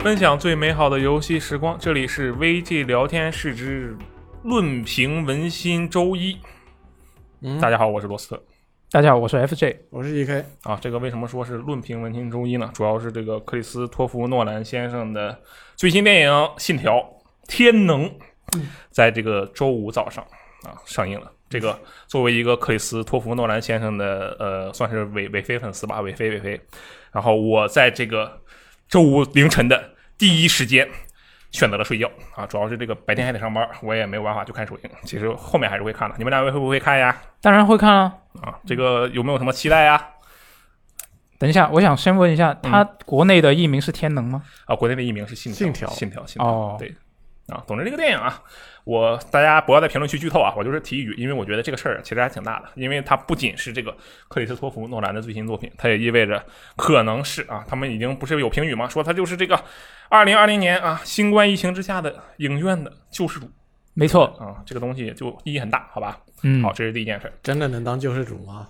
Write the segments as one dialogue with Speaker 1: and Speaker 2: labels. Speaker 1: 分享最美好的游戏时光，这里是 VG 聊天室之论评文心周一。
Speaker 2: 嗯
Speaker 1: 大家好，我是罗斯特
Speaker 3: 大家好，我是 FJ。
Speaker 2: 我是 EK，
Speaker 1: 啊。这个为什么说是论评文心周一呢？主要是这个克里斯托弗诺兰先生的最新电影《信条：天能》在这个周五早上啊上映了。这个作为一个克里斯托弗诺兰先生的呃，算是伪伪飞粉丝吧，伪飞伪飞。然后我在这个周五凌晨的第一时间选择了睡觉啊，主要是这个白天还得上班，我也没有办法去看首映。其实后面还是会看的，你们两位会不会看呀？
Speaker 3: 当然会看啊。
Speaker 1: 啊，这个有没有什么期待呀？
Speaker 3: 等一下，我想先问一下，
Speaker 1: 嗯
Speaker 3: 它国内的译名是天能吗？
Speaker 1: 啊，国内的译名是信
Speaker 2: 信条
Speaker 1: 信条，信条，
Speaker 3: 哦
Speaker 1: 对。啊，总之这个电影啊，我大家不要在评论区剧透啊，我就是提一句，因为我觉得这个事儿其实还挺大的，因为它不仅是这个克里斯托弗诺兰的最新作品，它也意味着可能是啊，他们已经不是有评语吗？说它就是这个二零二零年啊新冠疫情之下的影院的救世主
Speaker 3: 没错，
Speaker 1: 啊，这个东西就意义很大，好吧？
Speaker 3: 嗯，
Speaker 1: 好，这是第一件事儿。
Speaker 2: 真的能当救世主吗？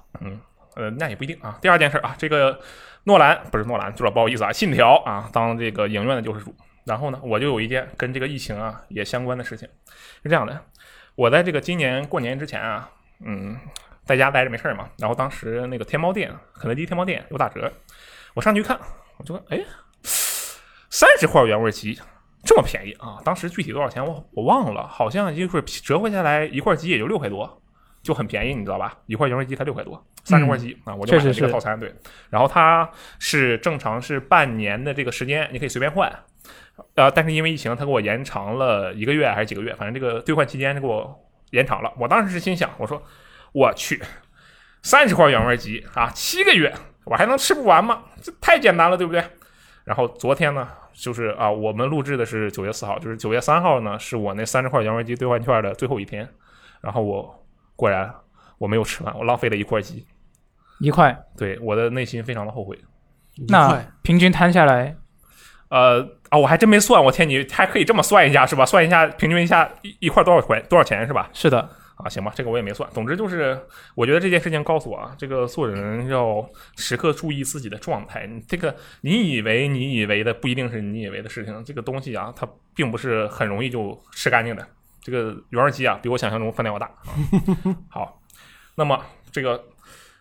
Speaker 1: 呃，那也不一定啊。第二件事儿啊，这个诺兰不是诺兰，就是不好意思啊，信条啊，当这个影院的救世主。然后呢，我就有一件跟这个疫情啊也相关的事情，是这样的，我在这个今年过年之前啊，嗯，在家待着没事儿嘛，然后当时那个天猫店，肯德基天猫店有打折，我上去看，我就看，哎，三十块原味鸡这么便宜啊！当时具体多少钱我我忘了，好像一会儿折回下来一块鸡也就六块多，就很便宜，你知道吧？一块原味鸡才六块多，三十块鸡、啊，我就
Speaker 3: 确
Speaker 1: 买了
Speaker 3: 实
Speaker 1: 这个
Speaker 3: 是
Speaker 1: 套餐对。然后它是正常是半年的这个时间，你可以随便换。呃，但是因为疫情，它给我延长了一个月还是几个月，反正这个兑换期间是给我延长了。我当时是心想，我说我去，三十块原味鸡啊，七个月我还能吃不完吗？这太简单了，对不对？然后昨天呢，就是啊，我们录制的是九月四号，就是九月三号呢，是我那三十块原味鸡兑换券的最后一天。然后我果然我没有吃完，我浪费了一块鸡，
Speaker 3: 一块。
Speaker 1: 对我的内心非常的后悔。
Speaker 2: 一
Speaker 3: 那
Speaker 2: 块
Speaker 3: 平均摊下来，
Speaker 1: 呃啊，我还真没算，我天，你还可以这么算一下是吧？算一下，平均一下一一块多少块多少钱是吧？
Speaker 3: 是的，
Speaker 1: 啊，行吧，这个我也没算。总之就是，我觉得这件事情告诉我啊，这个做人要时刻注意自己的状态。你这个你以为你以为的不一定是你以为的事情，这个东西啊，它并不是很容易就吃干净的。这个原味鸡啊，比我想象中分量要大。啊好，那么这个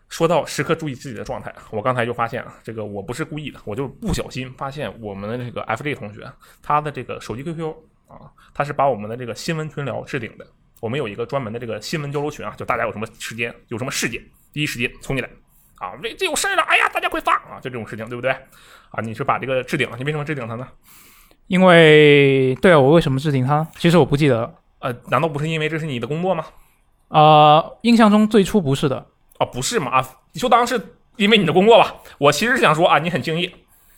Speaker 1: 说到时刻注意自己的状态，我刚才就发现啊，这个我不是故意的，我就不小心发现我们的这个 FJ 同学他的这个手机 QQ 啊，他是把我们的这个新闻群聊置顶的。我们有一个专门的这个新闻交流群啊，就大家有什么时间、有什么事件，第一时间冲进来啊，这这有事儿了，哎呀，大家快发啊，就这种事情，对不对？啊，你是把这个置顶了，你为什么置顶它呢？
Speaker 3: 因为对啊，我为什么置顶它？其实我不记得了。
Speaker 1: 呃，难道不是因为这是你的工作吗？
Speaker 3: 呃，印象中最初不是的，
Speaker 1: 啊，不是嘛，啊，就当是因为你的工作吧。我其实是想说啊，你很敬业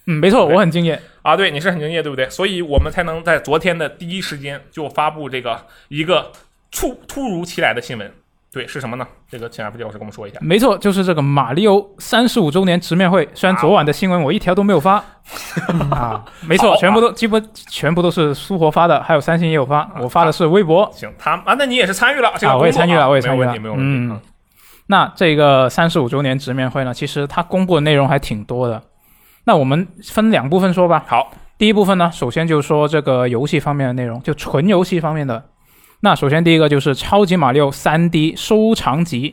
Speaker 3: 嗯，没错，
Speaker 1: 对
Speaker 3: 我很敬业。
Speaker 1: 啊，对，你是很敬业，对不对？所以我们才能在昨天的第一时间就发布这个一个突突如其来的新闻。对，是什么呢？这个请 F J 老师跟我们说一下。
Speaker 3: 没错，就是这个马里奥三十五周年直面会。
Speaker 1: 啊
Speaker 3: 虽然昨晚的新闻我一条都没有发 啊，没
Speaker 1: 好
Speaker 3: 错，
Speaker 1: 啊
Speaker 3: 全部都基本全部都是苏活发的，还有三星也有发，
Speaker 1: 啊
Speaker 3: 我发的是微博。
Speaker 1: 行，他啊，那你也是参与了这个
Speaker 3: 啊，我也参与了，我也
Speaker 1: 没有
Speaker 3: 参与
Speaker 1: 问
Speaker 3: 了，
Speaker 1: 题，没有问题。
Speaker 3: 嗯，那这个三十五周年直面会呢，其实它公布的内容还挺多的。那我们分两部分说吧。
Speaker 1: 好，
Speaker 3: 第一部分呢，首先就说这个游戏方面的内容，就纯游戏方面的。那首先第一个就是《超级马里奥 3D 收藏集》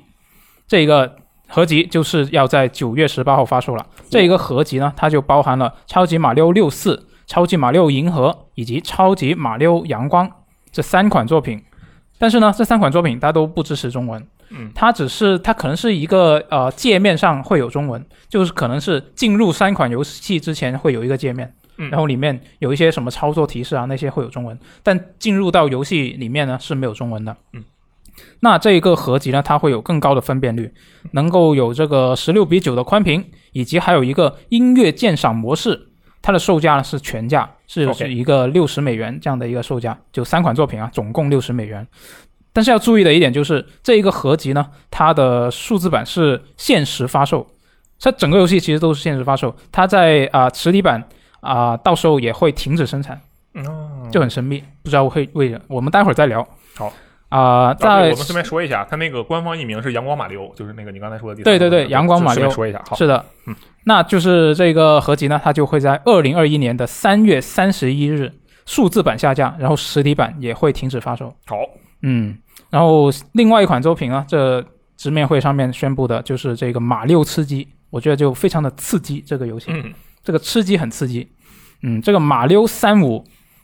Speaker 3: 这个合集，就是要在九月十八号发售了。这一个合集呢，它就包含了《超级马里奥六四》《超级马里奥银河》以及《超级马里奥阳光》这三款作品。但是呢，这三款作品它都不支持中文，
Speaker 1: 嗯，
Speaker 3: 它只是它可能是一个呃界面上会有中文，就是可能是进入三款游戏之前会有一个界面，
Speaker 1: 嗯
Speaker 3: 然后里面有一些什么操作提示啊那些会有中文，但进入到游戏里面呢是没有中文的，
Speaker 1: 嗯。
Speaker 3: 那这一个合集呢，它会有更高的分辨率，能够有这个十六比九的宽屏，以及还有一个音乐鉴赏模式。它的售价呢是全价，是
Speaker 1: OK
Speaker 3: 是一个六十美元这样的一个售价，就三款作品啊，总共六十美元。但是要注意的一点就是，这一个合集呢，它的数字版是限时发售，它整个游戏其实都是限时发售，它在啊、实体版啊、到时候也会停止生产，
Speaker 1: 哦，
Speaker 3: 就很神秘，不知道会为什么，我们待会儿再聊。
Speaker 1: 好
Speaker 3: 啊、
Speaker 1: 啊对
Speaker 3: 在
Speaker 1: 我们顺便说一下，它那个官方译名是阳光马里欧，就是那个你刚才说的第三
Speaker 3: 对对
Speaker 1: 个
Speaker 3: 对阳光马里
Speaker 1: 顺
Speaker 3: 欧
Speaker 1: 便说一下，好，
Speaker 3: 是的，
Speaker 1: 嗯
Speaker 3: 那就是这个合集呢，它就会在二零二一年的三月三十一日数字版下架，然后实体版也会停止发售。
Speaker 1: 好，
Speaker 3: 嗯，然后另外一款作品啊，这直面会上面宣布的就是这个《马六吃鸡》，我觉得就非常的刺激这个游戏。
Speaker 1: 嗯，
Speaker 3: 这个吃鸡很刺激。嗯，这个《马六三五》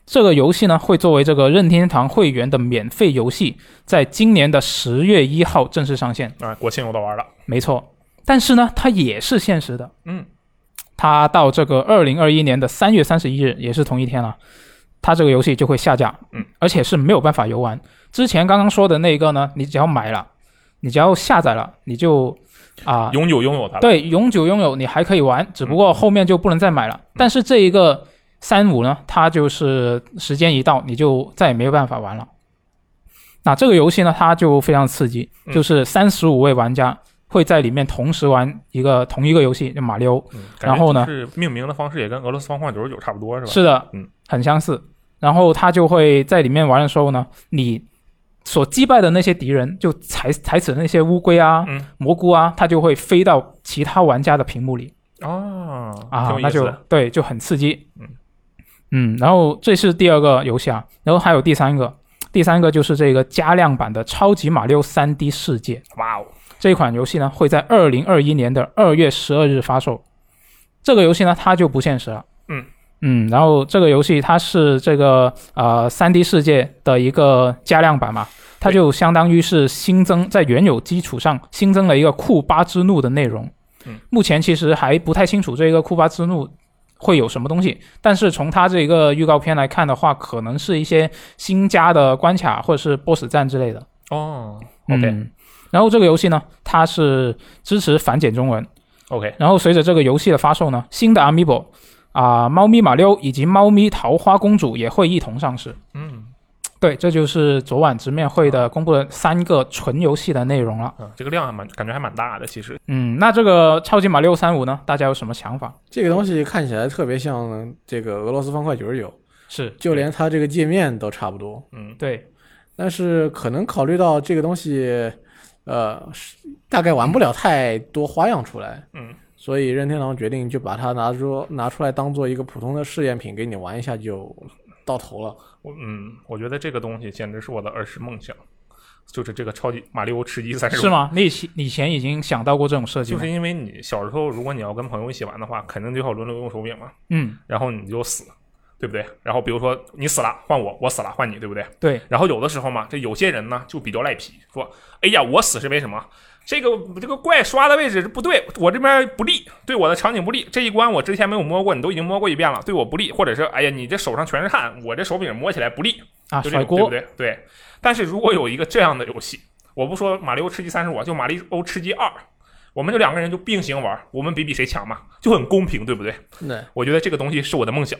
Speaker 3: 这个游戏呢，会作为这个任天堂会员的免费游戏，在今年的十月一号正式上线。
Speaker 1: 啊，国庆我都玩了，
Speaker 3: 没错，但是呢，它也是限时的。
Speaker 1: 嗯，
Speaker 3: 它到这个二零二一年的三月三十一日，也是同一天了，它这个游戏就会下架。
Speaker 1: 嗯，
Speaker 3: 而且是没有办法游玩。之前刚刚说的那个呢，你只要买了，你只要下载了，你就啊、
Speaker 1: 永久拥有它了。
Speaker 3: 对，永久拥有你还可以
Speaker 1: 嗯
Speaker 3: 玩，只不过后面就不能再买了。但是这一个三五呢，它就是时间一到，你就再也没有办法玩了。那这个游戏呢，它就非常刺激，
Speaker 1: 嗯
Speaker 3: 就是三十五位玩家会在里面同时玩一个同一个游戏，就马里奥。
Speaker 1: 嗯，感觉
Speaker 3: 然后呢
Speaker 1: 就是命名的方式也跟俄罗斯方块九十九差不多，是吧？
Speaker 3: 是的，
Speaker 1: 嗯，
Speaker 3: 很相似。然后他就会在里面玩的时候呢，你所击败的那些敌人，就踩踩死的那些乌龟啊、
Speaker 1: 嗯
Speaker 3: 蘑菇啊，它就会飞到其他玩家的屏幕里。
Speaker 1: 啊
Speaker 3: 啊
Speaker 1: 挺，有
Speaker 3: 那
Speaker 1: 意思
Speaker 3: 就
Speaker 1: 的。
Speaker 3: 对，就很刺激。
Speaker 1: 嗯
Speaker 3: 嗯然后这是第二个游戏啊，然后还有第三个，第三个就是这个加量版的《超级马里奥 3D 世界》
Speaker 1: 哇哦，
Speaker 3: 这一款游戏呢，会在二零二一年的二月十二日发售。这个游戏呢，它就不现实了。
Speaker 1: 嗯
Speaker 3: 嗯，然后这个游戏它是这个呃 3D 世界的一个加量版嘛，它
Speaker 1: 对
Speaker 3: 就相当于是新增在原有基础上新增了一个库巴之怒的内容。
Speaker 1: 嗯，
Speaker 3: 目前其实还不太清楚这个库巴之怒会有什么东西，但是从它这个预告片来看的话，可能是一些新加的关卡或者是 BOSS 战之类的。
Speaker 1: 哦
Speaker 3: OK，、然后这个游戏呢，它是支持繁简中文。
Speaker 1: ，OK，OK，
Speaker 3: 然后随着这个游戏的发售呢，新的 Amiibo 啊、猫咪马六以及猫咪桃花公主也会一同上市。
Speaker 1: 嗯，
Speaker 3: 对，这就是昨晚直面会的公布的三个纯游戏的内容了。
Speaker 1: 啊，这个量还蛮，感觉还蛮大的，其实。
Speaker 3: 嗯，那这个超级马六三五呢，大家有什么想法？
Speaker 2: 这个东西看起来特别像这个俄罗斯方块九十九，
Speaker 3: 是
Speaker 2: 就连它这个界面都差不多。
Speaker 1: 嗯，
Speaker 3: 对，
Speaker 2: 但是可能考虑到这个东西，呃，是大概玩不了太多花样出来，
Speaker 1: 嗯，
Speaker 2: 所以任天堂决定就把它拿出拿出来当做一个普通的试验品给你玩一下就到头了。
Speaker 1: 我嗯，我觉得这个东西简直是我的儿时梦想，就是这个超级马里奥吃鸡三十五
Speaker 3: 是吗？你以前以前已经想到过这种设计
Speaker 1: 就
Speaker 3: 吗？
Speaker 1: 是因为你小时候，如果你要跟朋友一起玩的话，肯定最好轮流用手柄嘛，
Speaker 3: 嗯，
Speaker 1: 然后你就死，对不对？然后比如说你死了换我，我死了换你，对不对？
Speaker 3: 对，
Speaker 1: 然后有的时候嘛，这有些人呢就比较赖皮，说：“哎呀，我死是为什么？这个这个怪刷的位置不对，我这边不利，对我的场景不利。这一关我之前没有摸过，你都已经摸过一遍了，对我不利。或者是哎呀，你这手上全是汗，我这手柄摸起来不利，
Speaker 3: 啊，
Speaker 1: 就这
Speaker 3: 甩
Speaker 1: 种对不
Speaker 3: 锅，
Speaker 1: 对？对。但是如果有一个这样的游戏，我不说《马里奥吃鸡三十五》，就《马里奥吃鸡二》，我们就两个人就并行玩，我们比比谁强嘛，就很公平，对不对？
Speaker 2: 对，
Speaker 1: 我觉得这个东西是我的梦想。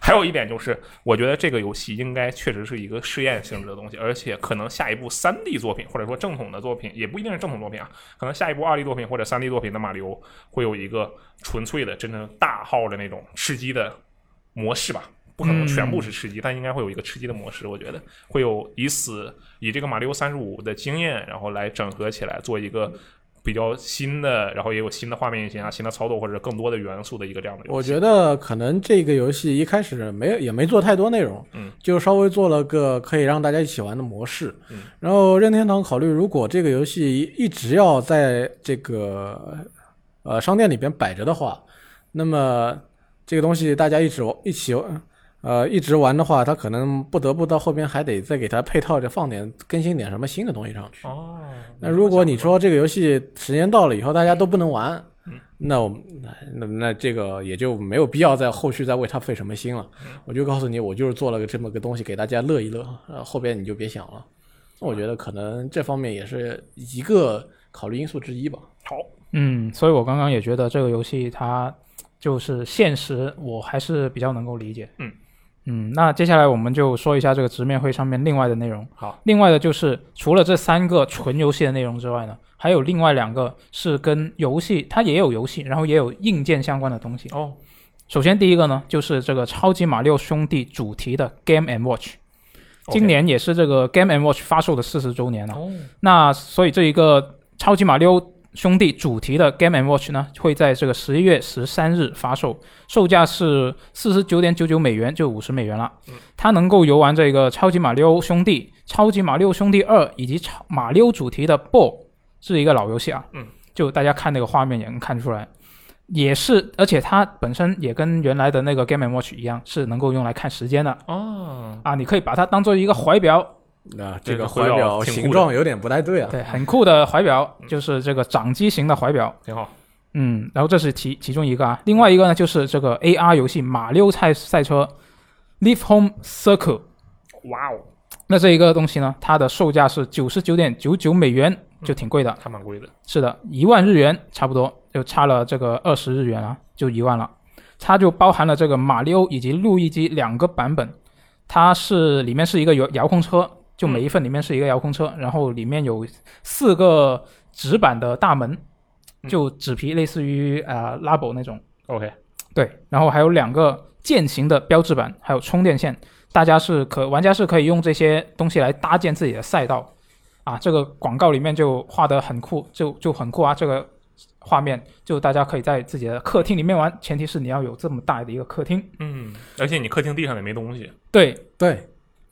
Speaker 1: 还有一点就是，我觉得这个游戏应该确实是一个试验性质的东西，而且可能下一部三 D 作品或者说正统的作品，也不一定是正统作品啊，可能下一部二 D 作品或者三 D 作品的马里奥会有一个纯粹的、真正大号的那种吃鸡的模式吧。不可能全部是吃鸡，但应该会有一个吃鸡的模式。我觉得会有以此以这个马里奥三十五的经验，然后来整合起来做一个比较新的，然后也有新的画面型啊、新的操作或者更多的元素的一个这样的游戏。
Speaker 2: 我觉得可能这个游戏一开始没有也没做太多内容，
Speaker 1: 嗯，
Speaker 2: 就稍微做了个可以让大家一起玩的模式。
Speaker 1: 嗯，
Speaker 2: 然后任天堂考虑，如果这个游戏一直要在这个呃商店里边摆着的话，那么这个东西大家一直一起呃一直玩的话，它可能不得不到后边还得再给它配套着放点更新点什么新的东西上去。
Speaker 1: 哦，
Speaker 2: 那如果你说这个游戏时间到了以后大家都不能玩
Speaker 1: 嗯，
Speaker 2: 那我们那那这个也就没有必要在后续再为它费什么心了。我就告诉你，我就是做了个这么个东西给大家乐一乐，呃，后边你就别想了。那我觉得可能这方面也是一个考虑因素之一吧。
Speaker 1: 好，
Speaker 3: 嗯，所以我刚刚也觉得这个游戏它就是现实，我还是比较能够理解。
Speaker 1: 嗯
Speaker 3: 嗯，那接下来我们就说一下这个直面会上面另外的内容。
Speaker 1: 好，
Speaker 3: 另外的就是除了这三个纯游戏的内容之外呢，还有另外两个是跟游戏，它也有游戏，然后也有硬件相关的东西。
Speaker 1: 哦，
Speaker 3: 首先第一个呢，就是这个《超级马六兄弟》主题的 Game and Watch，今年啊也是这个 Game and Watch 发售的四十周年了。
Speaker 1: 哦，
Speaker 3: 那所以这一个超级马里奥兄弟主题的 Game and Watch 呢，会在这个十一月十三日发售，售价是四十九点九九美元，就五十美元了。它能够游玩这个超级马里奥兄弟、超级马里奥兄弟二以及超马里奥主题的 Ball，是一个老游戏啊。
Speaker 1: 嗯，
Speaker 3: 就大家看那个画面也能看出来，也是，而且它本身也跟原来的那个 Game and Watch 一样，是能够用来看时间的
Speaker 1: 哦，
Speaker 3: 啊。你可以把它当做一个怀表
Speaker 2: 那
Speaker 1: 啊这
Speaker 2: 这
Speaker 1: 个
Speaker 2: 个
Speaker 1: 回
Speaker 2: 怀
Speaker 1: 表
Speaker 2: 表
Speaker 1: 挺
Speaker 2: 形
Speaker 1: 酷的
Speaker 2: 状有点不太对
Speaker 1: 嗯
Speaker 2: 啊。
Speaker 3: 对，很酷的怀表，就是这个掌机型的怀表。
Speaker 1: 挺好。
Speaker 3: 嗯，然后这是其其中一个啊，另外一个呢就是这个 AR 游戏《马六赛赛车 Live Home Circle》，
Speaker 1: 哇哦，
Speaker 3: 那这一个东西呢，它的售价是九十九点九九美元，就挺贵的。
Speaker 1: 还蛮贵的。
Speaker 3: 是的，一万日元差不多，就差了这个二十日元啊，就一万了。它就包含了这个马里奥以及路易基两个版本，它是里面是一个遥遥控车，就每一份里面是一个遥控车，然后里面有四个纸板的大门，
Speaker 1: 嗯
Speaker 3: 就纸皮类似于啊、呃、拉宝那种，
Speaker 1: OK，
Speaker 3: 对，然后还有两个剑形的标志板，还有充电线，大家是可玩家是可以用这些东西来搭建自己的赛道啊。这个广告里面就画的很酷，就就很酷啊。这个画面就大家可以在自己的客厅里面玩，前提是你要有这么大的一个客厅。
Speaker 1: 嗯，而且你客厅地上也没东西，
Speaker 3: 对，
Speaker 2: 对，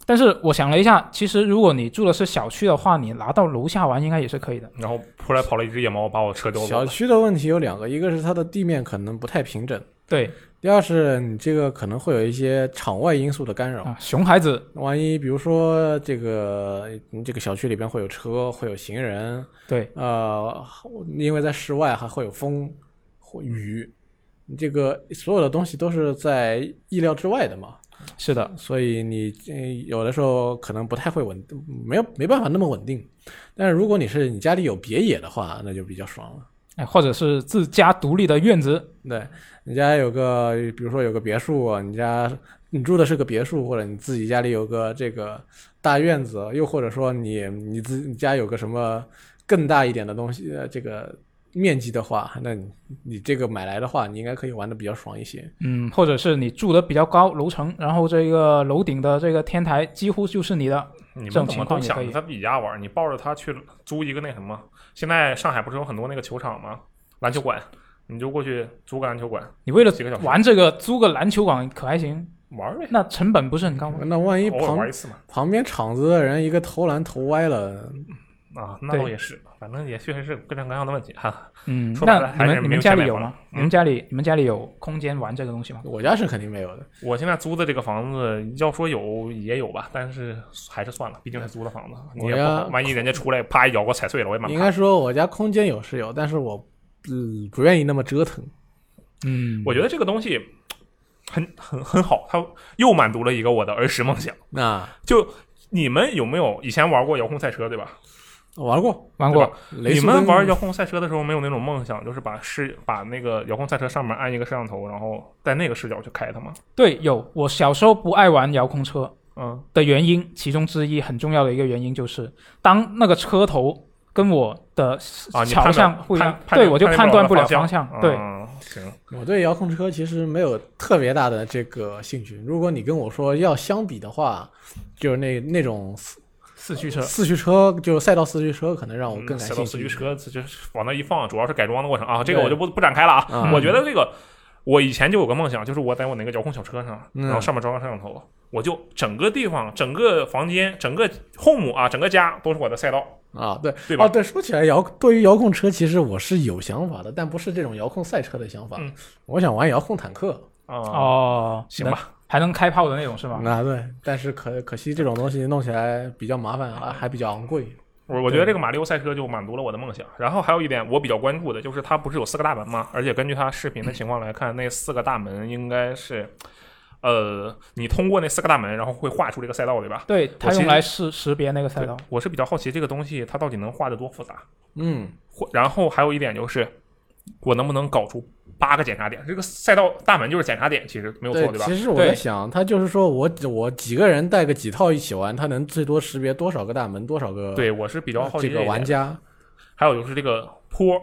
Speaker 3: 但是我想了一下，其实如果你住的是小区的话，你拿到楼下玩应该也是可以的。
Speaker 1: 然后突然跑了一只野猫，把我车叼走
Speaker 2: 小
Speaker 1: 了。
Speaker 2: 区的问题有两个，一个是它的地面可能不太平整，
Speaker 3: 对
Speaker 2: 第二是你这个可能会有一些场外因素的干扰。
Speaker 3: 啊，熊孩子，
Speaker 2: 万一比如说这个你这个小区里边会有车，会有行人，
Speaker 3: 对
Speaker 2: 呃，因为在室外还会有风、会雨，你这个所有的东西都是在意料之外的嘛，
Speaker 3: 是的，
Speaker 2: 所以你、呃、有的时候可能不太会稳，没有没办法那么稳定。但是如果你是你家里有别野的话，那就比较爽了。
Speaker 3: 哎，或者是自家独立的院子，
Speaker 2: 对，你家有个，比如说有个别墅，啊你家你住的是个别墅，或者你自己家里有个这个大院子，又或者说你你自己家有个什么更大一点的东西，呃这个面积的话，那你你这个买来的话，你应该可以玩的比较爽一些。
Speaker 3: 嗯，或者是你住的比较高楼层，然后这个楼顶的这个天台几乎就是你的，
Speaker 1: 你
Speaker 3: 这
Speaker 1: 们
Speaker 3: 种
Speaker 1: 怎
Speaker 3: 情
Speaker 1: 么
Speaker 3: 况
Speaker 1: 都
Speaker 3: 也
Speaker 1: 想
Speaker 3: 可以
Speaker 1: 着他自己家玩？你抱着他去租一个那什么？现在上海不是有很多那个球场吗？篮球馆，你就过去租个篮球馆
Speaker 3: 你为了
Speaker 1: 几个小时
Speaker 3: 玩这个租个篮球馆可还行，
Speaker 1: 玩呗，
Speaker 3: 那成本不是很高吗？嗯
Speaker 2: 那万一
Speaker 1: 偶尔
Speaker 2: 旁
Speaker 1: 玩一次嘛。
Speaker 2: 旁边场子的人一个投篮投歪了，
Speaker 1: 啊，那
Speaker 3: 对
Speaker 1: 倒也是，反正也确实是各种各样的问题哈。
Speaker 3: 嗯，
Speaker 1: 说白了
Speaker 3: 那
Speaker 1: 还
Speaker 3: 你
Speaker 1: 是
Speaker 3: 们你
Speaker 1: 没
Speaker 3: 们
Speaker 1: 有
Speaker 3: 家
Speaker 1: 钱
Speaker 3: 里
Speaker 1: 买
Speaker 3: 有
Speaker 1: 房
Speaker 3: 吗？
Speaker 1: 嗯
Speaker 3: 你们家里你们家里有空间玩这个东西吗？
Speaker 2: 我家是肯定没有的。
Speaker 1: 我现在租的这个房子，要说有也有吧，但是还是算了，毕竟是租的房子，你也不
Speaker 2: 我
Speaker 1: 好
Speaker 2: 呀，
Speaker 1: 万一人家出来啪一摇给我踩碎了，我也蛮
Speaker 2: 应
Speaker 1: 怕。
Speaker 2: 该说我家空间有是有，但是我嗯不愿意那么折腾。
Speaker 3: 嗯，
Speaker 1: 我觉得这个东西很很很好，它又满足了一个我的儿时梦想。
Speaker 2: 那
Speaker 1: 就你们有没有以前玩过遥控赛车，对吧？
Speaker 2: 玩过，
Speaker 3: 玩
Speaker 1: 对吧
Speaker 3: 过，
Speaker 2: 雷
Speaker 1: 你
Speaker 2: 斯
Speaker 1: 们
Speaker 2: 根
Speaker 3: 嗯
Speaker 1: 玩遥控赛车的时候，没有那种梦想，就是把视把那个遥控赛车上面按一个摄像头，然后在那个视角去开它吗？
Speaker 3: 对，有。我小时候不爱玩遥控车
Speaker 1: 嗯，
Speaker 3: 的原因，其中之一很重要的一个原因就是，当那个车头跟我的
Speaker 1: 啊，你
Speaker 3: 朝
Speaker 1: 判
Speaker 3: 向
Speaker 1: 断
Speaker 3: 不一样
Speaker 1: 判，判
Speaker 3: 对我就判断
Speaker 1: 不
Speaker 3: 不了
Speaker 1: 方
Speaker 3: 方向。对，
Speaker 1: 嗯行，
Speaker 2: 我对遥控车其实没有特别大的这个兴趣。如果你跟我说要相比的话，就是那那种四
Speaker 3: 四驱车
Speaker 2: 四驱车，就是赛道四驱车，可能让我更感
Speaker 1: 赛道
Speaker 2: 兴趣。
Speaker 1: 嗯四驱车这就是往那一放，主要是改装的过程啊，这个
Speaker 2: 对
Speaker 1: 我就不不展开了啊。
Speaker 2: 嗯
Speaker 1: 我觉得这个我以前就有个梦想，就是我在我那个遥控小车上，
Speaker 2: 嗯
Speaker 1: 然后上面装个摄像头，我就整个地方、整个房间、整个 home 啊、整个家都是我的赛道。
Speaker 2: 啊，对，
Speaker 1: 对吧
Speaker 2: 哦，对，说起来遥，对于遥控车，其实我是有想法的，但不是这种遥控赛车的想法。
Speaker 1: 嗯
Speaker 2: 我想玩遥控坦克。
Speaker 1: 啊、
Speaker 3: 哦，
Speaker 1: 行
Speaker 3: 能，
Speaker 1: 吧，
Speaker 3: 还能开炮的那种是吧？
Speaker 2: 啊，对，但是可可惜这种东西弄起来比较麻烦啊，还比较昂贵。
Speaker 1: 我我觉得这个马里奥赛车就满足了我的梦想。然后还有一点我比较关注的就是它不是有四个大门吗？而且根据它视频的情况来看，那四个大门应该是，呃，你通过那四个大门，然后会画出这个赛道，对吧？
Speaker 3: 对，它
Speaker 1: 其
Speaker 3: 用
Speaker 1: 实
Speaker 3: 来识识别那个赛
Speaker 1: 对
Speaker 3: 道。，
Speaker 1: 我是比较好奇这个东西它到底能画得多复杂。
Speaker 2: 嗯，
Speaker 1: 或然后还有一点就是，我能不能搞出八个检查点？这个赛道大门就是检查点，其实没有错，对吧？
Speaker 2: 其实我
Speaker 3: 对
Speaker 2: 在想，他就是说我我几个人带个几套一起玩，他能最多识别多少个大门，多少个
Speaker 1: 对，我是比较好奇
Speaker 2: 呃这个
Speaker 1: 一点
Speaker 2: 玩。家。
Speaker 1: 还有就是这个坡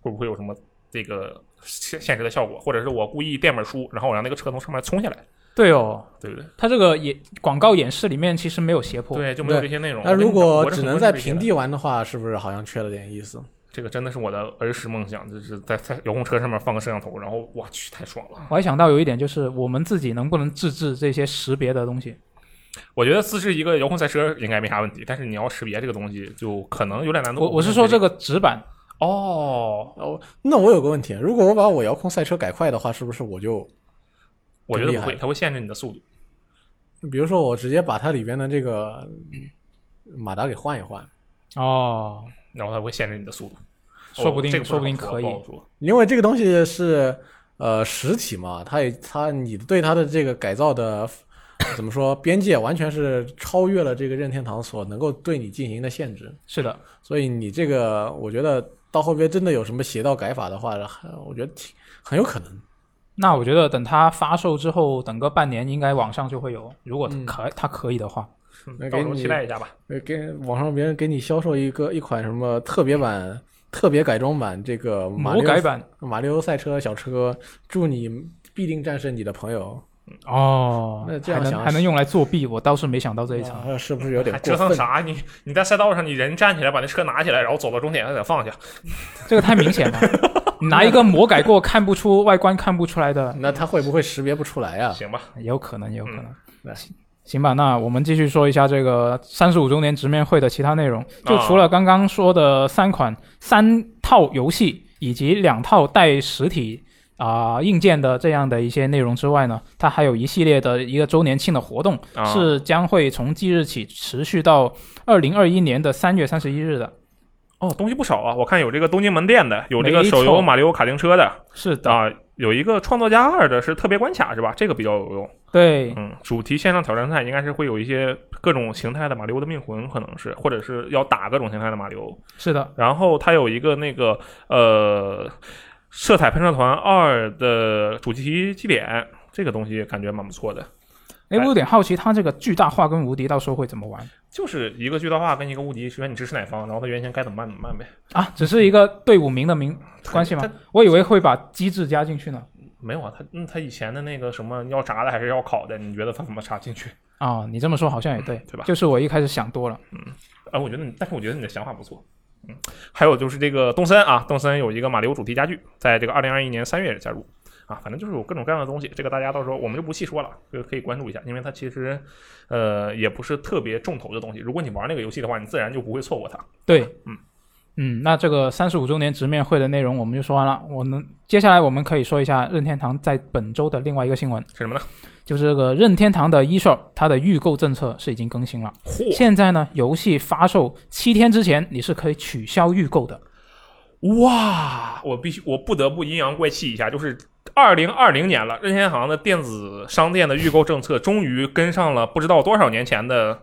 Speaker 1: 会不会有什么这个现现实的效果，或者是我故意垫本书，然后我让那个车从上面冲下来，
Speaker 3: 对哦，
Speaker 1: 对不对？
Speaker 3: 它这个演广告演示里面其实没有斜坡，
Speaker 1: 对，就没有这些内容。
Speaker 2: 那
Speaker 1: 我跟你
Speaker 2: 如
Speaker 1: 讲
Speaker 2: 果
Speaker 1: 我是
Speaker 2: 只
Speaker 1: 很
Speaker 2: 能
Speaker 1: 关
Speaker 2: 在
Speaker 1: 注这些
Speaker 2: 平
Speaker 1: 的
Speaker 2: 地玩的话，是不是好像缺了点意思？
Speaker 1: 这个真的是我的儿时梦想，就是在在遥控车上面放个摄像头，然后我去太爽了。
Speaker 3: 我还想到有一点，就是我们自己能不能自制这些识别的东西？
Speaker 1: 我觉得自制一个遥控赛车应该没啥问题，但是你要识别这个东西就可能有点难度。
Speaker 3: 我我是说这个纸板，
Speaker 1: 哦，
Speaker 2: 哦，那我有个问题，如果我把我遥控赛车改快的话，是不是我就，
Speaker 1: 我觉得不
Speaker 2: 厉
Speaker 1: 会，
Speaker 2: 害
Speaker 1: 它会限制你的速度。
Speaker 2: 比如说我直接把它里边的这个马达给换一换？
Speaker 3: 哦，
Speaker 1: 然后它会限制你的速度，
Speaker 3: 说不定
Speaker 1: 哦这个
Speaker 3: 说不定
Speaker 1: 好说
Speaker 3: 可以
Speaker 1: 不好说
Speaker 2: 因为这个东西是呃实体嘛，它也它你对它的这个改造的怎么说边界，完全是超越了这个任天堂所能够对你进行的限制，
Speaker 3: 是的，
Speaker 2: 所以你这个我觉得到后边真的有什么邪道改法的话，我觉得挺很有可能。
Speaker 3: 那我觉得等它发售之后，等个半年应该网上就会有，如果它可、它可以的话，
Speaker 1: 嗯
Speaker 2: 那
Speaker 1: 到
Speaker 2: 给
Speaker 1: 时候期
Speaker 2: 你
Speaker 1: 待一下吧。
Speaker 2: 呃给网上别人给你销售一个一款什么特别版、特别改装版这个马
Speaker 3: 魔
Speaker 2: 里
Speaker 3: 改
Speaker 2: 奥
Speaker 3: 版
Speaker 2: 马里奥赛车小车，祝你必定战胜你的朋友，
Speaker 3: 哦
Speaker 2: 那这
Speaker 3: 还
Speaker 2: 样
Speaker 3: 能
Speaker 2: 想
Speaker 3: 还能用来作弊，我倒是没想到这一层。
Speaker 2: 啊是不是有点
Speaker 1: 还
Speaker 2: 过
Speaker 1: 折腾
Speaker 2: 分？
Speaker 1: 哎啥？你你在赛道上，你人站起来，把那车拿起来，然后走到终点，再给放下。
Speaker 3: 啊这个太明 显了。你拿一个魔改过、看不出外观、看不出来的，
Speaker 2: 那他会不会识别不出来啊呀、
Speaker 1: 行吧，
Speaker 3: 也有可能，也有可能。
Speaker 2: 来
Speaker 3: 行行吧，那我们继续说一下这个三十五周年直面会的其他内容。就除了刚刚说的三款、三套游戏以及两套带实体啊、硬件的这样的一些内容之外呢，它还有一系列的一个周年庆的活动，
Speaker 1: 啊
Speaker 3: 是将会从即日起持续到二零二一年的三月三十一日的。
Speaker 1: 哦，东西不少啊。我看有这个东京门店的，有这个
Speaker 3: 没
Speaker 1: 手
Speaker 3: 错
Speaker 1: 游马里奥卡丁车的
Speaker 3: 是的，
Speaker 1: 啊，有一个创作家二的是特别关卡是吧？这个比较有用。
Speaker 3: 对，
Speaker 1: 嗯，主题线上挑战赛应该是会有一些各种形态的马里奥的命魂，可能是或者是要打各种形态的马里奥。
Speaker 3: 是的，
Speaker 1: 然后它有一个那个呃，色彩喷射团二的主题祭典，这个东西感觉蛮不错的，
Speaker 3: 哎，我有点好奇，它这个巨大化跟无敌到时候会怎么玩
Speaker 1: 就是一个巨大化跟一个无敌，选你支持哪方，然后它原先该怎么办怎么办呗。
Speaker 3: 啊？只是一个队伍名的名关系吗
Speaker 1: 它？
Speaker 3: 我以为会把机制加进去呢。
Speaker 1: 没有啊，他嗯，他以前的那个什么要炸的还是要烤的，你觉得他怎么插进去？
Speaker 3: 啊，你这么说好像也对，
Speaker 1: 对吧
Speaker 3: 就是我一开始想多了。
Speaker 1: 哎、我觉得你，但是我觉得你的想法不错。嗯，还有就是这个动森啊，动森有一个马里奥主题家具，在这个二零二一年三月加入啊，反正就是有各种各样的东西，这个大家到时候我们就不细说了，这个可以关注一下，因为它其实呃也不是特别重头的东西。如果你玩那个游戏的话，你自然就不会错过它。
Speaker 3: 对，
Speaker 1: 嗯
Speaker 3: 嗯，那这个三十五周年直面会的内容我们就说完了。我们接下来我们可以说一下任天堂在本周的另外一个新闻，
Speaker 1: 是什么呢？
Speaker 3: 就是这个任天堂的 eShop 它的预购政策是已经更新了。
Speaker 1: 嚯
Speaker 3: 现在呢，游戏发售七天之前你是可以取消预购的。
Speaker 1: 哇！我必须，我不得不阴阳怪气一下，就是二零二零年了，任天堂的电子商店的预购政策终于跟上了，不知道多少年前的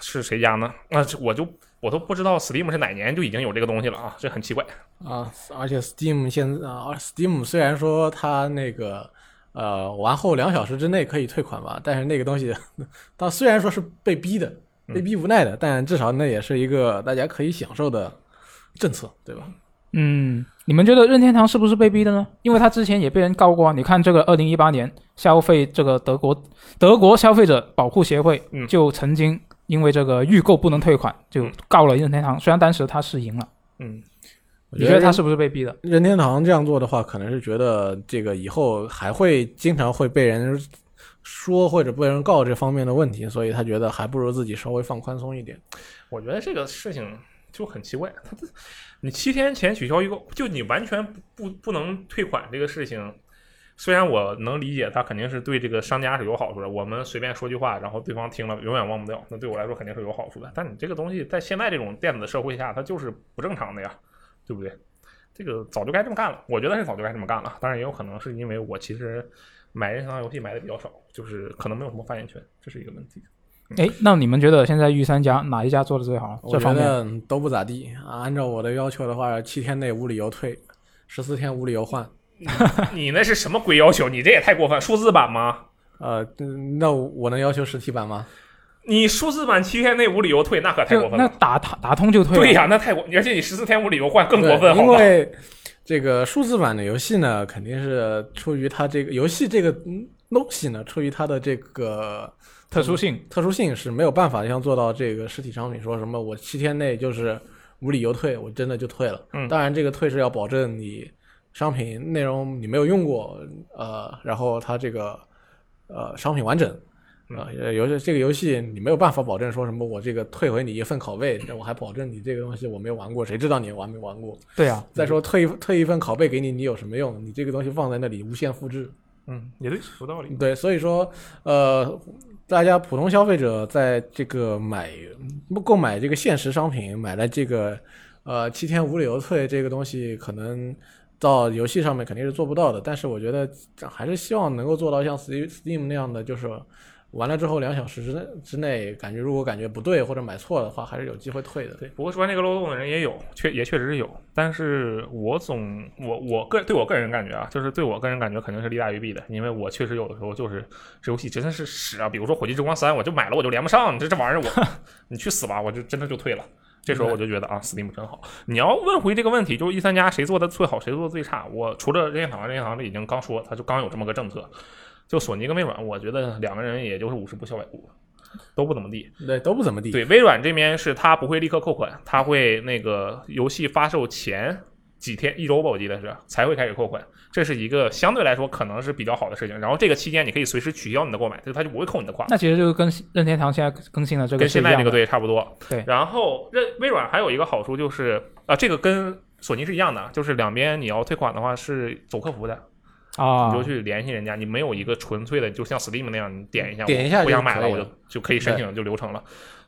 Speaker 1: 是谁家呢？那、这我就我都不知道 Steam 是哪年就已经有这个东西了啊，这很奇怪。
Speaker 2: 啊，而且 Steam 现在啊，Steam 虽然说它那个呃完后两小时之内可以退款吧，但是那个东西， 它虽然说是被逼的，
Speaker 3: 嗯
Speaker 2: 被逼无奈的，但至少那也是一个大家可以享受的政策，对吧？
Speaker 3: 嗯，你们觉得任天堂是不是被逼的呢？因为他之前也被人告过啊。你看这个二零一八年消费这个德国德国消费者保护协会
Speaker 1: 嗯
Speaker 3: 就曾经因为这个预购不能退款就
Speaker 1: 嗯
Speaker 3: 告了任天堂，虽然当时他是赢了。
Speaker 1: 嗯，
Speaker 2: 我
Speaker 3: 你觉得他
Speaker 2: 任
Speaker 3: 是不是被逼的？
Speaker 2: 任天堂这样做的话，可能是觉得这个以后还会经常会被人说或者被人告这方面的问题，所以他觉得还不如自己稍微放宽松一点。
Speaker 1: 我觉得这个事情就很奇怪，他这你七天前取消预购，就你完全不不不能退款这个事情。虽然我能理解，他肯定是对这个商家是有好处的。我们随便说句话，然后对方听了永远忘不掉，那对我来说肯定是有好处的。但你这个东西在现在这种电子社会下，它就是不正常的呀，对不对？这个早就该这么干了，我觉得是早就该这么干了。当然也有可能是因为我其实买任天堂游戏买的比较少，就是可能没有什么发言权，这是一个问题。
Speaker 3: 哎，那你们觉得现在御三家哪一家做的最好？
Speaker 2: 我
Speaker 3: 这
Speaker 2: 觉
Speaker 3: 方面
Speaker 2: 得都不咋地啊。按照我的要求的话，七天内无理由退，十四天无理由换。
Speaker 1: 你那是什么鬼要求？你这也太过分！数字版吗？
Speaker 2: 呃，嗯那我能要求实体版吗？
Speaker 1: 你数字版七天内无理由退，那可太
Speaker 3: 就
Speaker 1: 过分
Speaker 3: 那
Speaker 1: 了。
Speaker 3: 打打打通就退了。
Speaker 1: 对呀、那太过，而且你十四天无理由换更过分，
Speaker 2: 啊对
Speaker 1: 好
Speaker 2: 因
Speaker 1: 吧？
Speaker 2: 为这个数字版的游戏呢，肯定是出于它这个游戏这个嗯东西呢，出于它的这个
Speaker 3: 特殊性。
Speaker 2: 特殊性是没有办法像做到这个实体商品说什么我七天内就是无理由退，我真的就退了。
Speaker 1: 嗯
Speaker 2: 当然这个退是要保证你商品内容你没有用过，呃，然后它这个呃商品完整。啊、呃，游戏这个游戏你没有办法保证说什么我这个退回你一份拷贝，我还保证你这个东西我没有玩过，谁知道你玩没玩过？
Speaker 3: 对啊，
Speaker 2: 再说退一退一份拷贝给你，你有什么用？你这个东西放在那里无限复制，
Speaker 1: 嗯，也对，有道理。
Speaker 2: 对，所以说，呃，大家普通消费者在这个买购买这个现实商品，买了这个呃七天无理由退这个东西，可能到游戏上面肯定是做不到的。但是我觉得还是希望能够做到像 Steam Steam 那样的，就是玩了之后两小时之内之内，感觉如果感觉不对或者买错的话，还是有机会退的。
Speaker 1: 对，不过钻这个漏洞的人也有，确也确实是有，但是我总我我个对我个人感觉啊，就是对我个人感觉肯定是利大于弊的，因为我确实有的时候就是这游戏真的是屎啊，比如说《火炬之光三》，我就买了我就连不上，你这这玩意儿我你去死吧，我就真的就退了。这时候我就觉得啊，Steam 真好。你要问回这个问题，就是一三家谁做的最好，谁做的最差？我除了任天堂，任天堂这已经刚说，他就刚有这么个政策。就索尼跟微软，我觉得两个人也就是五十步笑百步，都不怎么地。
Speaker 2: 对，都不怎么地。
Speaker 1: 对，微软这边是它不会立刻扣款，它会那个游戏发售前几天一周吧，我记得是才会开始扣款，这是一个相对来说可能是比较好的事情。然后这个期间你可以随时取消你的购买，就是它就不会扣你的款。
Speaker 3: 那其实就跟任天堂现在更新的这个
Speaker 1: 跟
Speaker 3: 是
Speaker 1: 现
Speaker 3: 一
Speaker 1: 在这
Speaker 3: 样
Speaker 1: 个
Speaker 3: 的。
Speaker 1: 对差不多。
Speaker 3: 对
Speaker 1: 然后任微软还有一个好处就是啊、这个跟索尼是一样的，就是两边你要退款的话是走客服的，
Speaker 3: 啊
Speaker 1: 你就，去联系人家，你没有一个纯粹的，就像 Steam 那样，你点一下，
Speaker 2: 点一下
Speaker 1: 我不
Speaker 2: 就
Speaker 1: 想买
Speaker 2: 可
Speaker 1: 了，
Speaker 2: 以
Speaker 1: 我就
Speaker 2: 了
Speaker 1: 就可以申请就流程了。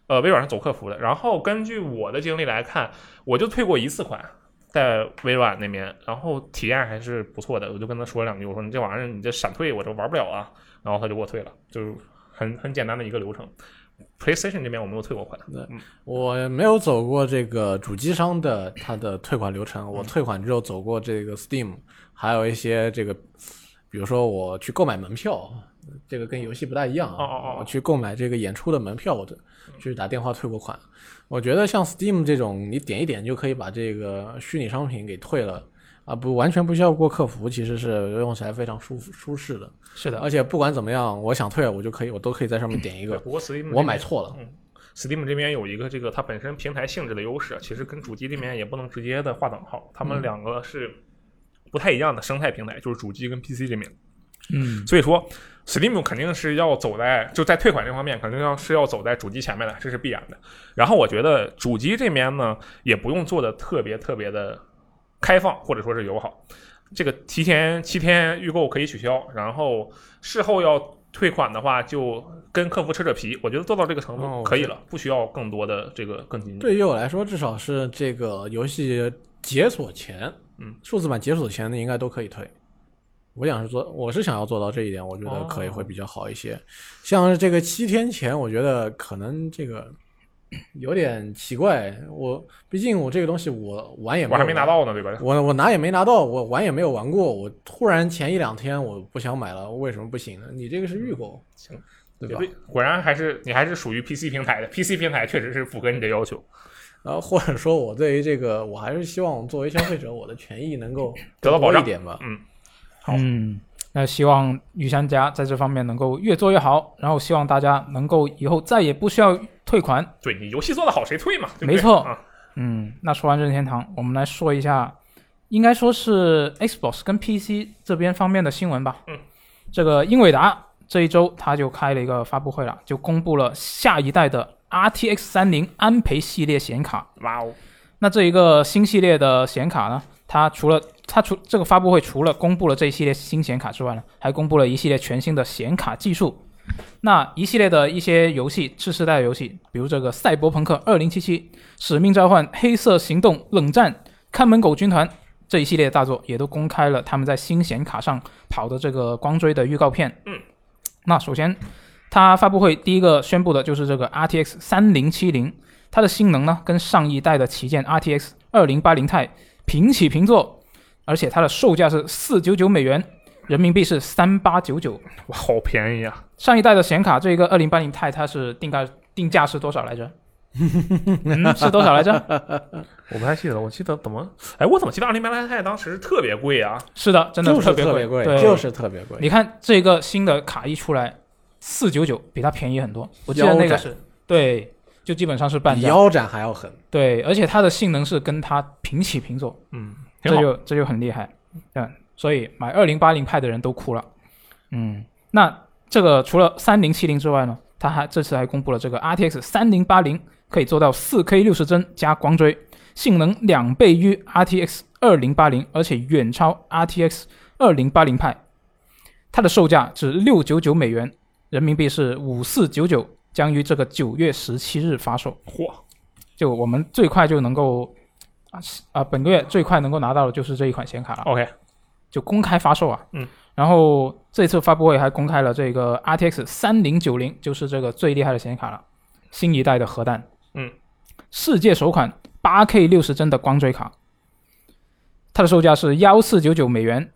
Speaker 1: 呃，微软是走客服的，然后根据我的经历来看，我就退过一次款。在微软那边，然后体验还是不错的，我就跟他说两句，我说你这玩意儿你这闪退我这玩不了啊，然后他就给我退了，就是很很简单的一个流程。PlayStation 这边我没有退过款，
Speaker 2: 我没有走过这个主机商的它的退款流
Speaker 1: 嗯
Speaker 2: 程，我退款之后走过这个 Steam，还有一些这个，比如说我去购买门票，这个跟游戏不大一样啊。
Speaker 1: 哦哦哦
Speaker 2: 我去购买这个演出的门票，我的去打电话退过款。我觉得像 Steam 这种，你点一点就可以把这个虚拟商品给退了。啊，不，完全不需要过客服，其实是用起来非常舒服舒适的，
Speaker 3: 是的，
Speaker 2: 而且不管怎么样，我想退我就可以，我都可以在上面点一
Speaker 1: 对
Speaker 2: 个，
Speaker 1: 不过 Steam 这
Speaker 2: 我
Speaker 1: 边
Speaker 2: 买错了，
Speaker 1: 嗯 Steam 这边有一个这个它本身平台性质的优势，其实跟主机这边也不能直接的划等号，他们两个是不太一样的生态平台，就是主机跟 PC 这边。
Speaker 3: 嗯，
Speaker 1: 所以说，Steam 肯定是要走在就在退款这方面，肯定要是要走在主机前面的，这是必然的。然后我觉得主机这边呢，也不用做的特别特别的开放或者说是友好，这个提前七天预购可以取消，然后事后要。退款的话，就跟客服扯扯皮，我觉得做到这个程
Speaker 2: 哦
Speaker 1: 度
Speaker 2: 我
Speaker 1: 可以了，不需要更多的这个更进。
Speaker 2: 对于我来说，至少是这个游戏解锁前，
Speaker 1: 嗯，
Speaker 2: 数字版解锁前的应该都可以退。我想是做，我是想要做到这一点，我觉得可以
Speaker 1: 哦
Speaker 2: 会比较好一些。像是这个七天前，我觉得可能这个有点奇怪。我毕竟我这个东西我玩也
Speaker 1: 我还没
Speaker 2: 有
Speaker 1: 拿
Speaker 2: 玩
Speaker 1: 到呢，对吧？
Speaker 2: 我我拿也没拿到，我玩也没有玩过。我突然前一两天我不想买了，为什么不行呢？你这个是预购，
Speaker 1: 嗯行，
Speaker 2: 对吧？
Speaker 1: 对，果然还是你还是属于 PC 平台的，PC 平台确实是符合你的要求。
Speaker 2: 呃，或者说我对于这个，我还是希望作为消费者，我的权益能够
Speaker 1: 得到保
Speaker 2: 多
Speaker 1: 障
Speaker 2: 一点吧。
Speaker 1: 嗯，好
Speaker 3: 嗯，那希望御三家在这方面能够越做越好，然后希望大家能够以后再也不需要退款。
Speaker 1: 对你游戏做得好，谁退嘛？对不对
Speaker 3: 没错
Speaker 1: 啊，
Speaker 3: 嗯，那说完任天堂，我们来说一下，应该说是 Xbox 跟 PC 这边方面的新闻吧。
Speaker 1: 嗯，
Speaker 3: 这个英伟达这一周它就开了一个发布会了，就公布了下一代的 RTX 三零安培系列显卡。
Speaker 1: 哇哦，
Speaker 3: 那这一个新系列的显卡呢，它除了它除这个发布会除了公布了这一系列新显卡之外呢，还公布了一系列全新的显卡技术。那一系列的一些游戏，次世代游戏，比如这个《赛博朋克2077》《使命召唤》《黑色行动》《冷战》《看门狗军团》这一系列大作，也都公开了他们在新显卡上跑的这个光追的预告片。
Speaker 1: 嗯，
Speaker 3: 那首先，它发布会第一个宣布的就是这个 RTX 3070。它的性能呢跟上一代的旗舰 RTX 二零八零 i 平起平坐，而且它的售价是四九九美元，人民币是三八九九。
Speaker 1: 哇，好便宜啊！
Speaker 3: 上一代的显卡这个二零八零 i 它是定价定价是多少 来着？嗯，是多少来着？
Speaker 1: 我不太记得了，我记得怎么？哎，我怎么记得二零八零 i 当时特别贵啊？
Speaker 3: 是的，真的
Speaker 2: 就是
Speaker 3: 特
Speaker 2: 特
Speaker 3: 别
Speaker 2: 贵，
Speaker 3: 对，
Speaker 2: 就是特别贵。
Speaker 3: 你看这个新的卡一出来，四九九比它便宜很多。我记得
Speaker 2: 腰
Speaker 3: 那个
Speaker 2: 斩
Speaker 3: 是对，就基本上是半
Speaker 2: 比
Speaker 3: 价。
Speaker 2: 腰斩还要狠。
Speaker 3: 对，而且它的性能是跟它平起平坐，
Speaker 1: 嗯，挺
Speaker 3: 这
Speaker 1: 好。
Speaker 3: 就这就很厉害。嗯，所以买二零八零派的人都哭了。嗯，那这个除了三零七零之外呢，它还这次还公布了这个 RTX 三零八零可以做到四 K 六十帧加光追，性能两倍于 RTX 二零八零，而且远超 RTX 二零八零派。它的售价只六九九美元，人民币是五四九九，将于这个九月十七日发售。
Speaker 1: 嚯，
Speaker 3: 就我们最快就能够啊是啊，本个月最快能够拿到的就是这一款显卡了，
Speaker 1: OK，
Speaker 3: 就公开发售啊。
Speaker 1: 嗯。
Speaker 3: 然后这次发布会还公开了这个 RTX 三零九零，就是这个最厉害的显卡了，新一代的核弹。
Speaker 1: 嗯。
Speaker 3: 世界首款八 K 六十帧的光追卡，它的售价是幺四九九美元，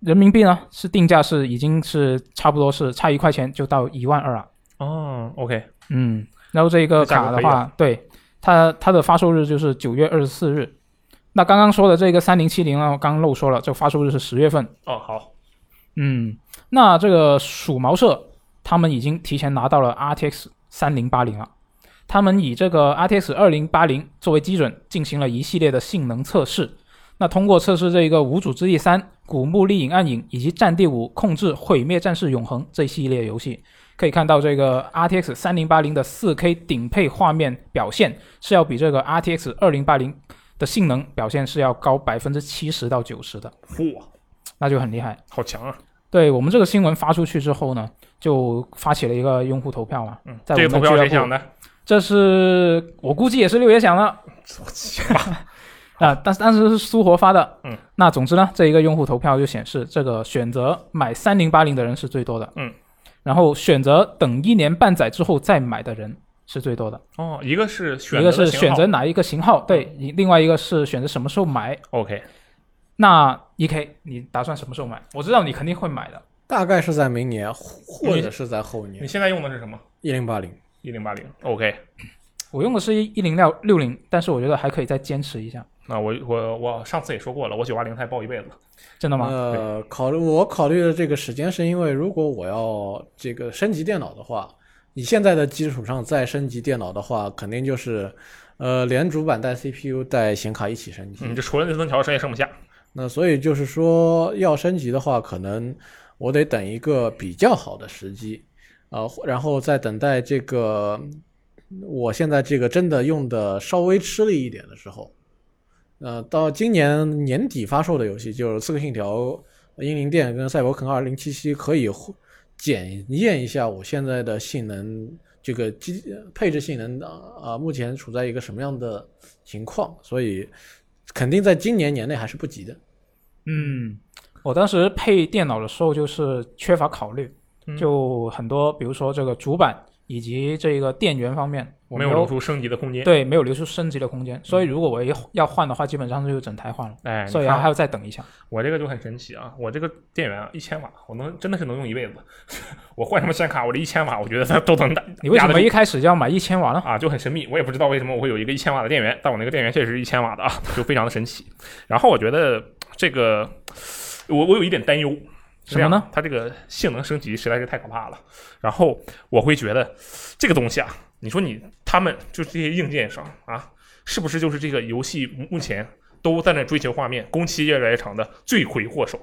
Speaker 3: 人民币呢是定价是已经是差不多是差一块钱就到一万二了。
Speaker 1: 哦，OK，
Speaker 3: 嗯，然后这一个
Speaker 1: 这价格
Speaker 3: 卡的
Speaker 1: 可以啊
Speaker 3: 话，对它它的发售日就是九月二十四日。那刚刚说的这个三零七零呢，我刚刚漏说了，这个发售日是十月份。
Speaker 1: 哦，好，
Speaker 3: 嗯，那这个鼠毛社他们已经提前拿到了 RTX 三零八零了，他们以这个 RTX 二零八零作为基准，进行了一系列的性能测试。那通过测试这一个《无主之地三》《古墓丽影：暗影》以及《战地五：控制毁灭战士永恒》这一系列游戏，可以看到这个 RTX 三零八零的四 K 顶配画面表现是要比这个 RTX 二零八零的性能表现是要高百分之七十到九十的，
Speaker 1: 嚯，
Speaker 3: 那就很厉害。
Speaker 1: 好强啊！
Speaker 3: 对我们这个新闻发出去之后呢，就发起了一个用户投票嘛。
Speaker 1: 嗯，
Speaker 3: 在
Speaker 1: 这个
Speaker 3: 我们
Speaker 1: 投票
Speaker 3: 俱乐
Speaker 1: 谁
Speaker 3: 部
Speaker 1: 想的？
Speaker 3: 这是我估计也是六爷想的 啊、
Speaker 1: 我去，
Speaker 3: 但是当时是苏活发的。
Speaker 1: 嗯，
Speaker 3: 那总之呢，这一个用户投票就显示，这个选择买三零八零的人是最多的。
Speaker 1: 嗯，
Speaker 3: 然后选择等一年半载之后再买的人是最多的。
Speaker 1: 哦，一个是选
Speaker 3: 一
Speaker 1: 择
Speaker 3: 个
Speaker 1: 的型号，嗯
Speaker 3: 是选择哪一个型号，对，你另外一个是选择什么时候买。
Speaker 1: OK，
Speaker 3: 那 E K，你打算什么时候买？我知道你肯定会买的。
Speaker 2: 大概是在明年，或者是在后
Speaker 1: 你
Speaker 2: 年。
Speaker 1: 现在用的是什么？
Speaker 2: 一零八零，
Speaker 1: 一零八零，OK，
Speaker 3: 我用的是一零六六零，但是我觉得还可以再坚持一下。
Speaker 1: 那我我我上次也说过了，我九八零钛抱一辈子，
Speaker 3: 真的吗？
Speaker 2: 呃，考虑我考虑的这个时间，是因为如果我要这个升级电脑的话，你现在的基础上再升级电脑的话，肯定就是，呃，连主板带 CPU 带显卡一起升级。
Speaker 1: 嗯，就除了内存条谁也剩不下。
Speaker 2: 那所以就是说，要升级的话，可能我得等一个比较好的时机，呃，或然后再等待这个我现在这个真的用的稍微吃力一点的时候，呃，到今年年底发售的游戏就是《刺客信条：英灵殿》跟《赛博朋克2077》，可以互检验一下我现在的性能，这个机配置性能啊、呃，目前处在一个什么样的情况，所以肯定在今年年内还是不急的。
Speaker 3: 嗯，我当时配电脑的时候就是缺乏考虑，
Speaker 1: 嗯
Speaker 3: 就很多，比如说这个主板以及这个电源方面，我
Speaker 1: 没有
Speaker 3: 有
Speaker 1: 留出升级的空间。，嗯
Speaker 3: 对没有留出升级的空间，所以如果我一要换的话，基本上就整台换了，
Speaker 1: 哎，
Speaker 3: 所以
Speaker 1: 你看
Speaker 3: 还要再等一下。
Speaker 1: 我这个就很神奇啊！我这个电源啊，一千瓦，我能真的是能用一辈子。 我换什么显卡，我这一千瓦，我觉得它都能打。
Speaker 3: 你为什
Speaker 1: 压
Speaker 3: 么
Speaker 1: 得住
Speaker 3: 一开始就要买一千瓦呢？
Speaker 1: 啊，就很神秘，我也不知道为什么我会有一个一千瓦的电源，但我那个电源确实是一千瓦的啊， 就非常的神奇。然后我觉得这个，我我有一点担忧，是
Speaker 3: 什么
Speaker 1: 这样
Speaker 3: 呢？
Speaker 1: 它这个性能升级实在是太可怕了。然后我会觉得这个东西啊，你说你他们就这些硬件上啊，是不是就是这个游戏目前都在那追求画面，工期越来越长的罪魁祸首？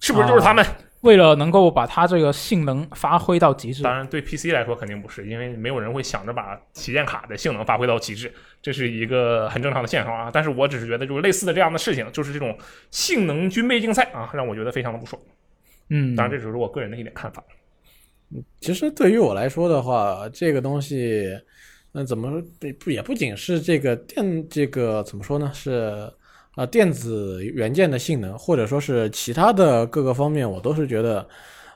Speaker 1: 是不是就是他们？
Speaker 3: 为了能够把它这个性能发挥到极致，
Speaker 1: 当然，对 PC 来说肯定不是，因为没有人会想着把旗舰卡的性能发挥到极致，这是一个很正常的现象啊。但是我只是觉得，就是类似的这样的事情，就是这种性能军备竞赛啊，让我觉得非常的不爽。
Speaker 3: 嗯，
Speaker 1: 当然，这只是我个人的一点看法。
Speaker 2: 其实对于我来说的话，这个东西，那怎么不不也不仅是这个电这个怎么说呢？是呃电子元件的性能，或者说是其他的各个方面，我都是觉得，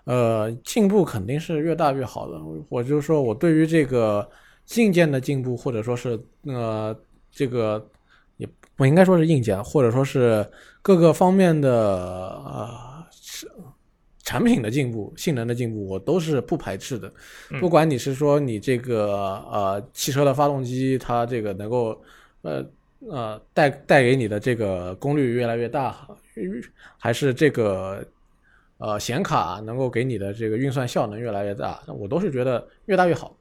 Speaker 2: 呃，进步肯定是越大越好的。我就是说我对于这个硬件的进步，或者说是呃这个也不应该说是硬件，或者说是各个方面的呃是产品的进步、性能的进步，我都是不排斥的。
Speaker 1: 嗯
Speaker 2: 不管你是说你这个呃汽车的发动机，它这个能够呃呃带带给你的这个功率越来越大，还是这个呃显卡能够给你的这个运算效能越来越大，我都是觉得越大越好。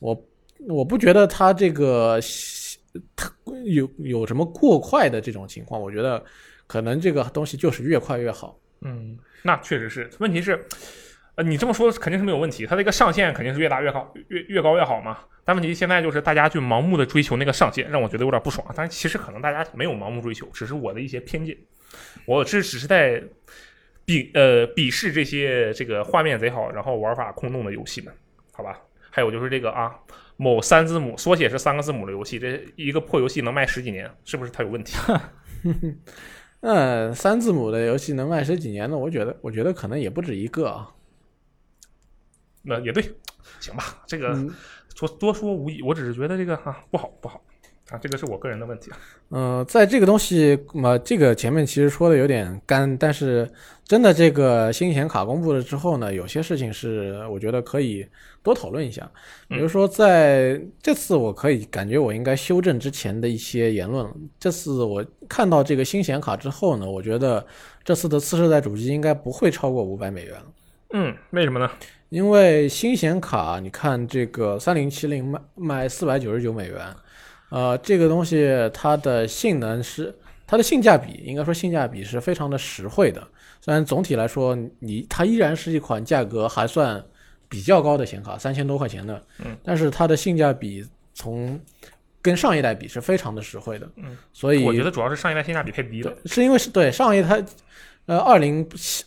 Speaker 2: 我我不觉得它这个它有有什么过快的这种情况，我觉得可能这个东西就是越快越好。
Speaker 1: 嗯，那确实是。问题是，呃，你这么说肯定是没有问题，它这个上限肯定是越大越好，越越高越好嘛。但问题现在就是大家去盲目的追求那个上限，让我觉得有点不爽。啊但是其实可能大家没有盲目追求，只是我的一些偏见，我这只是在鄙呃鄙视这些这个画面贼好，然后玩法空洞的游戏们，好吧？还有就是这个啊，某三字母缩写是三个字母的游戏，这一个破游戏能卖十几年，是不是它有问题？
Speaker 2: 那三字母的游戏能卖十几年呢？我觉得，我觉得可能也不止一个啊。
Speaker 1: 那也对，行吧，这个。
Speaker 2: 嗯
Speaker 1: 说多说无益，我只是觉得这个哈、啊、不好不好啊，这个是我个人的问题啊。
Speaker 2: 嗯、在这个东西，嘛、这个前面其实说的有点干，但是真的这个新显卡公布了之后呢，有些事情是我觉得可以多讨论一下。比如说，在这次我可以感觉我应该修正之前的一些言论了。这次我看到这个新显卡之后呢，我觉得这次的次世代主机应该不会超过五百美元了。
Speaker 1: 嗯，为什么呢？
Speaker 2: 因为新显卡，你看这个三零七零卖卖四百九十九美元，呃，这个东西它的性能是它的性价比，应该说性价比是非常的实惠的。虽然总体来说，你它依然是一款价格还算比较高的显卡，三千多块钱的，
Speaker 1: 嗯，
Speaker 2: 但是它的性价比从跟上一代比是非常的实惠的，
Speaker 1: 嗯，
Speaker 2: 所以
Speaker 1: 我觉得主要是上一代性价比太低了。
Speaker 2: 是因为是对上一台，呃，二零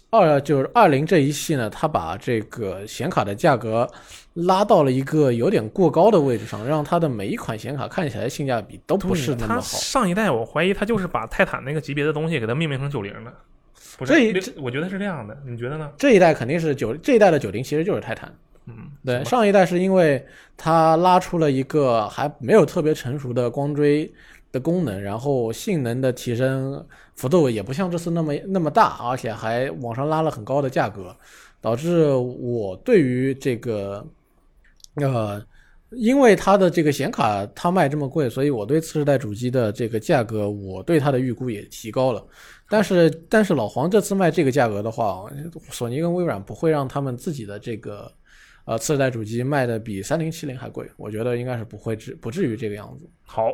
Speaker 2: 二就是二零这一系呢，它把这个显卡的价格拉到了一个有点过高的位置上，让它的每一款显卡看起来性价比都不是那
Speaker 1: 它
Speaker 2: 么好。
Speaker 1: 上一代我怀疑它就是把泰坦那个级别的东西给它命名成九零的，不是？
Speaker 2: 这一
Speaker 1: 六我觉得是这样的，你觉得呢？
Speaker 2: 这一代肯定是九，这一代的九零其实就是泰坦。
Speaker 1: 嗯，
Speaker 2: 对，
Speaker 1: 行吧
Speaker 2: 上一代是因为它拉出了一个还没有特别成熟的光追的功能，然后性能的提升幅度也不像这次那么那么大，而且还往上拉了很高的价格，导致我对于这个，呃，因为它的这个显卡它卖这么贵，所以我对次世代主机的这个价格，我对它的预估也提高了。但是，但是老黄这次卖这个价格的话，索尼跟微软不会让他们自己的这个呃次世代主机卖的比三零七零还贵，我觉得应该是不会至不至于这个样子。
Speaker 1: 好，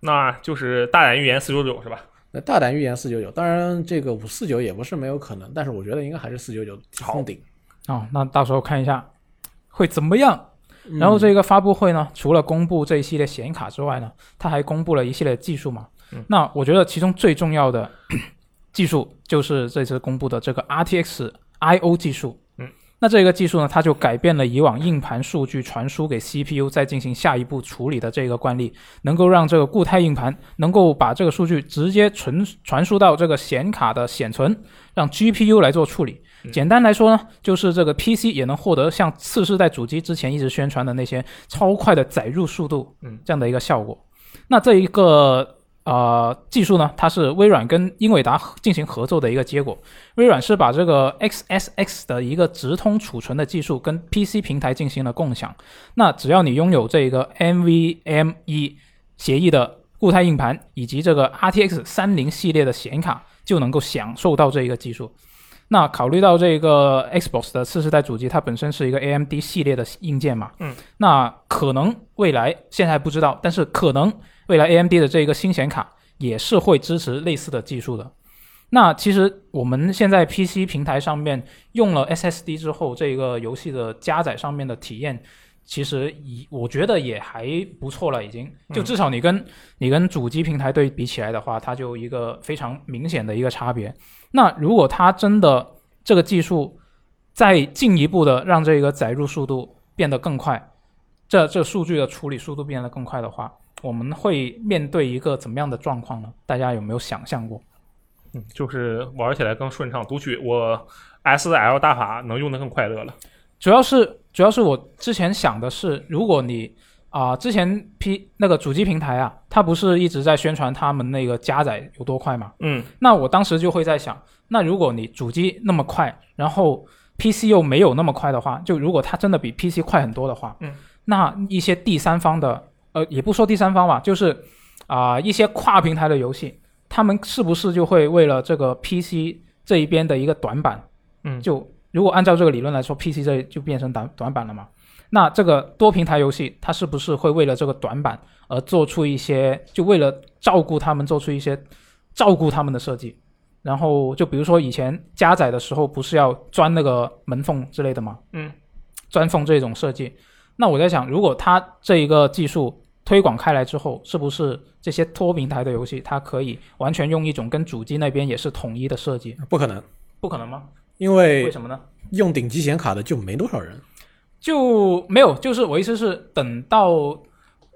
Speaker 1: 那就是大胆预言四九九是吧？
Speaker 2: 那大胆预言四九九，当然这个五四九也不是没有可能，但是我觉得应该还是四九九封顶。
Speaker 3: 哦，那到时候看一下会怎么样。
Speaker 2: 嗯
Speaker 3: 然后这个发布会呢，除了公布这一系列显卡之外呢，它还公布了一系列技术嘛。
Speaker 1: 嗯
Speaker 3: 那我觉得其中最重要的 技术就是这次公布的这个 RTX I/O 技术。
Speaker 1: 嗯，
Speaker 3: 那这个技术呢，它就改变了以往硬盘数据传输给 CPU 再进行下一步处理的这个惯例，能够让这个固态硬盘能够把这个数据直接存传输到这个显卡的显存，让 GPU 来做处理。简单来说呢，就是这个 PC 也能获得像次世代主机之前一直宣传的那些超快的载入速度，
Speaker 1: 嗯，
Speaker 3: 这样的一个效果。那这一个呃技术呢，它是微软跟英伟达合进行合作的一个结果。微软是把这个 XSX 的一个直通储存的技术跟 PC 平台进行了共享。那只要你拥有这个 NVMe E 协议的固态硬盘以及这个 RTX 三零系列的显卡，就能够享受到这一个技术。那考虑到这个 Xbox 的次世代主机，它本身是一个 AMD 系列的硬件嘛，
Speaker 1: 嗯，
Speaker 3: 那可能未来现在还不知道，但是可能未来 AMD 的这个新显卡也是会支持类似的技术的。那其实我们现在 PC 平台上面用了 SSD 之后，这个游戏的加载上面的体验，其实以我觉得也还不错了，已经。就
Speaker 1: 嗯
Speaker 3: 至少你跟、你跟主机平台对比起来的话，它就一个非常明显的一个差别。那如果它真的这个技术再进一步的让这个载入速度变得更快，这这数据的处理速度变得更快的话，我们会面对一个怎么样的状况呢？大家有没有想象过？
Speaker 1: 嗯，就是玩起来更顺畅，读取我 SL 大法能用的更快乐了。
Speaker 3: 主要是主要是我之前想的是，如果你啊、之前 P 那个主机平台啊，它不是一直在宣传他们那个加载有多快吗？
Speaker 1: 嗯，
Speaker 3: 那我当时就会在想，那如果你主机那么快，然后 PC 又没有那么快的话，就如果它真的比 PC 快很多的话，
Speaker 1: 嗯，
Speaker 3: 那一些第三方的，呃，也不说第三方吧，就是啊、一些跨平台的游戏，他们是不是就会为了这个 PC 这一边的一个短板，
Speaker 1: 嗯
Speaker 3: 就如果按照这个理论来说，PC 这就变成短短板了嘛？那这个多平台游戏，它是不是会为了这个短板而做出一些，就为了照顾他们做出一些照顾他们的设计？然后就比如说以前加载的时候，不是要钻那个门缝之类的吗？
Speaker 1: 嗯，
Speaker 3: 钻缝这种设计。那我在想，如果它这一个技术推广开来之后，是不是这些多平台的游戏，它可以完全用一种跟主机那边也是统一的设计？
Speaker 2: 不可能，
Speaker 3: 不可能吗？
Speaker 2: 因
Speaker 3: 为
Speaker 2: 为
Speaker 3: 什么呢？
Speaker 2: 用顶级显卡的就没多少人。
Speaker 3: 就没有，就是我意思是等到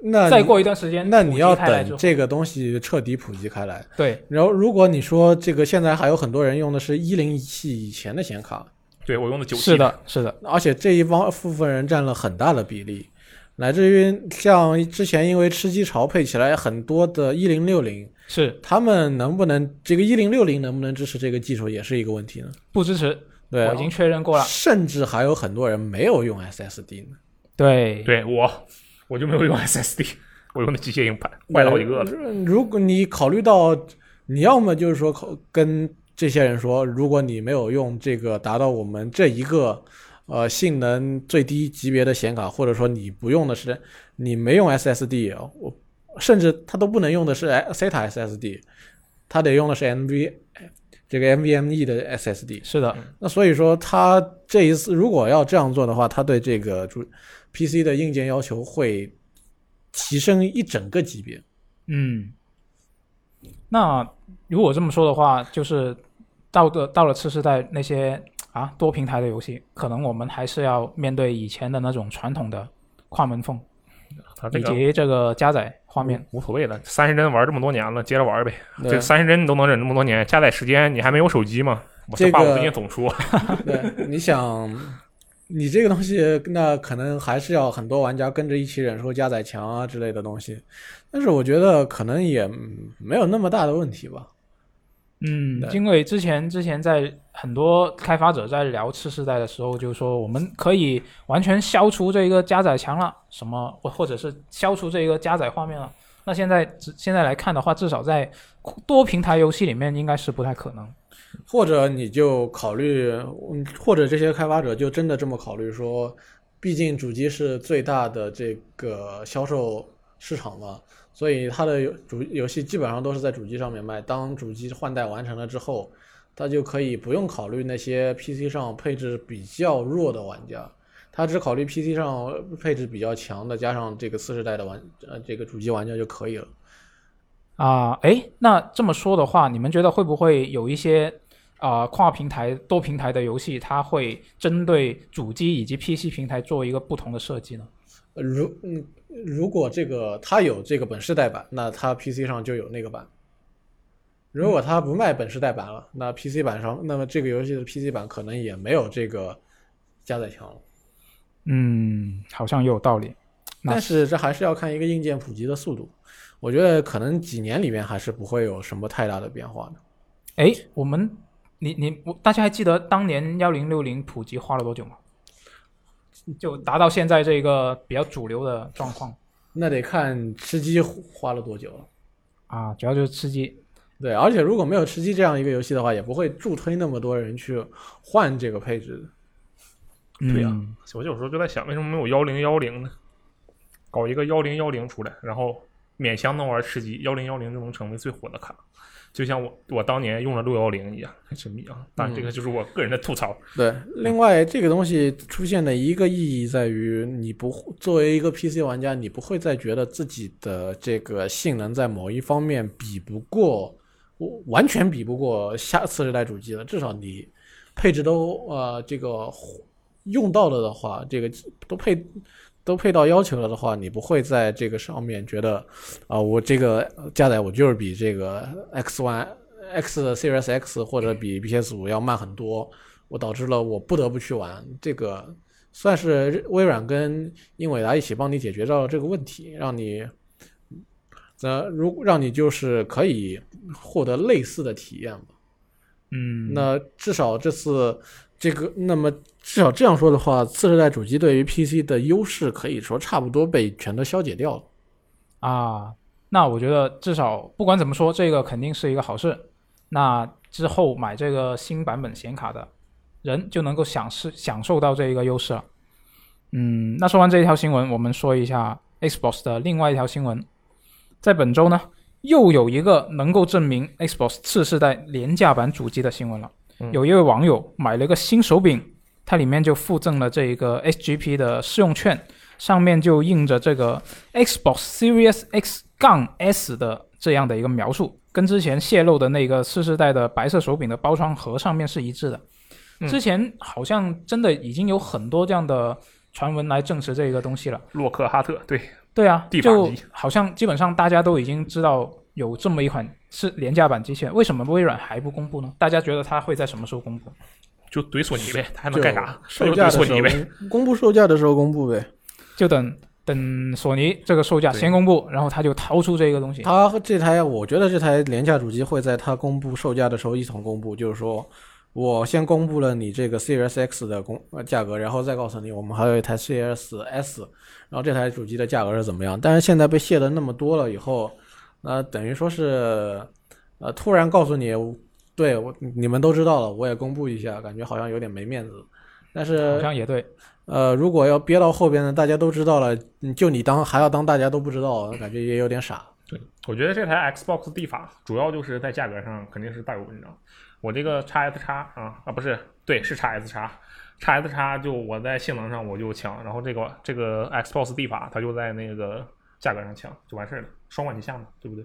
Speaker 2: 那
Speaker 3: 再
Speaker 2: 你
Speaker 3: 过一段时间，
Speaker 2: 那你要等
Speaker 3: 等
Speaker 2: 这个东西彻底普及开来。
Speaker 3: 对
Speaker 2: 然后，如果你说这个现在还有很多人用的是一零系以前的显卡，
Speaker 1: 对我用的九
Speaker 3: 是，的，是的，
Speaker 2: 而且这一方部分人占了很大的比例，乃至于像之前因为吃鸡潮配起来很多的一零六零，
Speaker 3: 是
Speaker 2: 他们能不能这个一零六零能不能支持这个技术也是一个问题呢？
Speaker 3: 不支持，
Speaker 2: 对，啊
Speaker 3: 我已经确认过了。
Speaker 2: 甚至还有很多人没有用 SSD 呢，
Speaker 3: 对，
Speaker 1: 对我我就没有用 SSD，我用的机械硬盘坏了好几个了。
Speaker 2: 呃如果你考虑到，你要么就是说考跟这些人说，如果你没有用这个达到我们这一个呃性能最低级别的显卡，或者说你不用的是你没用 SSD，哦我甚至它都不能用的是 SATA SSD，它得用的是 NV 这个 NVMe E 的 SSD。
Speaker 3: 是的，
Speaker 2: 那所以说，它这一次如果要这样做的话，它对这个主 PC 的硬件要求会提升一整个级别。
Speaker 3: 嗯。那如果这么说的话，就是到的到了次世代那些啊多平台的游戏，可能我们还是要面对以前的那种传统的跨门缝
Speaker 1: 它这
Speaker 3: 以
Speaker 1: 啊个
Speaker 3: 及这个加载画面。
Speaker 1: 无所谓了，三十帧玩这么多年了，接着玩呗。
Speaker 2: 对
Speaker 1: 这三十帧你都能忍这么多年，加载时间你还没有手机吗？我
Speaker 2: 这
Speaker 1: 这
Speaker 2: 个
Speaker 1: 话我最近总说，
Speaker 2: 对，你想，你这个东西，那可能还是要很多玩家跟着一起忍受加载墙啊之类的东西，但是我觉得可能也嗯没有那么大的问题吧。
Speaker 3: 嗯
Speaker 2: 对，
Speaker 3: 因为之前之前在很多开发者在聊次世代的时候，就说我们可以完全消除这一个加载墙了，什么或或者是消除这一个加载画面了。那现在只现在来看的话，至少在多平台游戏里面应该是不太可能。
Speaker 2: 或者你就考虑，嗯，或者这些开发者就真的这么考虑说，毕竟主机是最大的这个销售市场嘛，所以它的游主游戏基本上都是在主机上面卖。当主机换代完成了之后，它就可以不用考虑那些 PC 上配置比较弱的玩家，它只考虑 PC 上配置比较强的，加上这个次世代的玩呃这个主机玩家就可以了。
Speaker 3: 啊，哎，那这么说的话，你们觉得会不会有一些啊、跨平台、多平台的游戏，它会针对主机以及 PC 平台做一个不同的设计呢？
Speaker 2: 呃如嗯，如果这个它有这个本世代版，那它 PC 上就有那个版；如果它不卖本世代版了，那 PC 版上，那么这个游戏的 PC 版可能也没有这个加载墙了。
Speaker 3: 嗯，好像也有道理。那
Speaker 2: 但是这还是要看一个硬件普及的速度，我觉得可能几年里面还是不会有什么太大的变化的。
Speaker 3: 哎，我们，你你我，大家还记得当年幺零六零普及花了多久吗？就达到现在这个比较主流的状况
Speaker 2: 那得看吃鸡花了多久了。
Speaker 3: 啊，主要就是吃鸡。
Speaker 2: 对，而且如果没有吃鸡这样一个游戏的话，也不会助推那么多人去换这个配置的。
Speaker 1: 对呀
Speaker 3: 嗯
Speaker 1: 我有时候就在想，为什么没有幺零幺零呢？搞一个幺零幺零出来，然后勉强能玩吃鸡，幺零幺零就能成为最火的卡，就像我我当年用了六幺零一样，很神秘啊。但这
Speaker 2: 嗯
Speaker 1: 个就是我个人的吐槽。
Speaker 2: 对，另外这个东西出现的一个意义在于，你不会作为一个 PC 玩家，你不会再觉得自己的这个性能在某一方面比不过，完全比不过下次世代主机了。至少你配置都呃这个用到了的话，这个都配都配到要求了的话，你不会在这个上面觉得啊、我这个加载我就是比这个 X One X Series X 或者比 PS 五要慢很多，我导致了我不得不去玩这个。算是微软跟英伟达一起帮你解决到了这个问题，让你，呃，如让你就是可以获得类似的体验吧。
Speaker 3: 嗯，
Speaker 2: 那至少这次这个，那么至少这样说的话，次世代主机对于 PC 的优势可以说差不多被全都消解掉了。
Speaker 3: 啊，那我觉得至少不管怎么说，这个肯定是一个好事。那之后买这个新版本显卡的人就能够享受享受到这一个优势了。嗯，那说完这一条新闻，我们说一下 Xbox 的另外一条新闻。在本周呢，又有一个能够证明 Xbox 次世代廉价版主机的新闻了。
Speaker 1: 嗯
Speaker 3: 有一位网友买了一个新手柄，它里面就附赠了这一个 SGP 的试用券，上面就印着这个 Xbox Series X 杠 S 的这样的一个描述，跟之前泄露的那个次世代的白色手柄的包装盒上面是一致的。
Speaker 1: 嗯
Speaker 3: 之前好像真的已经有很多这样的传闻来证实这个东西了。
Speaker 1: 洛克哈特，对，
Speaker 3: 对啊，
Speaker 1: 地板
Speaker 3: 就
Speaker 1: 机
Speaker 3: 好像基本上大家都已经知道有这么一款是廉价版机器人，为什么微软还不公布呢？大家觉得它会在什么时候公布？
Speaker 1: 就怼索尼呗，他还能干啥？
Speaker 2: 售
Speaker 1: 就
Speaker 2: 价
Speaker 1: 怼
Speaker 2: 的
Speaker 1: 索
Speaker 2: 时
Speaker 1: 尼
Speaker 2: 候
Speaker 1: 呗。
Speaker 2: 公公布售价的时候公布呗。
Speaker 3: 就等等索尼这个售价
Speaker 1: 对
Speaker 3: 先公布，然后他就掏出这个东西。
Speaker 2: 它这台，我觉得这台廉价主机会在它公布售价的时候一同公布，就是说我先公布了你这个 Series X 的公呃价格，然后再告诉你我们还有一台 Series S，然后这台主机的价格是怎么样。但是现在被卸的那么多了以后，呃，等于说是呃突然告诉你，对我你们都知道了，我也公布一下，感觉好像有点没面子。但
Speaker 3: 好
Speaker 2: 是
Speaker 3: 像也对，
Speaker 2: 呃，如果要憋到后边呢，大家都知道了，你就你当还要当大家都不知道，感觉也有点傻。
Speaker 1: 对，我觉得这台 Xbox 地法主要就是在价格上肯定是大有文章。我这个 x S x 啊啊不是，对是 x S x x S x 就我在性能上我就强，然后这个这个 Xbox 地法它就在那个价格上强，就完事儿了，双管齐下嘛，对不对？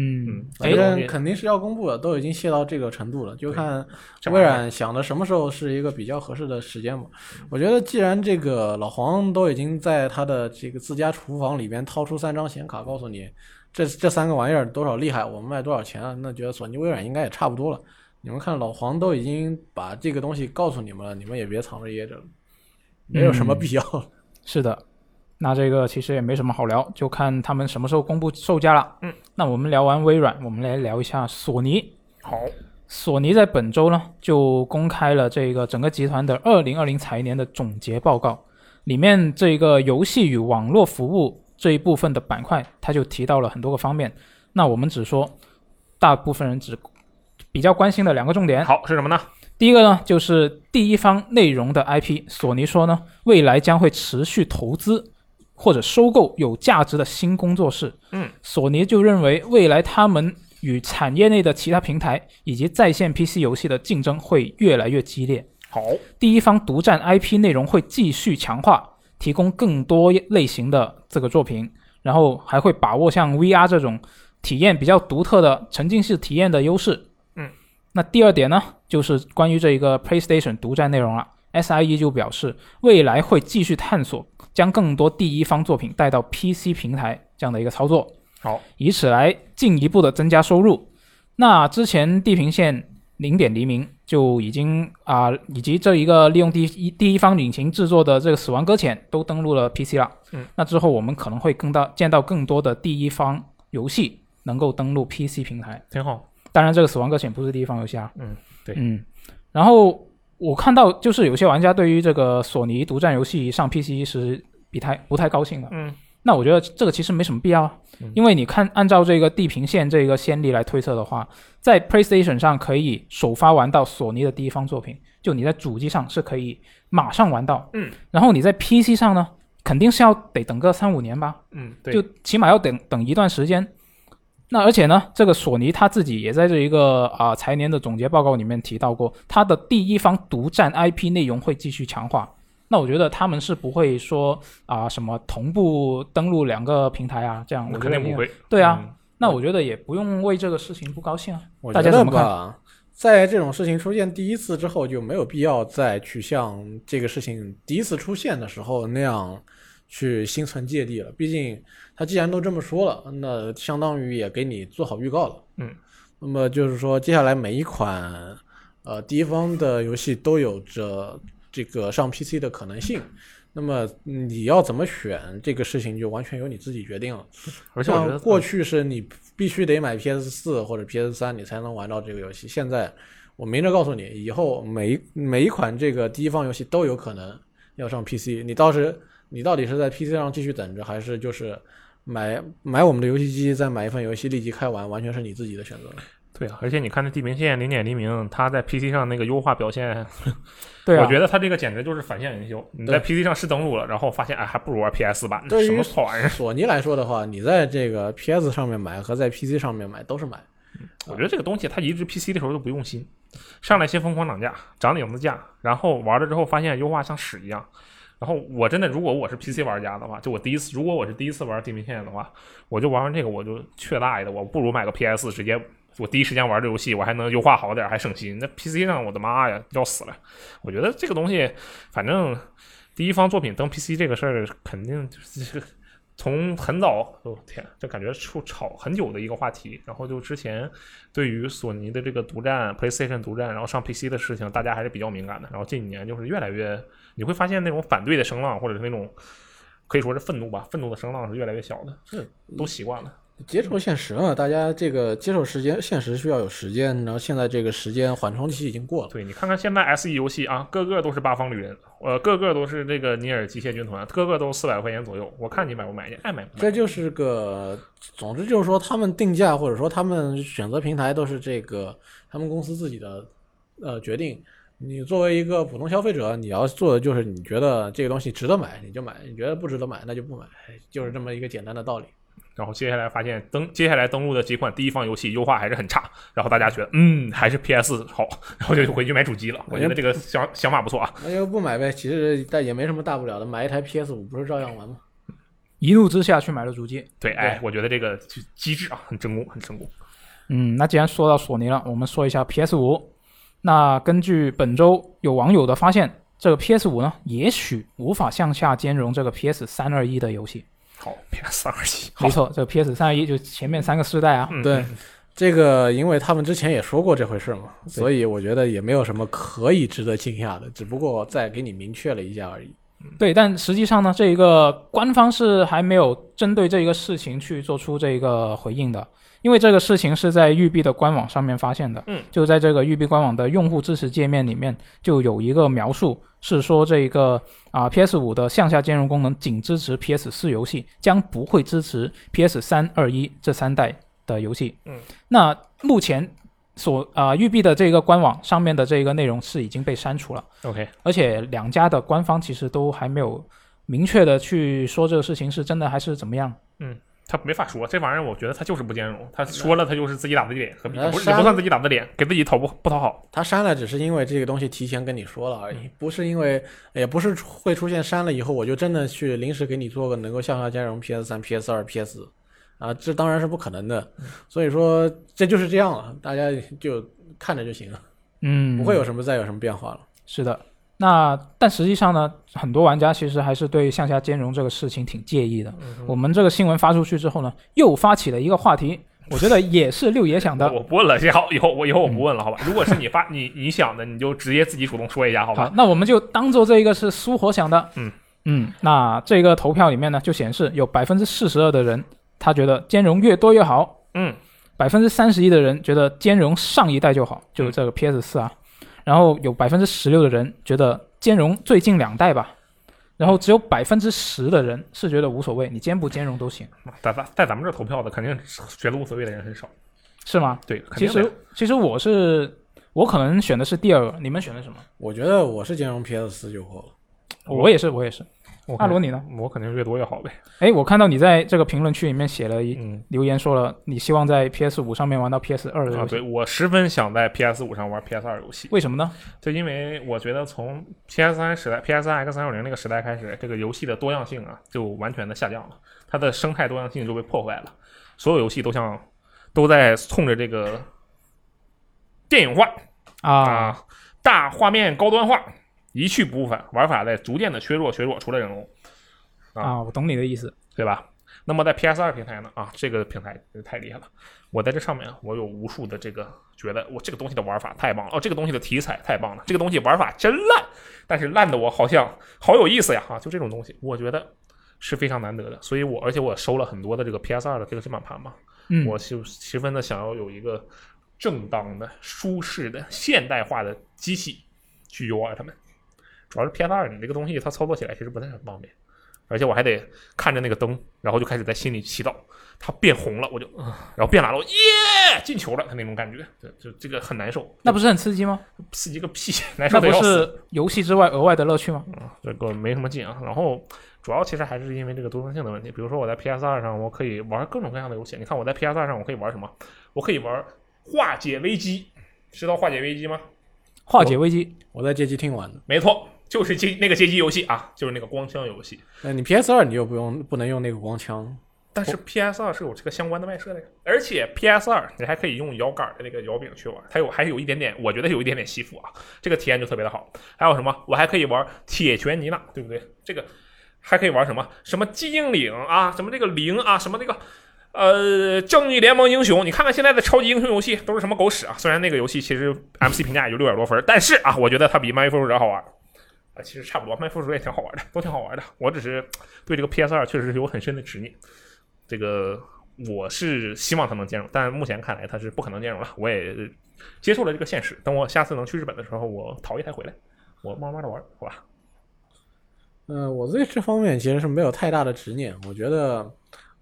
Speaker 3: 嗯
Speaker 1: 嗯，
Speaker 2: 反
Speaker 3: 哎，
Speaker 2: 正肯定是要公布了，都已经泄到这个程度了，就看
Speaker 1: 这玩
Speaker 2: 微
Speaker 1: 意儿
Speaker 2: 软想的什么时候是一个比较合适的时间嘛。我觉得既然这个老黄都已经在他的这个自家厨房里边掏出三张显卡，告诉你这这三个玩意儿多少厉害，我们卖多少钱啊，那觉得索尼、微软应该也差不多了。你们看，老黄都已经把这个东西告诉你们了，你们也别藏着掖着了，没有什么必要了。
Speaker 3: 是的，那这个其实也没什么好聊，就看他们什么时候公布售价了。
Speaker 1: 嗯，
Speaker 3: 那我们聊完微软，我们来聊一下索尼。
Speaker 1: 好，
Speaker 3: 索尼在本周呢就公开了这个整个集团的二零二零财年的总结报告，里面这个游戏与网络服务这一部分的板块，它就提到了很多个方面。那我们只说大部分人只比较关心的两个重点。
Speaker 1: 哎好是什么呢？
Speaker 3: 第一个呢，就是第一方内容的 IP，索尼说呢，未来将会持续投资或者收购有价值的新工作室。
Speaker 1: 嗯，
Speaker 3: 索尼就认为未来他们与产业内的其他平台以及在线 PC 游戏的竞争会越来越激烈，
Speaker 1: 好，
Speaker 3: 第一方独占 IP 内容会继续强化，提供更多类型的这个作品，然后还会把握像 VR 这种体验比较独特的沉浸式体验的优势。
Speaker 1: 嗯，
Speaker 3: 那第二点呢，就是关于这一个 PlayStation 独占内容了。SIE E 就表示，未来会继续探索将更多第一方作品带到 PC 平台这样的一个操作。
Speaker 1: 好，
Speaker 3: 以此来进一步的增加收入。那之前地平线零点黎明就已经啊、以及这一个利用第一第一方引擎制作的这个《死亡搁浅》都登陆了 PC 了。
Speaker 1: 嗯，
Speaker 3: 那之后我们可能会更大见到更多的第一方游戏能够登陆 PC 平台。
Speaker 1: 挺好。
Speaker 3: 当然，这个《死亡搁浅》不是第一方游戏啊。
Speaker 1: 嗯，对
Speaker 3: 嗯，然后我看到就是有些玩家对于这个索尼独占游戏上 PC 是比太不太高兴的。
Speaker 1: 嗯，
Speaker 3: 那我觉得这个其实没什么必要啊
Speaker 1: 嗯，
Speaker 3: 因为你看，按照这个地平线这个先例来推测的话，在 PlayStation 上可以首发玩到索尼的第一方作品，就你在主机上是可以马上玩到，
Speaker 1: 嗯，
Speaker 3: 然后你在 PC 上呢，肯定是要得等个三五年吧，
Speaker 1: 嗯，对，
Speaker 3: 就起码要等等一段时间。那而且呢，这个索尼他自己也在这一个啊、财年的总结报告里面提到过，它的第一方独占 IP 内容会继续强化。那我觉得他们是不会说啊、什么同步登录两个平台啊这样，我
Speaker 1: 那
Speaker 3: 觉
Speaker 1: 肯
Speaker 3: 得
Speaker 1: 定不会。
Speaker 3: 对啊。
Speaker 1: 嗯，
Speaker 3: 那我觉得也不用为这个事情不高兴啊。
Speaker 2: 我
Speaker 3: 大
Speaker 2: 觉
Speaker 3: 家怎
Speaker 2: 得
Speaker 3: 么看
Speaker 2: 吧，在这种事情出现第一次之后，就没有必要再去像这个事情第一次出现的时候那样去心存芥蒂了。毕竟他既然都这么说了，那相当于也给你做好预告了。
Speaker 1: 嗯，
Speaker 2: 那么就是说，接下来每一款呃第一方的游戏都有着这个上 PC 的可能性。那么你要怎么选这个事情，就完全由你自己决定了。
Speaker 1: 而且我觉
Speaker 2: 像
Speaker 1: 得
Speaker 2: 过去是你必须得买 PS 四或者 PS 三你才能玩到这个游戏，现在我明着告诉你，以后每一每一款这个第一方游戏都有可能要上 PC，你到时你到底是在 PC 上继续等着，还是就是买买我们的游戏机再买一份游戏立即开玩，完全是你自己的选择。
Speaker 1: 对啊，而且你看那《地平线》零点黎明，它在 PC 上那个优化表现，
Speaker 3: 对啊，
Speaker 1: 我觉得它这个简直就是反向营销。你在 PC 上试登录了，然后发现哎，还不如玩 PS 版，
Speaker 2: 对于
Speaker 1: 什么破玩意儿？
Speaker 2: 索尼来说的话，你在这个 PS 上面买和在 PC 上面买都是买，
Speaker 1: 我觉得这个东西它移植 PC 的时候都不用心，上来先疯狂涨价，涨领子价，然后玩了之后发现优化像屎一样。然后我真的，如果我是 PC 玩家的话，就我第一次，如果我是第一次玩《地平线》的话，我就玩完这个我就去大爷的，我不如买个 PS 直接。我第一时间玩这游戏，我还能优化好点儿，还省心。那 PC 上，我的妈呀，要死了！我觉得这个东西，反正第一方作品登 PC 这个事儿，肯定就是从很早，哦天，这感觉出吵很久的一个话题。然后就之前对于索尼的这个独占 PlayStation 独占，然后上 PC 的事情，大家还是比较敏感的。然后近几年就是越来越，你会发现那种反对的声浪，或者是那种可以说是愤怒吧，愤怒的声浪是越来越小的，这都习惯了。
Speaker 2: 接受现实嘛，大家这个接受时间，现实需要有时间，然后现在这个时间缓冲期已经过了。
Speaker 1: 对你看看现在 S E 游戏啊，个个都是八方旅人，呃，个个都是这个尼尔机械军团，个个都四百块钱左右。我看你买不买，你爱买不买。
Speaker 2: 这就是个，总之就是说，他们定价或者说他们选择平台都是这个他们公司自己的呃决定。你作为一个普通消费者，你要做的就是你觉得这个东西值得买你就买，你觉得不值得买那就不买，哎就是这么一个简单的道理。
Speaker 1: 然后接下来发现登接下来登录的几款第一方游戏优化还是很差，然后大家觉得嗯还是 P S 好，然后就回去买主机了。我觉得这个想想法不错啊。
Speaker 2: 那就不买呗，其实但也没什么大不了的，买一台 PS 五不是照样玩吗？
Speaker 3: 一怒之下去买了主机。
Speaker 1: 对，哎，我觉得这个机机制啊很成功，很成功。
Speaker 3: 嗯，那既然说到索尼了，我们说一下 PS 五。那根据本周有网友的发现，这个 PS 五呢，也许无法向下兼容这个 PS 三二一的游戏。
Speaker 1: 好，P S 二七好
Speaker 3: 没，错，这个 PS 三二一就前面三个世代啊，
Speaker 1: 嗯
Speaker 2: 对，这个因为他们之前也说过这回事嘛，所以我觉得也没有什么可以值得惊讶的，只不过再给你明确了一下而已。
Speaker 1: 嗯
Speaker 3: 对，但实际上呢，这一个官方是还没有针对这一个事情去做出这一个回应的，因为这个事情是在育碧的官网上面发现的。
Speaker 1: 嗯，
Speaker 3: 就在这个育碧官网的用户支持界面里面，就有一个描述是说这一个啊、PS 五的向下兼容功能仅支持 PS 四游戏，将不会支持 PS 三二一这三代的游戏。
Speaker 1: 嗯，
Speaker 3: 那目前所啊、育碧的这个官网上面的这个内容是已经被删除了。
Speaker 1: OK，
Speaker 3: 而且两家的官方其实都还没有明确的去说这个事情是真的还是怎么样。
Speaker 1: 他没法说这玩意儿，我觉得他就是不兼容。他说了，他就是自己打自己脸，何必？
Speaker 2: 那
Speaker 3: 呃
Speaker 1: 也不是
Speaker 2: 删
Speaker 1: 也不算自己打自己脸，给自己讨不不讨好。
Speaker 2: 他删了，只是因为这个东西提前跟你说了而已，不是因为，也不是会出现删了以后我就真的去临时给你做个能够向下兼容 PS 三、PS 二、PS 啊，这当然是不可能的。所以说这就是这样了，大家就看着就行了，
Speaker 3: 嗯
Speaker 2: 不会有什么再有什么变化了。
Speaker 3: 是的。那但实际上呢，很多玩家其实还是对向下兼容这个事情挺介意的。我们这个新闻发出去之后呢，又发起了一个话题，我觉得也是六爷想的。
Speaker 1: 我不问了，好，以后我以
Speaker 3: 嗯
Speaker 1: 后我不问了，好吧？如果是你发你你想的，你就直接自己主动说一下，好吧
Speaker 3: 好？，那我们就当做这一个是苏活想的。
Speaker 1: 嗯
Speaker 3: 嗯，那这个投票里面呢，就显示有百分之四十二的人他觉得兼容越多越好，
Speaker 1: 嗯，
Speaker 3: 百分之三十一的人觉得兼容上一代就
Speaker 1: 嗯
Speaker 3: 好，就是这个 PS 四啊。然后有百分之十六的人觉得兼容最近两代吧，然后只有百分之十的人是觉得无所谓，你兼不兼容都行，
Speaker 1: 在咱在咱们这儿投票的，肯定是觉得无所谓的人很少。
Speaker 3: 是吗？
Speaker 1: 对，肯
Speaker 3: 其
Speaker 1: 定的
Speaker 3: 实其实我是我可能选的是第二个，你们选的什么？
Speaker 2: 我觉得我是兼容 PS 四就够了。
Speaker 1: 我
Speaker 3: 我也是，我也是。
Speaker 1: 我
Speaker 3: 阿
Speaker 1: 肯
Speaker 3: 罗你呢？
Speaker 1: 我肯定是越多越好呗。
Speaker 3: 哎，我看到你在这个评论区里面写了一
Speaker 1: 嗯
Speaker 3: 留言，说了你希望在 PS 五上面玩到 PS 二的
Speaker 1: 啊，
Speaker 3: 游
Speaker 1: 对
Speaker 3: 戏，
Speaker 1: 我十分想在 PS 五上玩 PS 二游戏，
Speaker 3: 为什么呢？
Speaker 1: 就因为我觉得从 PS 三时代、PS 三 X 三六零那个时代开始，这个游戏的多样性啊就完全的下降了，它的生态多样性就被破坏了，所有游戏都像都在冲着这个电影化
Speaker 3: 啊，
Speaker 1: 啊，大画面高端化一去不复返，玩法在逐渐的削弱削弱，除了人偶，啊
Speaker 3: 啊，我懂你的意思。
Speaker 1: 对吧？那么在 PS 二平台呢？啊，这个平台真是太厉害了！我在这上面，啊我有无数的这个觉得我这个东西的玩法太棒了，哦，这个东西的题材太棒了，这个东西玩法真烂，但是烂的我好像好有意思呀！啊，就这种东西，我觉得是非常难得的。所以我而且我收了很多的这个 PS 二的这个正版盘嘛，
Speaker 3: 嗯，
Speaker 1: 我就十分的想要有一个正当的、舒适的、现代化的机器去优化它们。主要是 PS 二，你这个东西它操作起来其实不太很方便。而且我还得看着那个灯，然后就开始在心里祈祷它变红了，我就，啊然后变蓝了，我耶，进球了，它那种感觉，对，就这个很难受，
Speaker 3: 那不是很刺激吗？
Speaker 1: 刺激个屁，难受的
Speaker 3: 那不
Speaker 1: 哎要死，
Speaker 3: 是游戏之外额外的乐趣吗？
Speaker 1: 这个没什么劲啊。然后主要其实还是因为这个多方性的问题，比如说我在 PS 二上，我可以玩各种各样的游戏，你看我在 PS 二上我可以玩什么？我可以玩化解危机，知道化解危机吗？
Speaker 3: 化解危机，
Speaker 2: 我在街机厅玩的。
Speaker 1: 没错，就是街那个街机游戏啊，就是那个光枪游戏。
Speaker 2: 那你 PS 二你又不用不能用那个光枪，
Speaker 1: 但是 PS 二是有这个相关的外设的呀，而且 PS 二你还可以用摇杆的那个摇柄去玩，它有还有一点点，我觉得有一点点吸附啊，这个体验就特别的好。还有什么？我还可以玩铁拳尼娜，对不对？这个还可以玩什么？什么寂静岭啊，什么这个零啊，什么那个。呃，正义联盟英雄，你看看现在的超级英雄游戏都是什么狗屎啊！虽然那个游戏其实 MC 评价也就六点多分，但是啊，我觉得它比《漫威复仇者》好玩啊，其实差不多，《漫威复仇者》也挺好玩的，都挺好玩的。我只是对这个 PS 二确实是有很深的执念，这个我是希望它能兼容，但目前看来它是不可能兼容了。我也接受了这个现实，等我下次能去日本的时候，我淘一台回来，我慢慢的玩，好吧？
Speaker 2: 嗯、我对这方面其实是没有太大的执念。我觉得，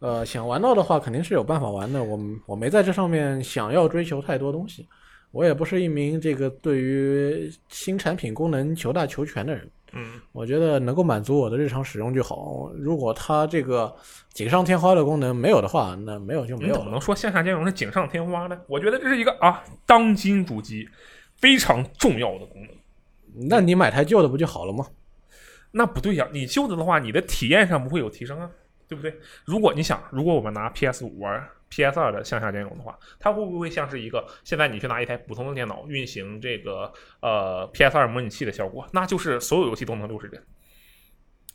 Speaker 2: 呃，想玩到的话肯定是有办法玩的。我我没在这上面想要追求太多东西，我也不是一名这个对于新产品功能求大求全的人。
Speaker 1: 嗯，
Speaker 2: 我觉得能够满足我的日常使用就好。如果它这个锦上添花的功能没有的话，那没有就没
Speaker 1: 你嗯
Speaker 2: 有
Speaker 1: 怎么
Speaker 2: 了。
Speaker 1: 能说线下兼容是锦上添花呢？我觉得这是一个啊，当今主机非常重要的功能。
Speaker 2: 那你买台旧的不就好了吗？
Speaker 1: 那不对呀、你旧的的话，你的体验上不会有提升啊，对不对？如果你想，如果我们拿 PS 五玩 PS 二的向下兼容的话，它会不会像是一个现在你去拿一台普通的电脑运行这个呃 PS 二模拟器的效果？那就是所有游戏都能六十帧，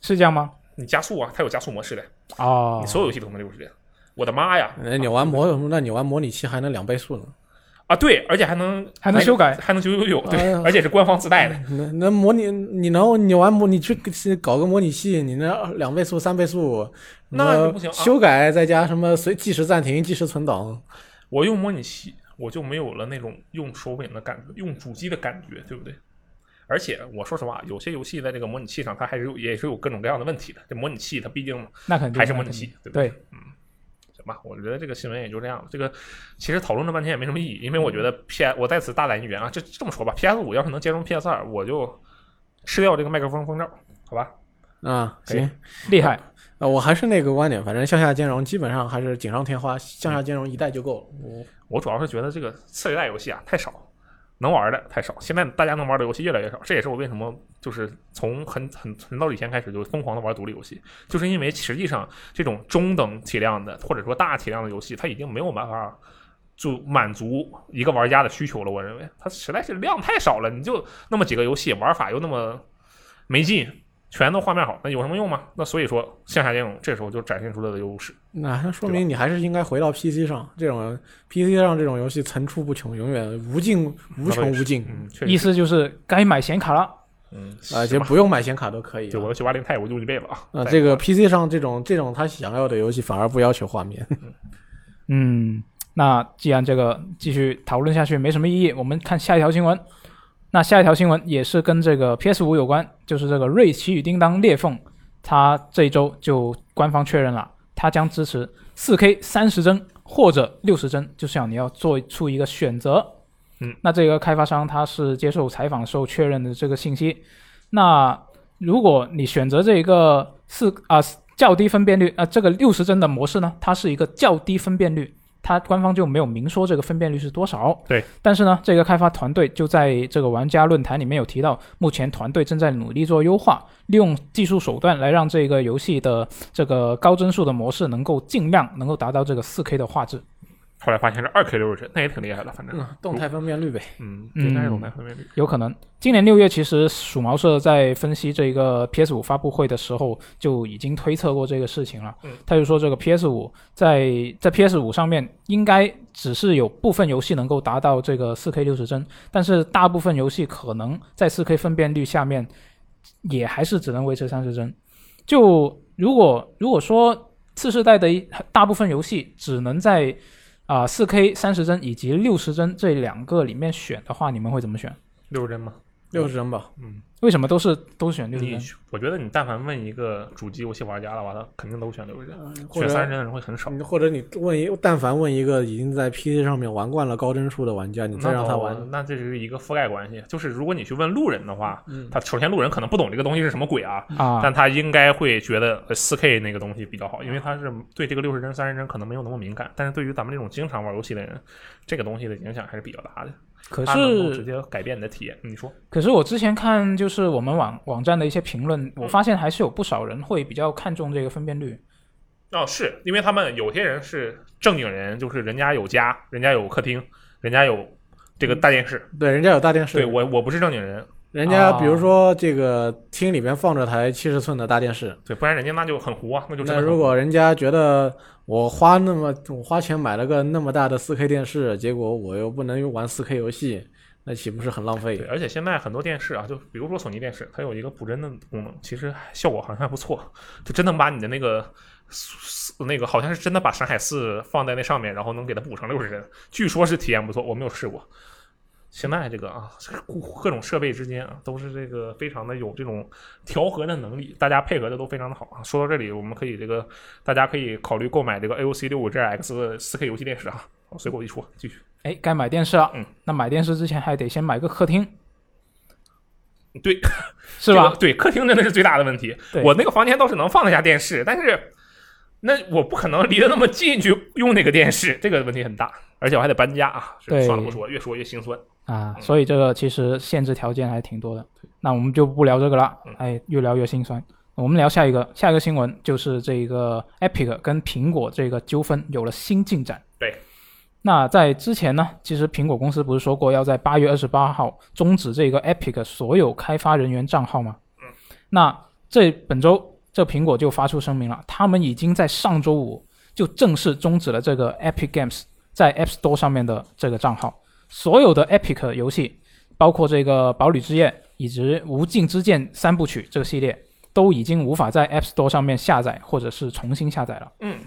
Speaker 3: 是这样吗？
Speaker 1: 你加速啊，它有加速模式的，
Speaker 3: 哦
Speaker 1: 你，所有游戏都能六十帧。我的妈呀！
Speaker 2: 那你玩模，那你玩模拟器还能两倍速呢？
Speaker 1: 啊，对，而且还能
Speaker 3: 还能修改
Speaker 1: 还能九九九，对，
Speaker 2: 哎呀
Speaker 1: 而且是官方自带的。
Speaker 2: 那那模拟，你能你玩模，你去搞个模拟器，你那两倍速、三倍速，
Speaker 1: 那
Speaker 2: 什么
Speaker 1: 就不行啊
Speaker 2: 修改再加什么随即时暂停、即时存档，
Speaker 1: 我用模拟器，我就没有了那种用手柄的感觉，用主机的感觉，对不对？而且我说实话，有些游戏在这个模拟器上，它还是有也是有各种各样的问题的。这模拟器它毕竟
Speaker 3: 那肯定
Speaker 1: 还是模拟器，对不对？
Speaker 3: 对
Speaker 1: 行吧，我觉得这个新闻也就这样了。这个其实讨论了半天也没什么意义，因为我觉得 P S 我在此大胆一言啊，这这么说吧，PS 五要是能兼容 PS 二，我就吃掉这个麦克风风罩，好吧？
Speaker 2: 啊，
Speaker 1: 哎
Speaker 2: 行，
Speaker 3: 厉害。
Speaker 2: 呃，我还是那个观点，反正向下兼容基本上还是锦上添花，向下兼容一代就够了。
Speaker 1: 我主要是觉得这个次世代游戏啊太少，能玩的太少。现在大家能玩的游戏越来越少，这也是我为什么就是从很很很早以前开始就疯狂的玩独立游戏，就是因为实际上这种中等体量的或者说大体量的游戏，它已经没有办法。就满足一个玩家的需求了，我认为它实在是量太少了。你就那么几个游戏，玩法又那么没劲，全都画面好，那有什么用吗？那所以说向下兼容，这时候就展现出它的优势。
Speaker 2: 那那说
Speaker 1: 对吧
Speaker 2: 明你还是应该回到 PC 上，这种 PC 上这种游戏层出不穷，永远无尽无穷无尽
Speaker 1: 嗯，确
Speaker 3: 意
Speaker 1: 实，
Speaker 3: 思就是该买显卡了。
Speaker 1: 嗯
Speaker 2: 啊，
Speaker 1: 行
Speaker 2: 就
Speaker 1: 吧
Speaker 2: 不用买显卡都可以
Speaker 1: 对，我
Speaker 2: 啊。
Speaker 1: 的九八零 Ti 我用一辈子啊。
Speaker 2: 啊，
Speaker 1: 再
Speaker 2: 这个 PC 上这种这种他想要的游戏反而不要求画面。
Speaker 3: 嗯，那既然这个继续讨论下去没什么意义，我们看下一条新闻。那下一条新闻也是跟这个 PS 五有关，就是这个《瑞奇与叮当：裂缝》，它这一周就官方确认了，它将支持 4K 三十帧或者六十帧，就是要你要做出一个选择。
Speaker 1: 嗯，
Speaker 3: 那这个开发商他是接受采访的时候确认的这个信息。那如果你选择这一个四啊、较低分辨率啊、这个六十帧的模式呢，它是一个较低分辨率，它官方就没有明说这个分辨率是多少。
Speaker 1: 对，
Speaker 3: 但是呢，这个开发团队就在这个玩家论坛里面有提到，目前团队正在努力做优化，利用技术手段来让这个游戏的这个高帧数的模式能够尽量能够达到这个四 K 的画质。
Speaker 1: 后来发现是二 K 六十帧，那也挺厉害的，反正
Speaker 2: 动态分辨率呗。
Speaker 1: 嗯，
Speaker 3: 嗯
Speaker 1: 应该是动态分辨率。
Speaker 3: 有可能。今年六月，其实鼠毛社在分析这个 PS 五发布会的时候，就已经推测过这个事情了。
Speaker 1: 嗯
Speaker 3: 他就说这个 PS 五在在 PS 五上面应该只是有部分游戏能够达到这个 4K 六十帧，但是大部分游戏可能在 4K 分辨率下面也还是只能维持三十帧。就如果如果说次世代的一大部分游戏只能在啊、4K 三十帧以及六十帧这两个里面选的话，你们会怎么选？
Speaker 1: 六十帧吗？嗯
Speaker 2: 六十帧吧，
Speaker 3: 为什么都是都选六十
Speaker 1: 你
Speaker 3: 帧？
Speaker 1: 我觉得你但凡问一个主机游戏玩家的话，他肯定都选六十帧，
Speaker 2: 或
Speaker 1: 选三十帧
Speaker 2: 者嗯
Speaker 1: 的人会很少。
Speaker 2: 你或者你问一，但凡问一个已经在 PC 上面玩惯了高帧数的玩家，你再
Speaker 1: 那
Speaker 2: 让他
Speaker 1: 倒
Speaker 2: 玩，
Speaker 1: 那这是一个覆盖关系。就是如果你去问路人的话，
Speaker 2: 嗯
Speaker 1: 他首先路人可能不懂这个东西是什么鬼啊，
Speaker 3: 啊，
Speaker 1: 但他应该会觉得呃四 K 那个东西比较好，因为他是对这个六十帧、三十帧可能没有那么敏感，但是对于咱们这种经常玩游戏的人，这个东西的影响还是比较大的。
Speaker 3: 可
Speaker 1: 它能够直
Speaker 3: 是
Speaker 1: 接改变你的体验。你说
Speaker 3: 可是我之前看就是我们网网站的一些评论，
Speaker 1: 嗯
Speaker 3: 我发现还是有不少人会比较看重这个分辨率。
Speaker 1: 哦，是因为他们有些人是正经人，就是人家有家，人家有客厅，人家有这
Speaker 2: 嗯
Speaker 1: 个大电视。
Speaker 2: 对，人家有大电视，
Speaker 1: 对我，我不是正经人，
Speaker 2: 人家
Speaker 3: 啊
Speaker 2: 比如说这个厅里边放着台七十寸的大电视，
Speaker 1: 对，不然人家那就很糊啊，那就真的
Speaker 2: 那
Speaker 1: 很糊
Speaker 2: 如果人家觉得我花那么我花钱买了个那么大的四 K 电视，结果我又不能玩四 K 游戏，那岂不是很浪费
Speaker 1: 对，？而且现在很多电视啊，就比如说索尼电视，它有一个补帧的功能，其实效果好像还不错，就真能把你的那个那个好像是真的把《山海四》放在那上面，然后能给它补成六十帧，据说是体验不错，我没有试过。现在这个啊，这个各种设备之间啊，都是这个非常的有这种调和的能力，大家配合的都非常的好啊。说到这里，我们可以这个大家可以考虑购买这个 AOC 六五 GX 四 K 游戏电视啊。我随口一说，继续。
Speaker 3: 哎，该买电视了。
Speaker 1: 嗯，
Speaker 3: 那买电视之前还得先买个客厅，
Speaker 1: 对，
Speaker 3: 是吧？
Speaker 1: 这个对，客厅真的是最大的问题
Speaker 3: 对。
Speaker 1: 我那个房间倒是能放得下电视，但是那我不可能离得那么近去用那个电视，这个问题很大。而且我还得搬家啊，是
Speaker 3: 对
Speaker 1: 算了不说，越说越心酸。
Speaker 3: 啊，
Speaker 1: 嗯
Speaker 3: 所以这个其实限制条件还挺多的。那我们就不聊这个了
Speaker 1: 嗯，
Speaker 3: 哎，越聊越心酸。我们聊下一个，下一个新闻就是这个 Epic 跟苹果这个纠纷有了新进展。
Speaker 1: 对。
Speaker 3: 那在之前呢，其实苹果公司不是说过要在八月二十八号终止这个 Epic 所有开发人员账号吗？嗯。那这本周这苹果就发出声明了，他们已经在上周五就正式终止了这个 Epic Games 在 App Store 上面的这个账号。所有的 Epic 游戏，包括这个《堡垒之夜》以及《无尽之剑》三部曲这个系列，都已经无法在 App Store 上面下载或者是重新下载了。
Speaker 1: 嗯，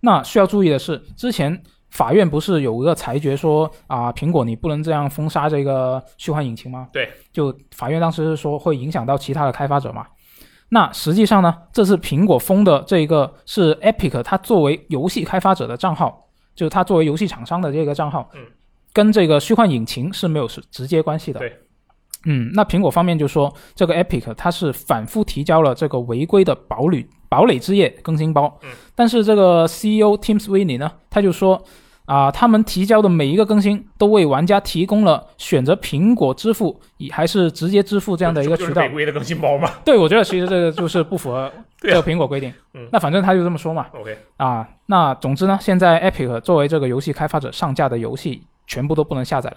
Speaker 3: 那需要注意的是，之前法院不是有一个裁决说啊、苹果你不能这样封杀这个虚幻引擎吗？
Speaker 1: 对，
Speaker 3: 就法院当时是说会影响到其他的开发者嘛。那实际上呢，这次苹果封的这个是 Epic 它作为游戏开发者的账号，就是它作为游戏厂商的这个账号，
Speaker 1: 嗯，
Speaker 3: 跟这个虚幻引擎是没有是直接关系的。
Speaker 1: 对，
Speaker 3: 嗯，那苹果方面就说这个 Epic 它是反复提交了这个违规的堡垒堡垒之夜更新包，
Speaker 1: 嗯
Speaker 3: 但是这个 CEO Tim Sweeney 呢，他就说啊、他们提交的每一个更新都为玩家提供了选择苹果支付以还是直接支付这样的一个
Speaker 1: 就
Speaker 3: 渠
Speaker 1: 是
Speaker 3: 道
Speaker 1: 违。规的更新包 嘛。
Speaker 3: 对，我觉得其实这个就是不符合这
Speaker 1: 对啊
Speaker 3: 个苹果规定。
Speaker 1: 嗯
Speaker 3: 那反正他就这么说嘛。
Speaker 1: OK，
Speaker 3: 啊，那总之呢，现在 Epic 作为这个游戏开发者上架的游戏全部都不能下载了。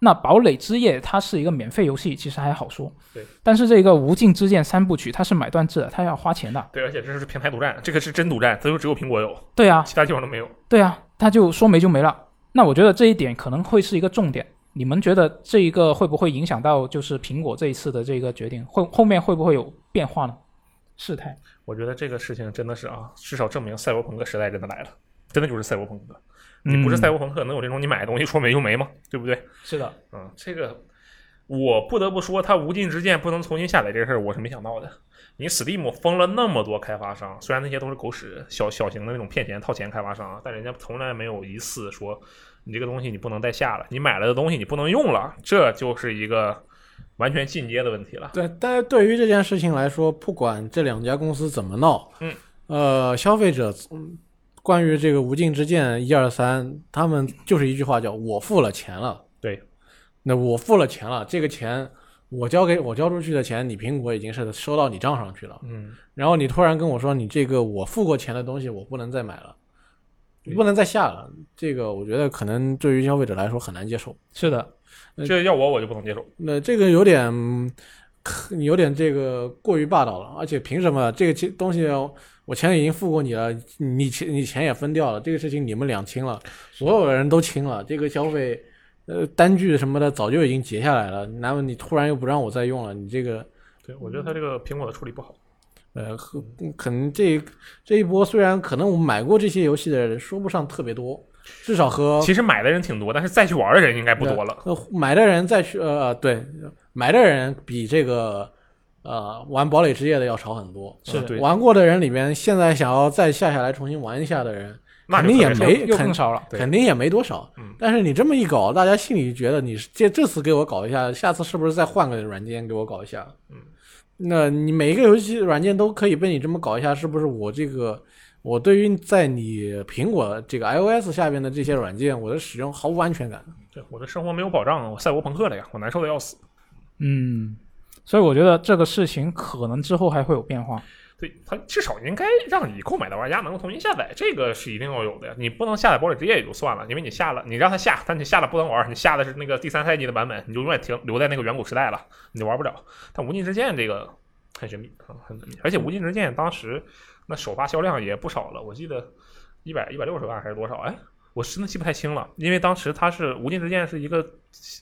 Speaker 3: 那《堡垒之夜》它是一个免费游戏，其实还好说。
Speaker 1: 对。
Speaker 3: 但是这个《无尽之剑》三部曲它是买断制的，它要花钱的。
Speaker 1: 对，而且这是平台独占，这个是真独占，它就只有苹果有，
Speaker 3: 对啊，
Speaker 1: 其他地方都没有。
Speaker 3: 对啊，它就说没就没了。那我觉得这一点可能会是一个重点。你们觉得这一个会不会影响到就是苹果这一次的这个决定，会后面会不会有变化呢？事态。
Speaker 1: 我觉得这个事情真的是啊，至少证明赛博朋克时代真的来了，真的就是赛博朋克。你不是
Speaker 3: 嗯
Speaker 1: 赛博朋克，能有这种你买的东西说没就没吗？对不对？
Speaker 3: 是的，
Speaker 1: 嗯，这个我不得不说，它无尽之剑不能重新下载这事儿，我是没想到的。你 Steam 封了那么多开发商，虽然那些都是狗屎小小型的那种骗钱套钱开发商啊，但人家从来没有一次说你这个东西你不能再下了，你买了的东西你不能用了，这就是一个完全进阶的问题了。
Speaker 2: 对，但是对于这件事情来说，不管这两家公司怎么闹，
Speaker 1: 嗯，
Speaker 2: 呃，消费者嗯关于这个无尽之剑一二三，他们就是一句话叫“我付了钱了”。
Speaker 1: 对，
Speaker 2: 那我付了钱了，这个钱我交给我交出去的钱，你苹果已经是收到你账上去了。
Speaker 1: 嗯，
Speaker 2: 然后你突然跟我说，你这个我付过钱的东西，我不能再买了，
Speaker 1: 对
Speaker 2: 不能再下了。这个我觉得可能对于消费者来说很难接受。
Speaker 3: 是的，
Speaker 1: 这要我我就不能接受。
Speaker 2: 那这个有点，嗯可有点这个过于霸道了。而且凭什么这个其东西我钱已经付过你了，你钱你钱也分掉了，这个事情你们两清了，所有人都清了，这个消费呃单据什么的早就已经结下来了，然后你突然又不让我再用了，你这个
Speaker 1: 对，我觉得它这个苹果的处理不好。
Speaker 2: 呃可可能这这一波虽然可能我买过这些游戏的人说不上特别多，至少和
Speaker 1: 其实买的人挺多，但是再去玩的人应该不多了。
Speaker 2: 呃买的人再去呃对，买的人比这个呃玩堡垒之夜的要少很多。呃
Speaker 3: 是
Speaker 1: 嗯对，
Speaker 2: 玩过的人里面，现在想要再下下来重新玩一下的人，
Speaker 1: 那
Speaker 2: 肯
Speaker 1: 就
Speaker 2: 定也
Speaker 1: 特 别
Speaker 2: 没
Speaker 3: 又
Speaker 2: 肯
Speaker 3: 更少了。
Speaker 1: 对
Speaker 2: 肯定也没多少。
Speaker 1: 嗯
Speaker 2: 但是你这么一搞，大家心里觉得你是这这次给我搞一下，下次是不是再换个软件给我搞一下？
Speaker 1: 嗯，
Speaker 2: 那你每一个游戏软件都可以被你这么搞一下，是不是我这个我对于在你苹果这个 iOS 下边的这些软件，我的使用毫无安全感？
Speaker 1: 对，我的生活没有保障啊，我赛博朋克了呀，我难受的要死。
Speaker 3: 嗯，所以我觉得这个事情可能之后还会有变化。
Speaker 1: 对，它至少应该让你购买的玩家能够重新下载，这个是一定要有的呀。你不能下载堡垒之夜也就算了，因为你下了，你让他下，但你下了不能玩，你下的是那个第三赛季的版本，你就永远停留在那个远古时代了，你就玩不了。但无尽之剑这个很神秘，啊，很神秘，而且无尽之剑当时那首发销量也不少了，我记得一百一百六十万还是多少？哎，我真的记不太清了，因为当时它是无尽之剑是一个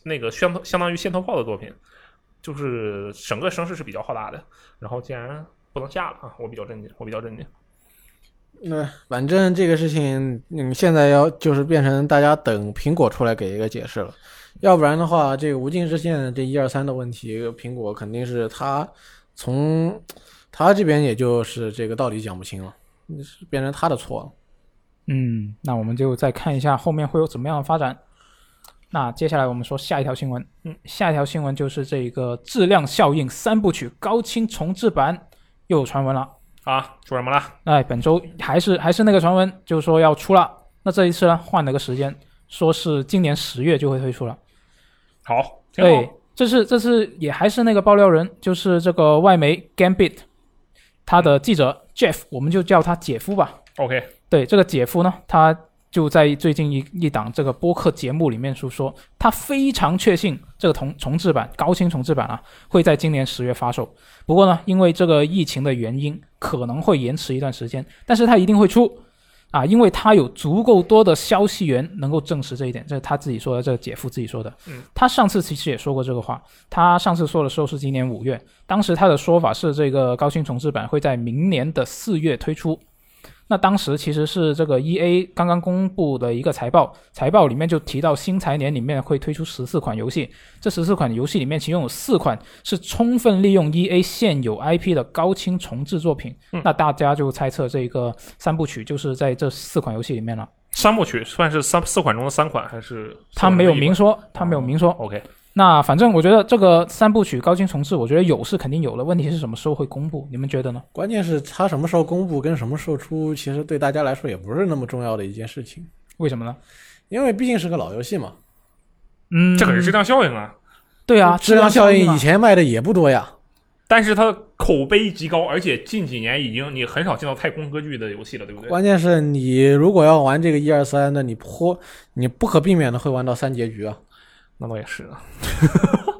Speaker 1: 那个相当相当于先头炮的作品，就是整个声势是比较浩大的，然后竟然。不能下了啊！我比较震惊，我比较震惊。
Speaker 2: 那反正这个事情，嗯，现在要就是变成大家等苹果出来给一个解释了，要不然的话，这个无尽之线这一二三的问题，苹果肯定是他从他这边也就是这个道理讲不清了，是变成他的错了。
Speaker 3: 嗯，那我们就再看一下后面会有怎么样的发展。那接下来我们说下一条新闻，嗯，下一条新闻就是这个《质量效应》三部曲高清重制版又有传闻了。
Speaker 1: 啊，说什么了？
Speaker 3: 哎，本周还是还是那个传闻，就是说要出了。那这一次呢，换了个时间，说是今年十月就会推出了。
Speaker 1: 好，挺
Speaker 3: 对
Speaker 1: 好。，
Speaker 3: 哎这是这是也还是那个爆料人，就是这个外媒 Gambit，他的记者 Jeff，我们就叫他姐夫吧。
Speaker 1: OK，
Speaker 3: 对，这个姐夫呢，他就在最近一一档这个播客节目里面说说，他非常确信这个重重制版高清重制版啊会在今年十月发售。不过呢，因为这个疫情的原因，可能会延迟一段时间，但是他一定会出啊，因为他有足够多的消息源能够证实这一点。这是他自己说的，这个姐夫自己说的。
Speaker 1: 嗯，
Speaker 3: 他上次其实也说过这个话，他上次说的时候是今年五月，当时他的说法是这个高清重制版会在明年的四月推出。那当时其实是这个 E A 刚刚公布的一个财报，财报里面就提到新财年里面会推出十四款游戏，这十四款游戏里面其中有四款是充分利用 E A 现有 I P 的高清重制作品。
Speaker 1: 嗯
Speaker 3: 那大家就猜测这个三部曲就是在这四款游戏里面了。
Speaker 1: 三部曲算是三四款中的三款，还是
Speaker 3: 他没有明
Speaker 1: 说。
Speaker 3: 说，他没有明说。
Speaker 1: OK，
Speaker 3: 那反正我觉得这个三部曲高清重置，我觉得有是肯定有了，问题是什么时候会公布？你们觉得呢？
Speaker 2: 关键是他什么时候公布跟什么时候出，其实对大家来说也不是那么重要的一件事情，
Speaker 3: 为什么呢？
Speaker 2: 因为毕竟是个老游戏嘛。
Speaker 3: 嗯，
Speaker 1: 这可是质量效应啊！
Speaker 3: 对啊，
Speaker 2: 质量效应
Speaker 3: 嘛
Speaker 2: 以前卖的也不多呀，
Speaker 1: 但是它口碑极高，而且近几年已经你很少见到太空歌剧的游戏了，对不对？
Speaker 2: 关键是你如果要玩这个一二三，那你颇你不可避免的会玩到三结局啊。
Speaker 1: 那倒也是 啊。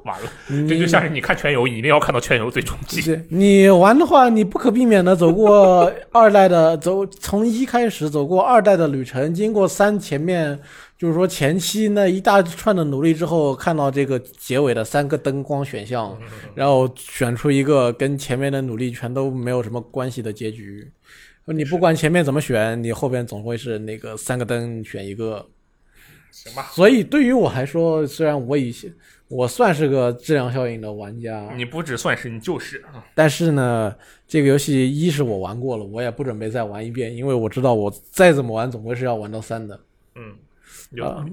Speaker 1: 完了，
Speaker 2: 你
Speaker 1: 这就像是你看全游，你一定要看到全游最终季。
Speaker 2: 是你玩的话，你不可避免的走过二代的走，从一开始走过二代的旅程，经过三前面就是说前期那一大串的努力之后，看到这个结尾的三个灯光选项，
Speaker 1: 嗯
Speaker 2: 然后选出一个跟前面的努力全都没有什么关系的结局。你不管前面怎么选，你后边总会是那个三个灯选一个，
Speaker 1: 行吧，
Speaker 2: 所以对于我来说，虽然我以前我算是个质量效应的玩家，
Speaker 1: 你不只算是，你就是啊。
Speaker 2: 但是呢，这个游戏一是我玩过了，我也不准备再玩一遍，因为我知道我再怎么玩，总归是要玩到三的。
Speaker 1: 嗯，有
Speaker 2: 啊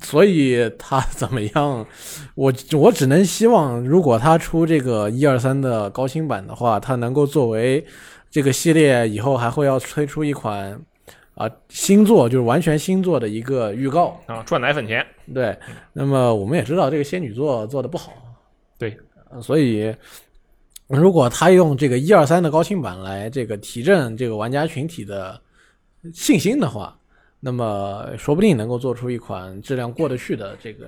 Speaker 2: 所以它 怎么样，我我只能希望，如果它出这个一二三的高清版的话，它能够作为这个系列以后还会要推出一款啊、新作，就是完全新作的一个预告。
Speaker 1: 啊，赚奶粉钱。
Speaker 2: 对，那么我们也知道这个仙女座做的不好，
Speaker 1: 对
Speaker 2: 呃，所以如果他用这个一二三的高清版来这个提振这个玩家群体的信心的话，那么说不定能够做出一款质量过得去的这个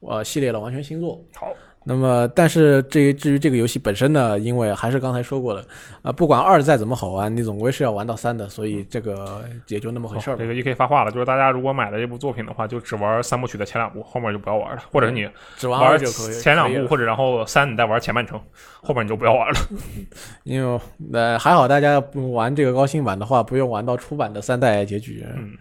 Speaker 2: 呃系列的完全新作。
Speaker 1: 好，
Speaker 2: 那么，但是至于至于这个游戏本身呢，因为还是刚才说过的，啊、不管二再怎么好玩，你总归是要玩到三的，所以这个也就那么回事儿吧。
Speaker 1: 哦这个 E.K. 发话了，就是大家如果买了这部作品的话，就只玩三部曲的前两部，后面就不要玩了，或者你
Speaker 2: 只玩二
Speaker 1: 玩
Speaker 2: 就可以，
Speaker 1: 前两
Speaker 2: 可以
Speaker 1: 部，
Speaker 2: 了
Speaker 1: 或者然后三你再玩前半程，后边你就不要玩了。
Speaker 2: 因为呃还好大家不玩这个高清版的话，不用玩到出版的三代结局。
Speaker 1: 嗯，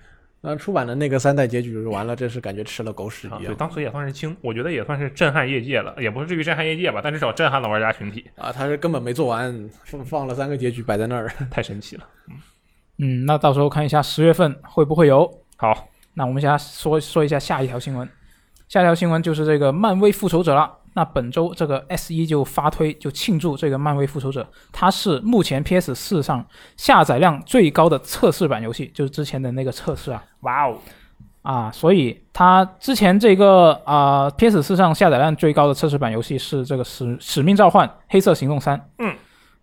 Speaker 2: 那出版的那个三代结局完了，真是感觉吃了狗屎
Speaker 1: 啊，
Speaker 2: 一
Speaker 1: 对，
Speaker 2: 样
Speaker 1: 当时也算是惊，我觉得也算是震撼业界了，也不是至于震撼业界吧，但至少震撼了玩家群体，
Speaker 2: 啊！他是根本没做完，放放了三个结局摆在那儿。
Speaker 1: 太神奇了。
Speaker 3: 嗯，那到时候看一下十月份会不会有。
Speaker 1: 好，
Speaker 3: 那我们现在说说一下下一条新闻，下一条新闻就是这个漫威复仇者了。那本周这个 S 一就发推就庆祝这个漫威复仇者，它是目前 PS 四上下载量最高的测试版游戏，就是之前的那个测试啊。
Speaker 1: 哇哦，
Speaker 3: 啊，所以它之前这个啊、PS 四上下载量最高的测试版游戏是这个使《使命召唤：黑色行动三》。
Speaker 1: 嗯，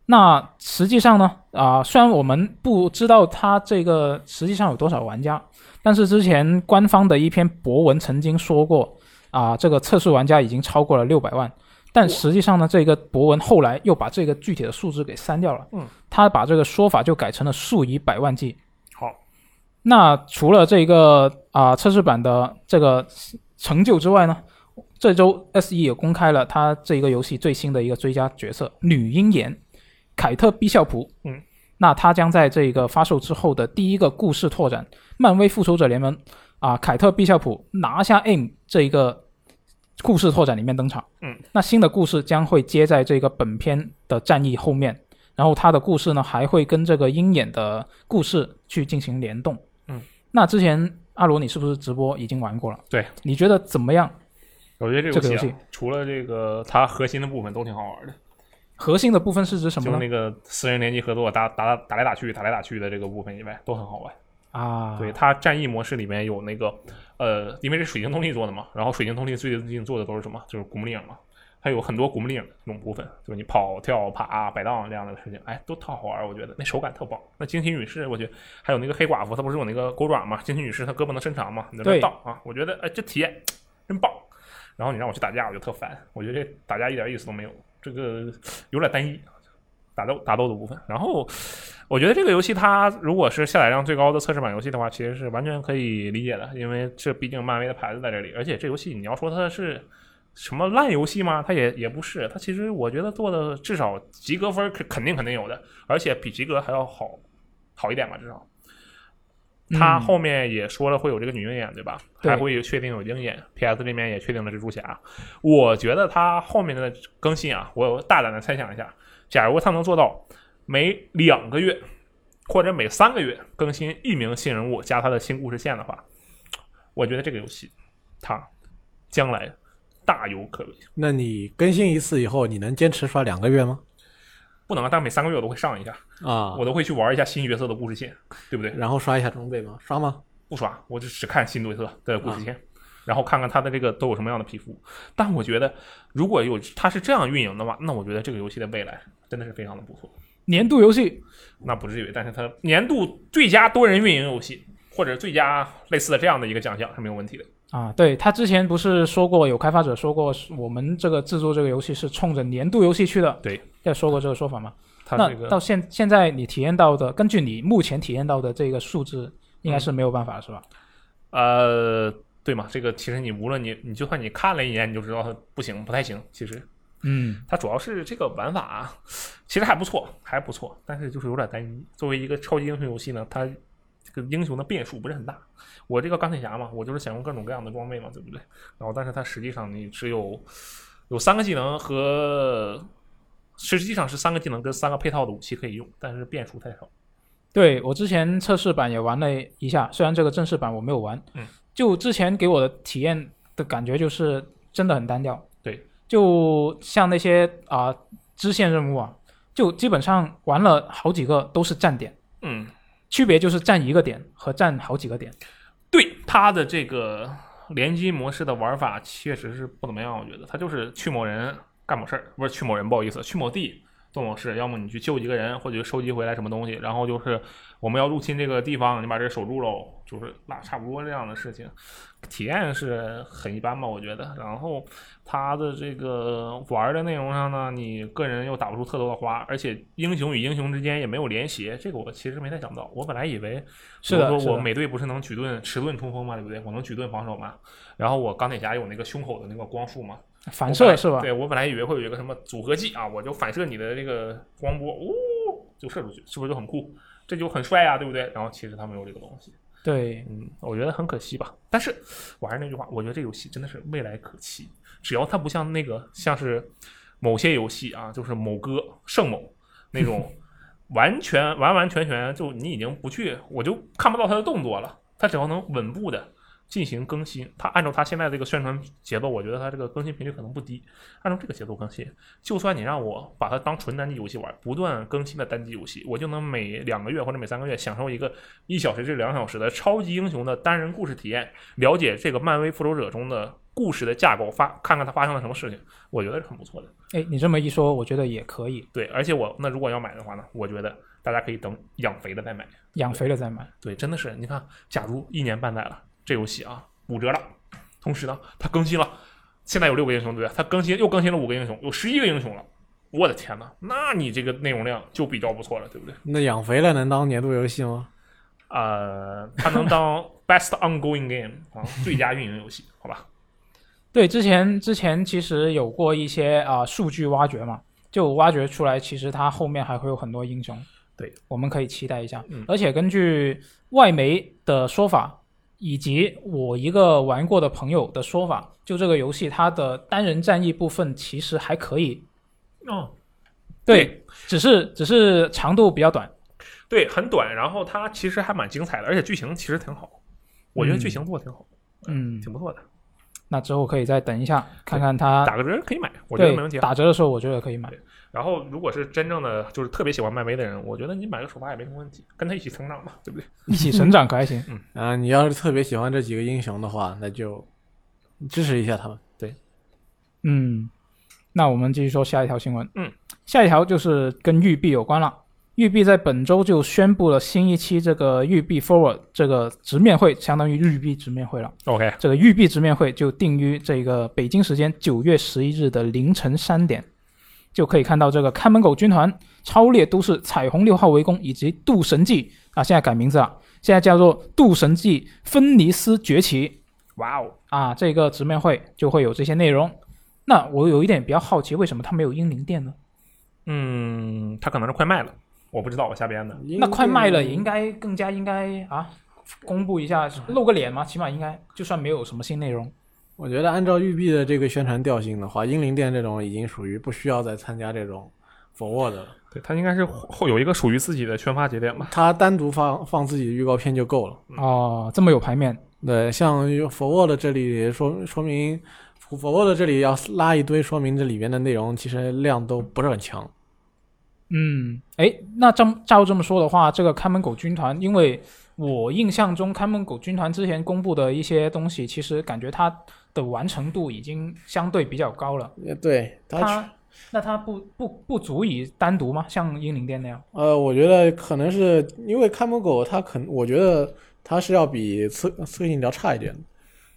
Speaker 3: 那实际上呢，啊、虽然我们不知道它这个实际上有多少玩家，但是之前官方的一篇博文曾经说过，啊、这个测试玩家已经超过了六百万。但实际上呢，这个博文后来又把这个具体的数字给删掉了。
Speaker 1: 嗯，
Speaker 3: 他把这个说法就改成了数以百万计。
Speaker 1: 好，
Speaker 3: 那除了这个啊、测试版的这个成就之外呢，这周 S E 也公开了它这个游戏最新的一个追加角色女鹰眼凯特·毕孝普。
Speaker 1: 嗯，
Speaker 3: 那她将在这个发售之后的第一个故事拓展《漫威复仇者联盟》啊、凯特·毕孝普拿下 M 这一个故事拓展里面登场。
Speaker 1: 嗯，
Speaker 3: 那新的故事将会接在这个本片的战役后面，然后它的故事呢还会跟这个鹰眼的故事去进行联动。那之前阿罗，你是不是直播已经玩过了？
Speaker 1: 对，
Speaker 3: 你觉得怎么样？
Speaker 1: 我觉得这
Speaker 3: 这个
Speaker 1: 游
Speaker 3: 游
Speaker 1: 戏、
Speaker 3: 戏
Speaker 1: 啊、除了这个它核心的部分都挺好玩的，
Speaker 3: 核心的部分是指什
Speaker 1: 就
Speaker 3: 么
Speaker 1: 是那
Speaker 3: 呢？
Speaker 1: 个私人联机合作打打打来打去、打来打去的这个部分以外，都很好玩。
Speaker 3: 啊，
Speaker 1: 对，它战役模式里面有那个呃，因为是水晶通力做的嘛，然后水晶通力最近做的都是什么？就是古墓丽影嘛，它有很多古墓丽影那种部分，就是你跑、跳、爬、摆荡这样的事情，哎，都特好玩儿，我觉得那手感特棒。那惊奇女士，我觉得还有那个黑寡妇，她不是有那个狗爪嘛？惊奇女士她胳膊能伸长嘛？你在那
Speaker 3: 对
Speaker 1: 倒啊，我觉得哎，这体验真棒。然后你让我去打架，我就特烦，我觉得这打架一点意思都没有，这个有点单一。啊打斗打斗的部分，然后我觉得这个游戏它如果是下载量最高的测试版游戏的话，其实是完全可以理解的，因为这毕竟漫威的牌子在这里，而且这游戏你要说它是什么烂游戏吗？它也也不是，它其实我觉得做的至少及格分儿肯肯定肯定有的，而且比及格还要好好一点吧，至少。
Speaker 3: 嗯
Speaker 1: 他后面也说了会有这个女鹰眼，对吧？
Speaker 3: 对
Speaker 1: 还会确定有鹰眼，PS 这边也确定了蜘蛛侠。我觉得他后面的更新啊，我有大胆的猜想一下，假如他能做到每两个月或者每三个月更新一名新人物加他的新故事线的话，我觉得这个游戏它将来大有可为。
Speaker 2: 那你更新一次以后，你能坚持刷两个月吗？
Speaker 1: 不能啊，但每三个月我都会上一下，
Speaker 2: 啊
Speaker 1: 我，都会去玩一下新角色的故事线，对 不对？
Speaker 2: 然后刷一下装备吗？刷吗？
Speaker 1: 不刷，我就只看新角色的故事线，然后看看他的这个都有什么样的皮肤。但我觉得，如果有他是这样运营的话，那我觉得这个游戏的未来真的是非常的不错。
Speaker 3: 年度游戏
Speaker 1: 那不至于，但是它年度最佳多人运营游戏或者最佳类似的这样的一个奖项是没有问题的。
Speaker 3: 啊，对他之前不是说过，有开发者说过，我们这个制作这个游戏是冲着年度游戏去的。
Speaker 1: 对，
Speaker 3: 要说过这个说法吗？
Speaker 1: 它
Speaker 3: 那
Speaker 1: 这个
Speaker 3: 到现现在你体验到的，根据你目前体验到的这个数字，应该是没有办法、是吧？
Speaker 1: 呃，对嘛，这个其实你无论你你就算你看了一眼，你就知道它不行，不太行。其实
Speaker 3: 嗯，
Speaker 1: 它主要是这个玩法啊其实还不错，还不错，但是就是有点单一。作为一个超级英雄游戏呢，它这个英雄的变数不是很大。我这个钢铁侠嘛，我就是想用各种各样的装备嘛，对不对？然后，但是它实际上你只有有三个技能和实际上是三个技能跟三个配套的武器可以用，但是变数太少。
Speaker 3: 对我之前测试版也玩了一下，虽然这个正式版我没有玩，
Speaker 1: 嗯，
Speaker 3: 就之前给我的体验的感觉就是真的很单调，
Speaker 1: 对，
Speaker 3: 就像那些啊、支线任务啊，就基本上玩了好几个都是站点，
Speaker 1: 嗯，
Speaker 3: 区别就是站一个点和站好几个点。
Speaker 1: 对它的这个联机模式的玩法确实是不怎么样，我觉得它就是去某人干某事儿，不是去某人，不好意思，去某地做某事，要么你去救一个人，或者收集回来什么东西，然后就是我们要入侵这个地方，你把这守住喽，就是那差不多这样的事情，体验是很一般吧，我觉得。然后它的这个玩儿的内容上呢，你个人又打不出特多的花，而且英雄与英雄之间也没有联携，这个我其实没太想到，我本来以为
Speaker 3: 是的
Speaker 1: 比如
Speaker 3: 是
Speaker 1: 说
Speaker 3: 的
Speaker 1: 我美队不是能举盾迟钝冲锋嘛，对不对？我能举盾防守嘛。然后我钢铁侠有那个胸口的那个光束嘛，我
Speaker 3: 反
Speaker 1: 本
Speaker 3: 射
Speaker 1: 来
Speaker 3: 是吧？
Speaker 1: 对我本来以为会有一个什么组合技啊，我就反射你的这个光波，呜、就射出去，是不是就很酷？这就很帅啊，对不对？然后其实他没有这个东西，
Speaker 3: 对，
Speaker 1: 嗯，我觉得很可惜吧。但是我还是那句话，我觉得这游戏真的是未来可期，只要它不像那个像是某些游戏啊，就是某哥圣某那种完全完完全全就你已经不去，我就看不到他的动作了。他只要能稳步的进行更新，他按照他现在这个宣传节奏，我觉得他这个更新频率可能不低。按照这个节奏更新，就算你让我把它当纯单机游戏玩，不断更新的单机游戏，我就能每两个月或者每三个月享受一个一小时至两小时的超级英雄的单人故事体验，了解这个漫威复仇者中的故事的架构，发看看它发生了什么事情，我觉得是很不错的。
Speaker 3: 哎，你这么一说，我觉得也可以
Speaker 1: 对，而且我那如果要买的话呢，我觉得大家可以等养肥了再买。
Speaker 3: 养肥了再买。
Speaker 1: 对，真的是，你看，假如一年半载了，这游戏啊五折了，同时呢，它更新了，现在有六个英雄，对不对？它更新又更新了五个英雄，有十一个英雄了。我的天呐，那你这个内容量就比较不错了，对不对？
Speaker 2: 那养肥了能当年度游戏吗？
Speaker 1: 呃，它能当 best ongoing game 啊，最佳运营游戏，好吧？
Speaker 3: 对，之前之前其实有过一些啊、数据挖掘嘛，就挖掘出来，其实它后面还会有很多英雄。
Speaker 1: 对，
Speaker 3: 我们可以期待一下。
Speaker 1: 嗯
Speaker 3: 而且根据外媒的说法，以及我一个玩过的朋友的说法，就这个游戏它的单人战役部分其实还可以，
Speaker 1: 哦，
Speaker 3: 对，只是只是长度比较短。
Speaker 1: 对，很短，然后它其实还蛮精彩的，而且剧情其实挺好，我觉得剧情做的挺好，
Speaker 3: 嗯，
Speaker 1: 挺不错的，
Speaker 3: 那之后可以再等一下，看看它
Speaker 1: 打个折可以买，我觉得
Speaker 3: 对
Speaker 1: 没问题啊。
Speaker 3: 打折的时候，我觉得可以买
Speaker 1: 对。然后，如果是真正的就是特别喜欢漫威的人，我觉得你买个首发也没什么问题，跟他一起成长嘛，对不对？
Speaker 3: 一起成长可还行。
Speaker 2: 啊、你要是特别喜欢这几个英雄的话，那就支持一下他们。
Speaker 3: 嗯，那我们继续说下一条新闻。
Speaker 1: 嗯，
Speaker 3: 下一条就是跟育碧有关了。育碧在本周就宣布了新一期这个育碧 Forward 这个直面会，相当于育碧直面会了。
Speaker 1: OK，
Speaker 3: 这个育碧直面会就定于这个北京时间九月十一日的凌晨三点，就可以看到这个看门狗军团、超猎都市、彩虹六号围攻以及渡神记啊，现在改名字了，现在叫做渡神记芬尼斯崛起
Speaker 1: 哇哦，
Speaker 3: 啊，这个直面会就会有这些内容。那我有一点比较好奇，为什么它没有英灵殿呢？
Speaker 1: 嗯，他可能是快卖了，我不知道，我瞎编的。
Speaker 3: 那快卖了，也应该更加应该啊，公布一下，露个脸嘛，起码应该就算没有什么新内容，
Speaker 2: 我觉得按照育碧的这个宣传调性的话，英灵殿这种已经属于不需要再参加这种 forward 了，
Speaker 1: 对他应该是后有一个属于自己的宣发节点吧。
Speaker 2: 他单独放放自己的预告片就够了。
Speaker 3: 哦，这么有排面，
Speaker 2: 对，像 forward 这里说说明，forward 这里要拉一堆，说明这里面的内容其实量都不是很强。
Speaker 3: 嗯，哎，那这么照这么说的话，这个看门狗军团，因为我印象中看门狗军团之前公布的一些东西，其实感觉它的完成度已经相对比较高了，
Speaker 2: 呃，对
Speaker 3: 它那它不不不足以单独吗？像英灵殿那样？
Speaker 2: 呃，我觉得可能是因为看门狗，它可能我觉得它是要比刺刺客信条差一点的。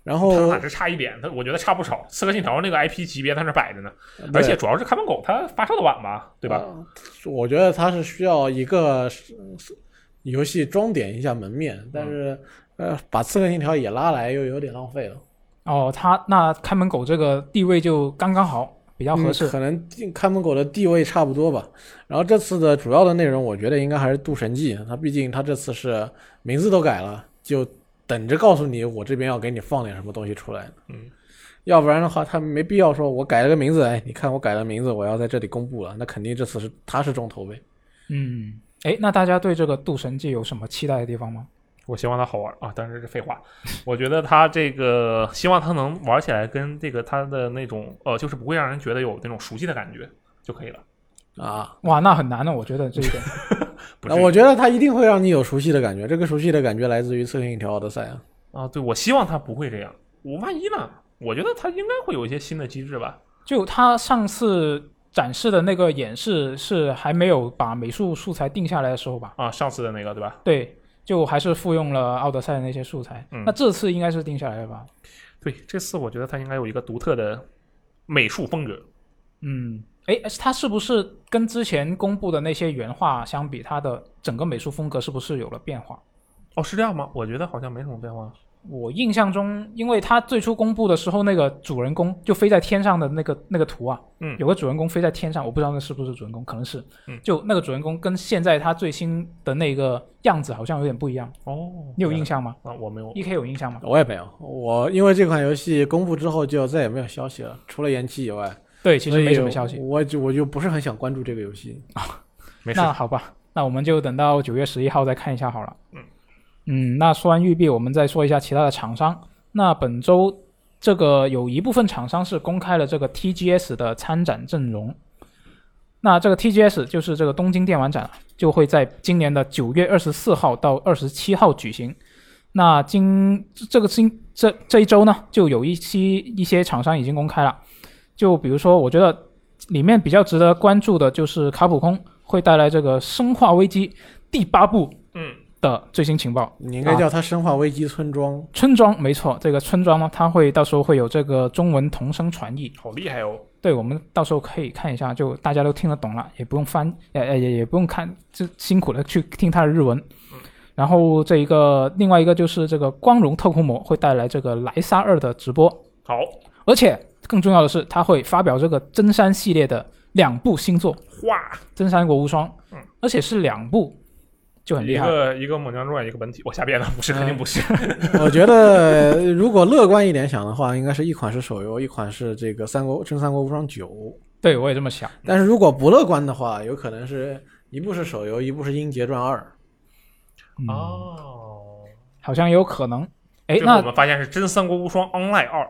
Speaker 2: 然
Speaker 1: 他
Speaker 2: 后
Speaker 1: 哪，是差一点，他我觉得差不少。刺客信条那个 IP 级别在那摆着呢，
Speaker 2: 对
Speaker 1: 而且主要是看门狗它发售的晚吧，对吧？
Speaker 3: 嗯
Speaker 2: 呃我觉得它是需要一个是是游戏装点一下门
Speaker 3: 嗯
Speaker 2: 面，但是、呃，把刺客信条也拉来又有点浪费了，
Speaker 3: 哦，他那看门狗这个地位就刚刚好，比较合适。
Speaker 2: 嗯可能地看门狗的地位差不多吧。然后这次的主要的内容，我觉得应该还是渡神记，它毕竟它这次是名字都改了，就等着告诉你我这边要给你放点什么东西出来。
Speaker 1: 嗯，
Speaker 2: 要不然的话，他没必要说我改了个名字，哎，你看我改了名字，我要在这里公布了，那肯定这次是他是重头呗。
Speaker 3: 嗯，哎，那大家对这个《渡神记》有什么期待的地方吗？
Speaker 1: 我希望它好玩啊，当然这是废话。我觉得它这个希望它能玩起来跟这个它的那种呃，就是不会让人觉得有那种熟悉的感觉就可以了。
Speaker 2: 啊，
Speaker 3: 哇，那很难呢，我觉得这一点。
Speaker 1: 不
Speaker 2: 那
Speaker 1: 至于
Speaker 2: 我觉得他一定会让你有熟悉的感觉，这个熟悉的感觉来自于《刺客信条：奥德赛》啊。
Speaker 1: 啊，对，我希望他不会这样。我万一呢？我觉得他应该会有一些新的机制吧。
Speaker 3: 就他上次展示的那个演示是还没有把美术素材定下来的时候吧？
Speaker 1: 啊，上次的那个对吧？
Speaker 3: 对，就还是复用了奥德赛的那些素材。
Speaker 1: 嗯
Speaker 3: 那这次应该是定下来了吧？
Speaker 1: 对，这次我觉得他应该有一个独特的美术风格。
Speaker 3: 嗯，哎，它是不是跟之前公布的那些原画相比，它的整个美术风格是不是有了变化？
Speaker 1: 哦，是这样吗？我觉得好像没什么变化。
Speaker 3: 我印象中，因为它最初公布的时候，那个主人公就飞在天上的那个那个图啊，
Speaker 1: 嗯
Speaker 3: 有个主人公飞在天上，我不知道那是不是主人公，可能是，
Speaker 1: 嗯
Speaker 3: 就那个主人公跟现在他最新的那个样子好像有点不一样，
Speaker 1: 哦，
Speaker 3: 你有印象吗
Speaker 1: 啊？我没有，
Speaker 3: ？E K 有印象吗？
Speaker 2: 我也没有，我因为这款游戏公布之后就再也没有消息了，除了延期以外，
Speaker 3: 对，其实
Speaker 2: 所以
Speaker 3: 没什么消息。
Speaker 2: 我就我就不是很想关注这个游戏。
Speaker 1: 没事。
Speaker 3: 那好吧，那我们就等到九月十一号再看一下好了。
Speaker 1: 嗯
Speaker 3: 嗯那说完育碧，我们再说一下其他的厂商。那本周这个有一部分厂商是公开了这个 TGS 的参展阵容。那这个 TGS 就是这个东京电玩展啊，就会在今年的九月二十四号到二十七号举行。那今这个星这这一周呢，就有一期一些厂商已经公开了，就比如说，我觉得里面比较值得关注的就是卡普空会带来这个《生化危机》第八部
Speaker 1: 嗯，
Speaker 3: 的最新情报。
Speaker 2: 你应该叫它《生化危机村庄》
Speaker 3: 村庄，没错，这个村庄呢，它会到时候会有这个中文同声传译，
Speaker 1: 好厉害哦。
Speaker 3: 对我们到时候可以看一下，就大家都听得懂了，也不用翻，呃呃也也不用看，就辛苦的去听它的日文。然后这一个另外一个就是这个光荣特库摩会带来这个莱莎二的直播，
Speaker 1: 好，
Speaker 3: 而且更重要的是，它会发表这个真山系列的两部新作，
Speaker 1: 哇，
Speaker 3: 《真三国无双》，
Speaker 1: 嗯
Speaker 3: 而且是两部，就很
Speaker 1: 一
Speaker 3: 厉害。
Speaker 1: 个一个猛将传，一个本体，我瞎编的，不是，
Speaker 3: 嗯
Speaker 1: 肯定不是。
Speaker 2: 我觉得 如果乐观一点想的话，应该是一款是手游，一款是这个《三国真三国无双九》。
Speaker 3: 对我也这么想。
Speaker 2: 但是如果不乐观的话，有可能是一部是手游，一部是《英杰传二》。
Speaker 3: 嗯，
Speaker 1: 哦，
Speaker 3: 好像有可能。哎，
Speaker 1: 最后我
Speaker 3: 那
Speaker 1: 们发现是《真三国无双 Online 二》。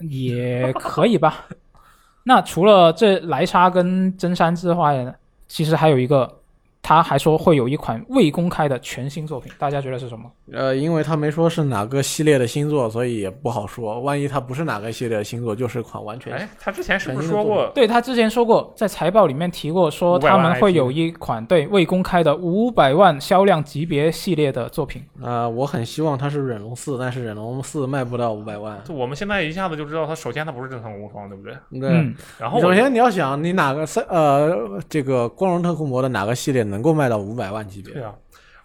Speaker 3: 也可以吧。 那除了这莱莎跟真山之外呢，其实还有一个，他还说会有一款未公开的全新作品，大家觉得是什么？
Speaker 2: 呃，因为他没说是哪个系列的新作，所以也不好说。万一它不是哪个系列的新作，就是款完全
Speaker 1: 哎，他之前是不是说过？
Speaker 3: 对他之前说过，在财报里面提过，说
Speaker 1: 500万
Speaker 3: 他们会
Speaker 1: IP
Speaker 3: 有一款对未公开的五百万销量级别系列的作品。
Speaker 2: 呃，我很希望它是忍龙四，但是忍龙四卖不到五百万。
Speaker 1: 就我们现在一下子就知道，他首先他不是《真三国无双》，对不对？
Speaker 2: 对，
Speaker 3: 嗯，
Speaker 1: 然后
Speaker 2: 首先你要想，你哪个三呃这个光荣特库摩的哪个系列能够卖到五百万级
Speaker 1: 对
Speaker 2: 别？
Speaker 1: 啊，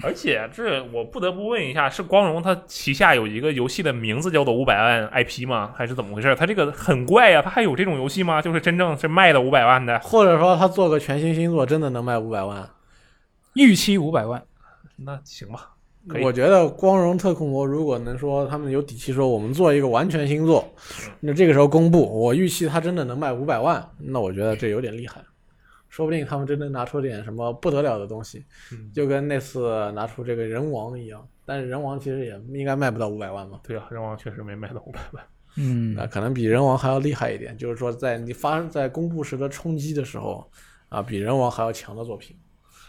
Speaker 1: 而且这我不得不问一下，是光荣它旗下有一个游戏的名字叫做五百万 IP 吗？还是怎么回事？它这个很怪呀、它还有这种游戏吗？就是真正是卖的五百万的，
Speaker 2: 或者说他做个全新新作真的能卖五百万？
Speaker 3: 预期五百万。
Speaker 1: 那行吧。可以
Speaker 2: 我觉得光荣特库摩如果能说他们有底气说我们做一个完全新作，
Speaker 1: 嗯
Speaker 2: 那这个时候公布，我预期他真的能卖五百万，那我觉得这有点厉害，说不定他们真的拿出点什么不得了的东西
Speaker 1: 嗯，
Speaker 2: 就跟那次拿出这个人王一样，但是人王其实也应该卖不到五百万嘛，
Speaker 1: 对啊，人王确实没卖到五百万。
Speaker 3: 嗯
Speaker 2: 那可能比人王还要厉害一点，就是说在你发在公布时的冲击的时候，啊，比人王还要强的作品。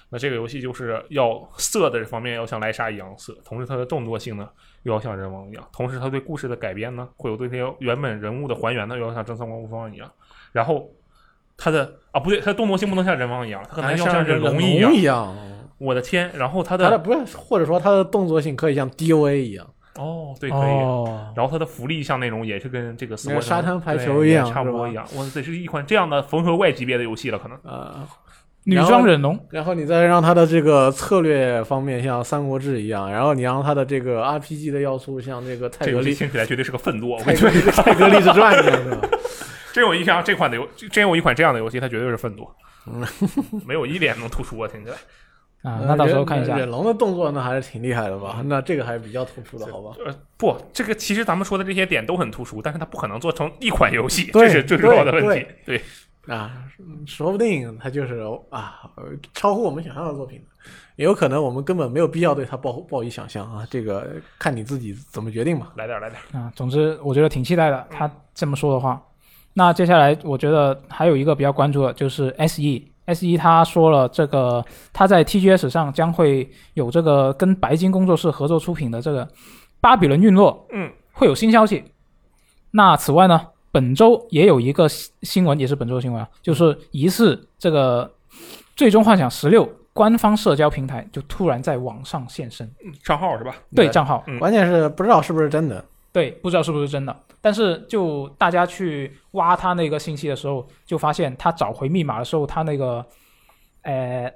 Speaker 1: 那这个游戏就是要色的这方面要像莱莎一样色，同时它的动作性呢又要像人王一样，同时它对故事的改编呢会有对这些原本人物的还原呢又要像真三国无双一样，然后它的啊不对，它的动作性不能像人王一样，它可能要像
Speaker 2: 这
Speaker 1: 这
Speaker 2: 个
Speaker 1: 龙
Speaker 2: 一
Speaker 1: 一样。
Speaker 2: 样，
Speaker 1: 我的天！然后它
Speaker 2: 它的
Speaker 1: 的
Speaker 2: 不是，或者说它的动作性可以像 DOA 一样，
Speaker 1: 哦，对，可以。
Speaker 3: 哦，
Speaker 1: 然后它的福利像那种也是跟这个 Switch
Speaker 2: 跟沙滩排球
Speaker 1: 对
Speaker 2: 一样
Speaker 1: 也差不多
Speaker 2: 是吧
Speaker 1: 一样。哇塞，是一款这样的缝合怪级别的游戏了，可能。
Speaker 2: 呃，
Speaker 3: 女
Speaker 2: 然后
Speaker 3: 装忍龙，
Speaker 2: 然后你再让它的这个策略方面像《三国志》一样，然后你让它的这个 RPG 的要素像这个泰
Speaker 1: 这
Speaker 2: 格
Speaker 1: 游戏
Speaker 2: 力
Speaker 1: 听起来绝对是个 粪作，我
Speaker 2: 泰
Speaker 1: 跟你
Speaker 2: 格
Speaker 1: 说，
Speaker 2: 力泰格力之传一样，对吧？
Speaker 1: 真有一项这款的游，真有一款这样的游戏，它绝对是粪作，
Speaker 2: 嗯
Speaker 1: 没有一点能突出啊，听起来。
Speaker 3: 啊，
Speaker 2: 呃
Speaker 3: 那到时候
Speaker 2: 忍
Speaker 3: 看一下。
Speaker 2: 忍龙的动作那还是挺厉害的吧？那这个还是比较突出的，好吧？
Speaker 1: 呃，不，这个其实咱们说的这些点都很突出，但是它不可能做成一款游戏，
Speaker 2: 对
Speaker 1: 这是最重要的问
Speaker 2: 对
Speaker 1: 题。对，
Speaker 2: 啊，说不定它就是啊，呃超乎我们想象的作品，也有可能我们根本没有必要对它抱抱以想象啊。这个看你自己怎么决定吧。
Speaker 1: 来点儿来点儿，
Speaker 3: 啊，总之我觉得挺期待的。他这么说的话，那接下来我觉得还有一个比较关注的就是 S E。S E 他说了，这个他在 TGS 上将会有这个跟白金工作室合作出品的这个《巴比伦陨落》，
Speaker 1: 嗯，
Speaker 3: 会有新消息。那此外呢，本周也有一个新新闻，也是本周的新闻啊，就是疑似这个《最终幻想十六》官方社交平台就突然在网上现身，
Speaker 1: 账号是吧？
Speaker 3: 对
Speaker 2: 对
Speaker 3: 账号，
Speaker 1: 嗯
Speaker 2: 关键是不知道是不是真的，
Speaker 3: 对，不知道是不是真的，但是就大家去挖他那个信息的时候，就发现他找回密码的时候，他那个，呃，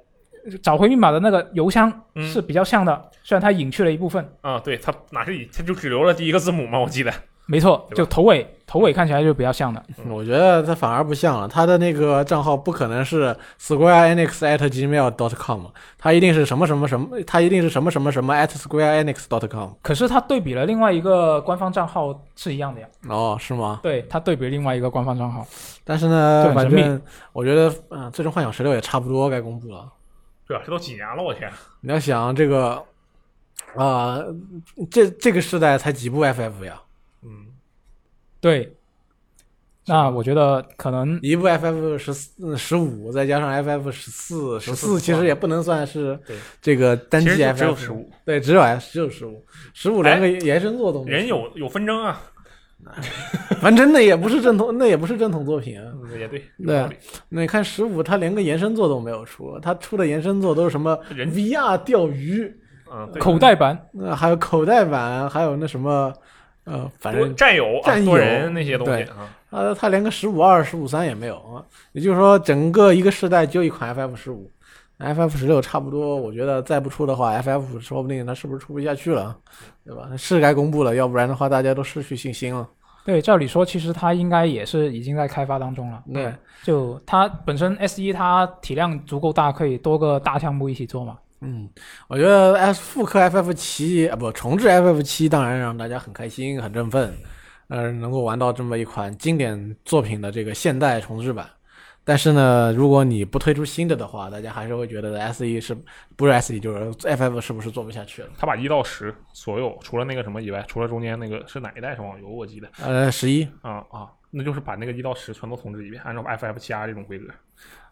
Speaker 3: 找回密码的那个邮箱
Speaker 1: 嗯
Speaker 3: 是比较像的，虽然它隐去了一部分。
Speaker 1: 啊，对他哪是以他就只留了第一个字母嘛，我记得
Speaker 3: 没错，
Speaker 1: 对吧
Speaker 3: 就头尾头尾看起来就比较像的。
Speaker 1: 嗯
Speaker 2: 我觉得他反而不像了，他的那个账号不可能是 square enix at gmail dot com，他一定是什么什么什么，他一定是什么什么什么 at square enix dot com。
Speaker 3: 可是它对比了另外一个官方账号是一样的呀，
Speaker 2: 哦，是吗？
Speaker 3: 对，它对比另外一个官方账号。
Speaker 2: 但是
Speaker 3: 就
Speaker 2: 呢，
Speaker 3: 很
Speaker 2: 反
Speaker 3: 神秘
Speaker 2: 正我觉得，嗯、最终幻想十六也差不多该公布了。
Speaker 1: 对啊吧？这都几年了，我天，
Speaker 2: 你要想这个，啊、这这个时代才几部 FF 呀？
Speaker 1: 嗯，
Speaker 3: 对，那我觉得可能
Speaker 2: 一部 FF 十四、十五，再加上 FF 十四、十四，其实也不能算是
Speaker 1: 对
Speaker 2: 这个单
Speaker 1: 其
Speaker 2: 机
Speaker 1: 实就
Speaker 2: FF，
Speaker 1: 只有十五，
Speaker 2: 对，只有 F 只有十五，十五连个延伸作都没
Speaker 1: 哎人有有纷争啊，
Speaker 2: 反正那也不是正统，那也不是正统作品。
Speaker 1: 嗯也对，有
Speaker 2: 对
Speaker 1: 道理
Speaker 2: 那你看十五，他连个延伸作都没有出，他出的延伸作都是什么
Speaker 1: 人
Speaker 2: VR 钓鱼，
Speaker 1: 嗯，对
Speaker 3: 口袋版
Speaker 2: 那还有口袋版，还有那什么，呃，反
Speaker 1: 多
Speaker 2: 正
Speaker 1: 战友啊，
Speaker 2: 战友
Speaker 1: 多人那些东西
Speaker 2: 对
Speaker 1: 啊，
Speaker 2: 他他连个十五二、十五三也没有啊。也就是说，整个一个世代就一款 FF 十五，FF 十六差不多。我觉得再不出的话，FF 说不定他是不是出不下去了，啊对吧？是该公布了，要不然的话大家都失去信心了。
Speaker 3: 对，照理说其实它应该也是已经在开发当中了。
Speaker 2: 对，
Speaker 3: 就它本身 S 一它体量足够大，可以多个大项目一起做嘛。
Speaker 2: 嗯，我觉得 F 复刻 FF 七啊，不重置 FF 七，当然让大家很开心、很振奋，呃，能够玩到这么一款经典作品的这个现代重置版。但是呢，如果你不推出新的的话，大家还是会觉得 S E 是不是 S E 就是 FF 是不是做不下去了？
Speaker 1: 他把一到十所有除了那个什么以外，除了中间那个是哪一代是网游，我记得
Speaker 2: 呃，十一
Speaker 1: 啊啊，那就是把那个一到十全都重置一遍，按照 FF 七 R 这种规格，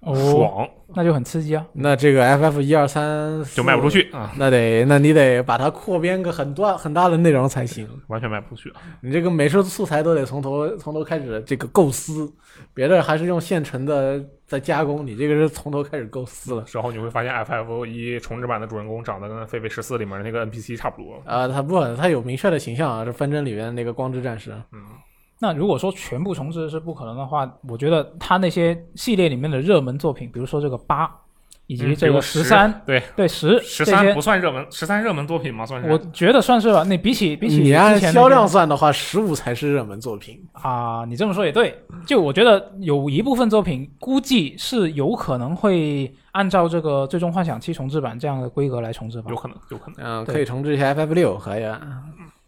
Speaker 3: 哦，
Speaker 1: 爽
Speaker 3: 那就很刺激啊！
Speaker 2: 那这个 FF 一二三
Speaker 1: 就卖不出，去啊，
Speaker 2: 那得那你得把它扩编个很多很大的内容才行。
Speaker 1: 完全卖不出去啊。
Speaker 2: 你这个美术素材都得从头从头开始这个构思，别的还是用现成的在加工，你这个是从头开始构思了。
Speaker 1: 然后你会发现 FF 一重置版的主人公长得跟《狒狒十四》里面那个 NPC 差不多。
Speaker 2: 啊、他不，他有明确的形象啊，是纷争里面那个光之战士。
Speaker 1: 嗯，
Speaker 3: 那如果说全部重置是不可能的话，我觉得它那些系列里面的热门作品，比如说这个八，以
Speaker 1: 嗯
Speaker 3: 及这个十三、
Speaker 1: 对
Speaker 3: 对十
Speaker 1: 十
Speaker 3: 这
Speaker 1: 三
Speaker 3: 些
Speaker 1: 不，算热门，十三热门作品吗？算是
Speaker 3: 我觉得算是吧。那比起比起
Speaker 2: 你按
Speaker 3: 之前那
Speaker 2: 销
Speaker 3: 个
Speaker 2: 量算的话，十五才是热门作品。
Speaker 3: 啊，你这么说也对。就我觉得有一部分作品估计是有可能会按照这个《最终幻想七》重置版这样的规格来重置吧
Speaker 1: 有。可能，有可能。
Speaker 2: 嗯、
Speaker 3: 对
Speaker 2: 可以重置一下 FF 六，可以啊。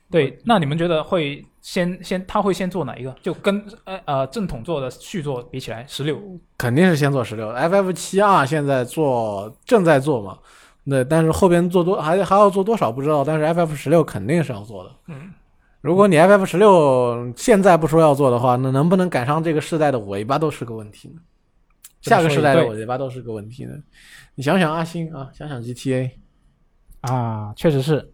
Speaker 3: 对，那你们觉得会先先他会先做哪一个？就跟呃呃正统做的续作比起来，十六
Speaker 2: 肯定是先做十六，FF 七 R 现在做正在做嘛，那但是后边做多还还要做多少不知道，但是 FF 十六肯定是要做的。
Speaker 1: 嗯，
Speaker 2: 如果你 FF 十六现在不说要做的话，那能不能赶上这个世代的尾巴都是个问题呢？
Speaker 3: 这
Speaker 2: 下
Speaker 3: 么说
Speaker 2: 个
Speaker 3: 也
Speaker 2: 世代的
Speaker 3: 对
Speaker 2: 尾巴都是个问题呢？你想想阿星啊，想想 GTA，
Speaker 3: 啊，确实是。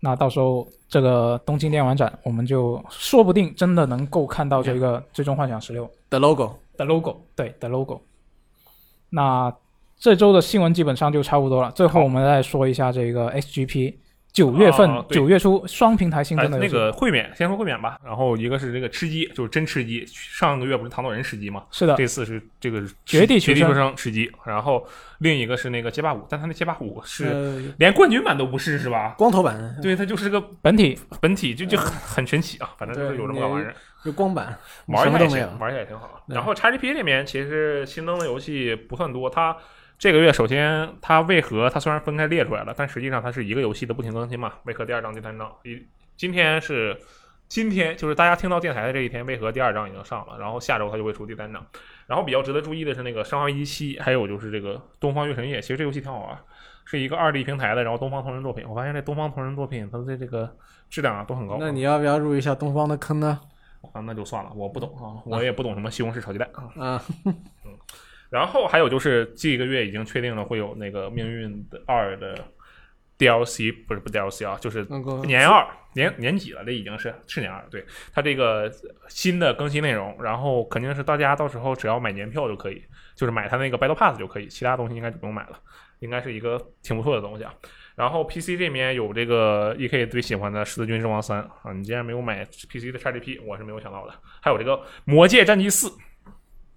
Speaker 3: 那到时候这个东京电玩展，我们就说不定真的能够看到这个《最终幻想十六》
Speaker 2: 的 logo，
Speaker 3: 的 logo，对的 logo。那这周的新闻基本上就差不多了，最后我们再说一下这个 XGP 九月份
Speaker 1: 啊对
Speaker 3: 九月初双平台新
Speaker 1: 哎，
Speaker 3: 增的游戏、
Speaker 1: 那个烩面，先说烩面吧。然后一个是这个吃鸡，就是真吃鸡。上个月不是糖豆人吃鸡吗？
Speaker 3: 是的，
Speaker 1: 这次是这个是
Speaker 3: 绝地
Speaker 1: 绝
Speaker 3: 求生
Speaker 1: 地求生吃鸡。然后另一个是那个街霸五，但他那街霸五是
Speaker 2: 呃
Speaker 1: 连冠军版都不是，是 吧？
Speaker 2: 光头版，
Speaker 1: 对，它就是个
Speaker 3: 本体
Speaker 1: 本体，
Speaker 2: 嗯
Speaker 1: 就就很很神奇啊。反正就是有这么个玩意儿。
Speaker 2: 就光版，
Speaker 1: 玩
Speaker 2: 什
Speaker 1: 一
Speaker 2: 么
Speaker 1: 下也
Speaker 2: 都没有嗯
Speaker 1: 行，。玩一下也挺好。
Speaker 2: 对
Speaker 1: 然后 XGP 这边其实新增的游戏不算多，它这个月首先它为何它虽然分开列出来了，但实际上它是一个游戏的不停更新嘛，为何第二章、第三章？一今天是今天，就是大家听到电台的这一天，为何第二章已经上了，然后下周它就会出第三章。然后比较值得注意的是那个《生化危机七》，还有就是这个《东方月神夜》，其实这游戏挺好玩。是一个二 D 平台的，然后东方同人作品。我发现这东方同人作品，它的这个质量啊都很高。
Speaker 2: 那你要不要入一下东方的坑呢？
Speaker 1: 啊，那就算了，我不
Speaker 2: 嗯
Speaker 1: 懂啊，我也不懂什么西红柿炒鸡蛋啊。
Speaker 2: 啊，
Speaker 1: 然后还有就是这个月已经确定了会有那个《命运的二》的 DLC，不是不 DLC 啊，就是
Speaker 2: 那个
Speaker 1: 年二年年几了？这已经是是年二，对它这个新的更新内容，然后肯定是大家到时候只要买年票就可以，就是买它那个 Battle Pass 就可以，其他东西应该就不用买了，应该是一个挺不错的东西啊。然后 PC 这边有这个 E.K 最喜欢的《十字军之王三》啊，你竟然没有买 PC 的 XGP，我是没有想到的。还有这个《魔界战记四》，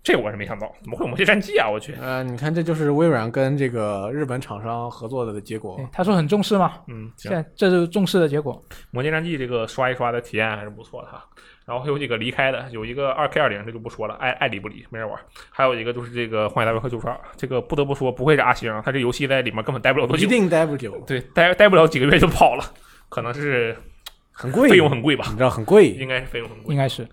Speaker 1: 这我是没想到，怎么会有魔界战记啊？我去，
Speaker 2: 呃，你看这就是微软跟这个日本厂商合作的结果。
Speaker 3: 他说很重视嘛，
Speaker 1: 嗯，行
Speaker 3: 现，在这就是重视的结果。
Speaker 1: 魔界战记这个刷一刷的体验还是不错的哈。然后还有几个离开的，有一个二 K 二零，这就不说了，爱爱理不理，没人玩。还有一个就是这个《荒野大镖客：救赎二》，这个不得不说，不愧是阿星啊，他这游戏在里面根本待不了多
Speaker 2: 一
Speaker 1: 久，
Speaker 2: 定待不久，
Speaker 1: 对，待待不了几个月就跑了，可能是
Speaker 2: 很贵，
Speaker 1: 费用很贵吧，
Speaker 2: 你知道很贵。
Speaker 1: 应该是费用很贵
Speaker 3: 应。该是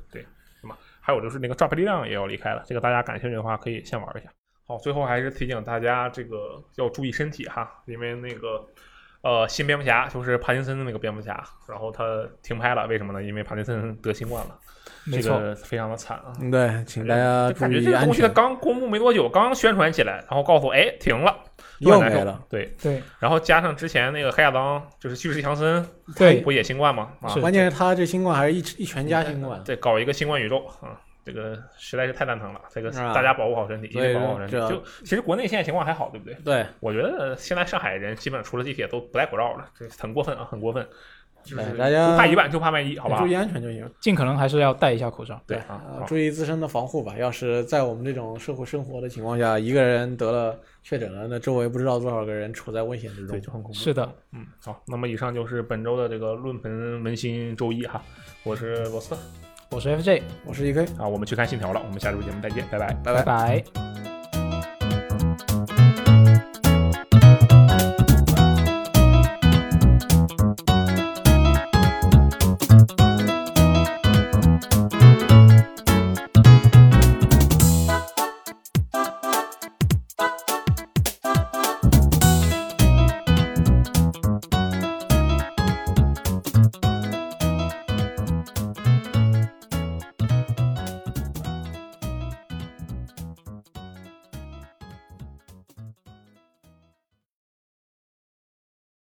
Speaker 1: 还有就是那个 Drop 力量也要离开了，这个大家感兴趣的话可以先玩一下。好，最后还是提醒大家这个要注意身体哈，因为那个呃新蝙蝠侠就是帕金森的那个蝙蝠侠，然后他停拍了，为什么呢？因为帕金森得新冠了，
Speaker 3: 没
Speaker 1: 这
Speaker 3: 错，
Speaker 1: 个非常的惨啊。
Speaker 2: 嗯对，请大家
Speaker 1: 呃就
Speaker 2: 注
Speaker 1: 感觉
Speaker 2: 意
Speaker 1: 这个
Speaker 2: 安
Speaker 1: 东西它
Speaker 2: 全，
Speaker 1: 刚公布没多久，刚宣传起来，然后告诉我哎停了，就
Speaker 2: 又
Speaker 1: 很难
Speaker 2: 没
Speaker 1: 受
Speaker 2: 了。。
Speaker 1: 对，
Speaker 3: 对
Speaker 1: 然后加上之前那个黑亚当就是巨石强森
Speaker 3: 对
Speaker 1: 不也新冠吗？啊，
Speaker 3: 是
Speaker 2: 关键是他这新冠还是一一全家新冠，
Speaker 1: 对，搞一个新冠宇宙啊，这个实在是太蛋疼了。这个
Speaker 2: 是吧
Speaker 1: 大家保护好身体，一
Speaker 2: 所以
Speaker 1: 定保护好身体。
Speaker 2: 这
Speaker 1: 就其实国内现在情况还好，对不对？
Speaker 2: 对，
Speaker 1: 我觉得现在上海人基本上除了地铁都不戴口罩了，这很过分啊，很过分。就是
Speaker 2: 哎
Speaker 1: 不
Speaker 2: 大家
Speaker 1: 怕一万就怕万一，好吧
Speaker 2: 注？意安全就行。
Speaker 3: 尽可能还是要戴一下口罩。
Speaker 1: 对啊，
Speaker 2: 呃
Speaker 1: 好
Speaker 2: 注意自身的防护吧。要是在我们这种社会生活的情况下，一个人得了确诊了，那周围不知道多少个人处在危险之
Speaker 1: 对，
Speaker 2: 中。
Speaker 1: 就很恐怖。
Speaker 3: 是的，
Speaker 1: 嗯，好，那么以上就是本周的这个论坛文心周一哈，我是罗斯
Speaker 3: 我是 FJ，
Speaker 2: 我是 E K，
Speaker 1: 啊，我们去看信条了，我们下周节目再见，拜拜。
Speaker 2: 拜
Speaker 3: 拜
Speaker 2: 拜。
Speaker 3: 拜。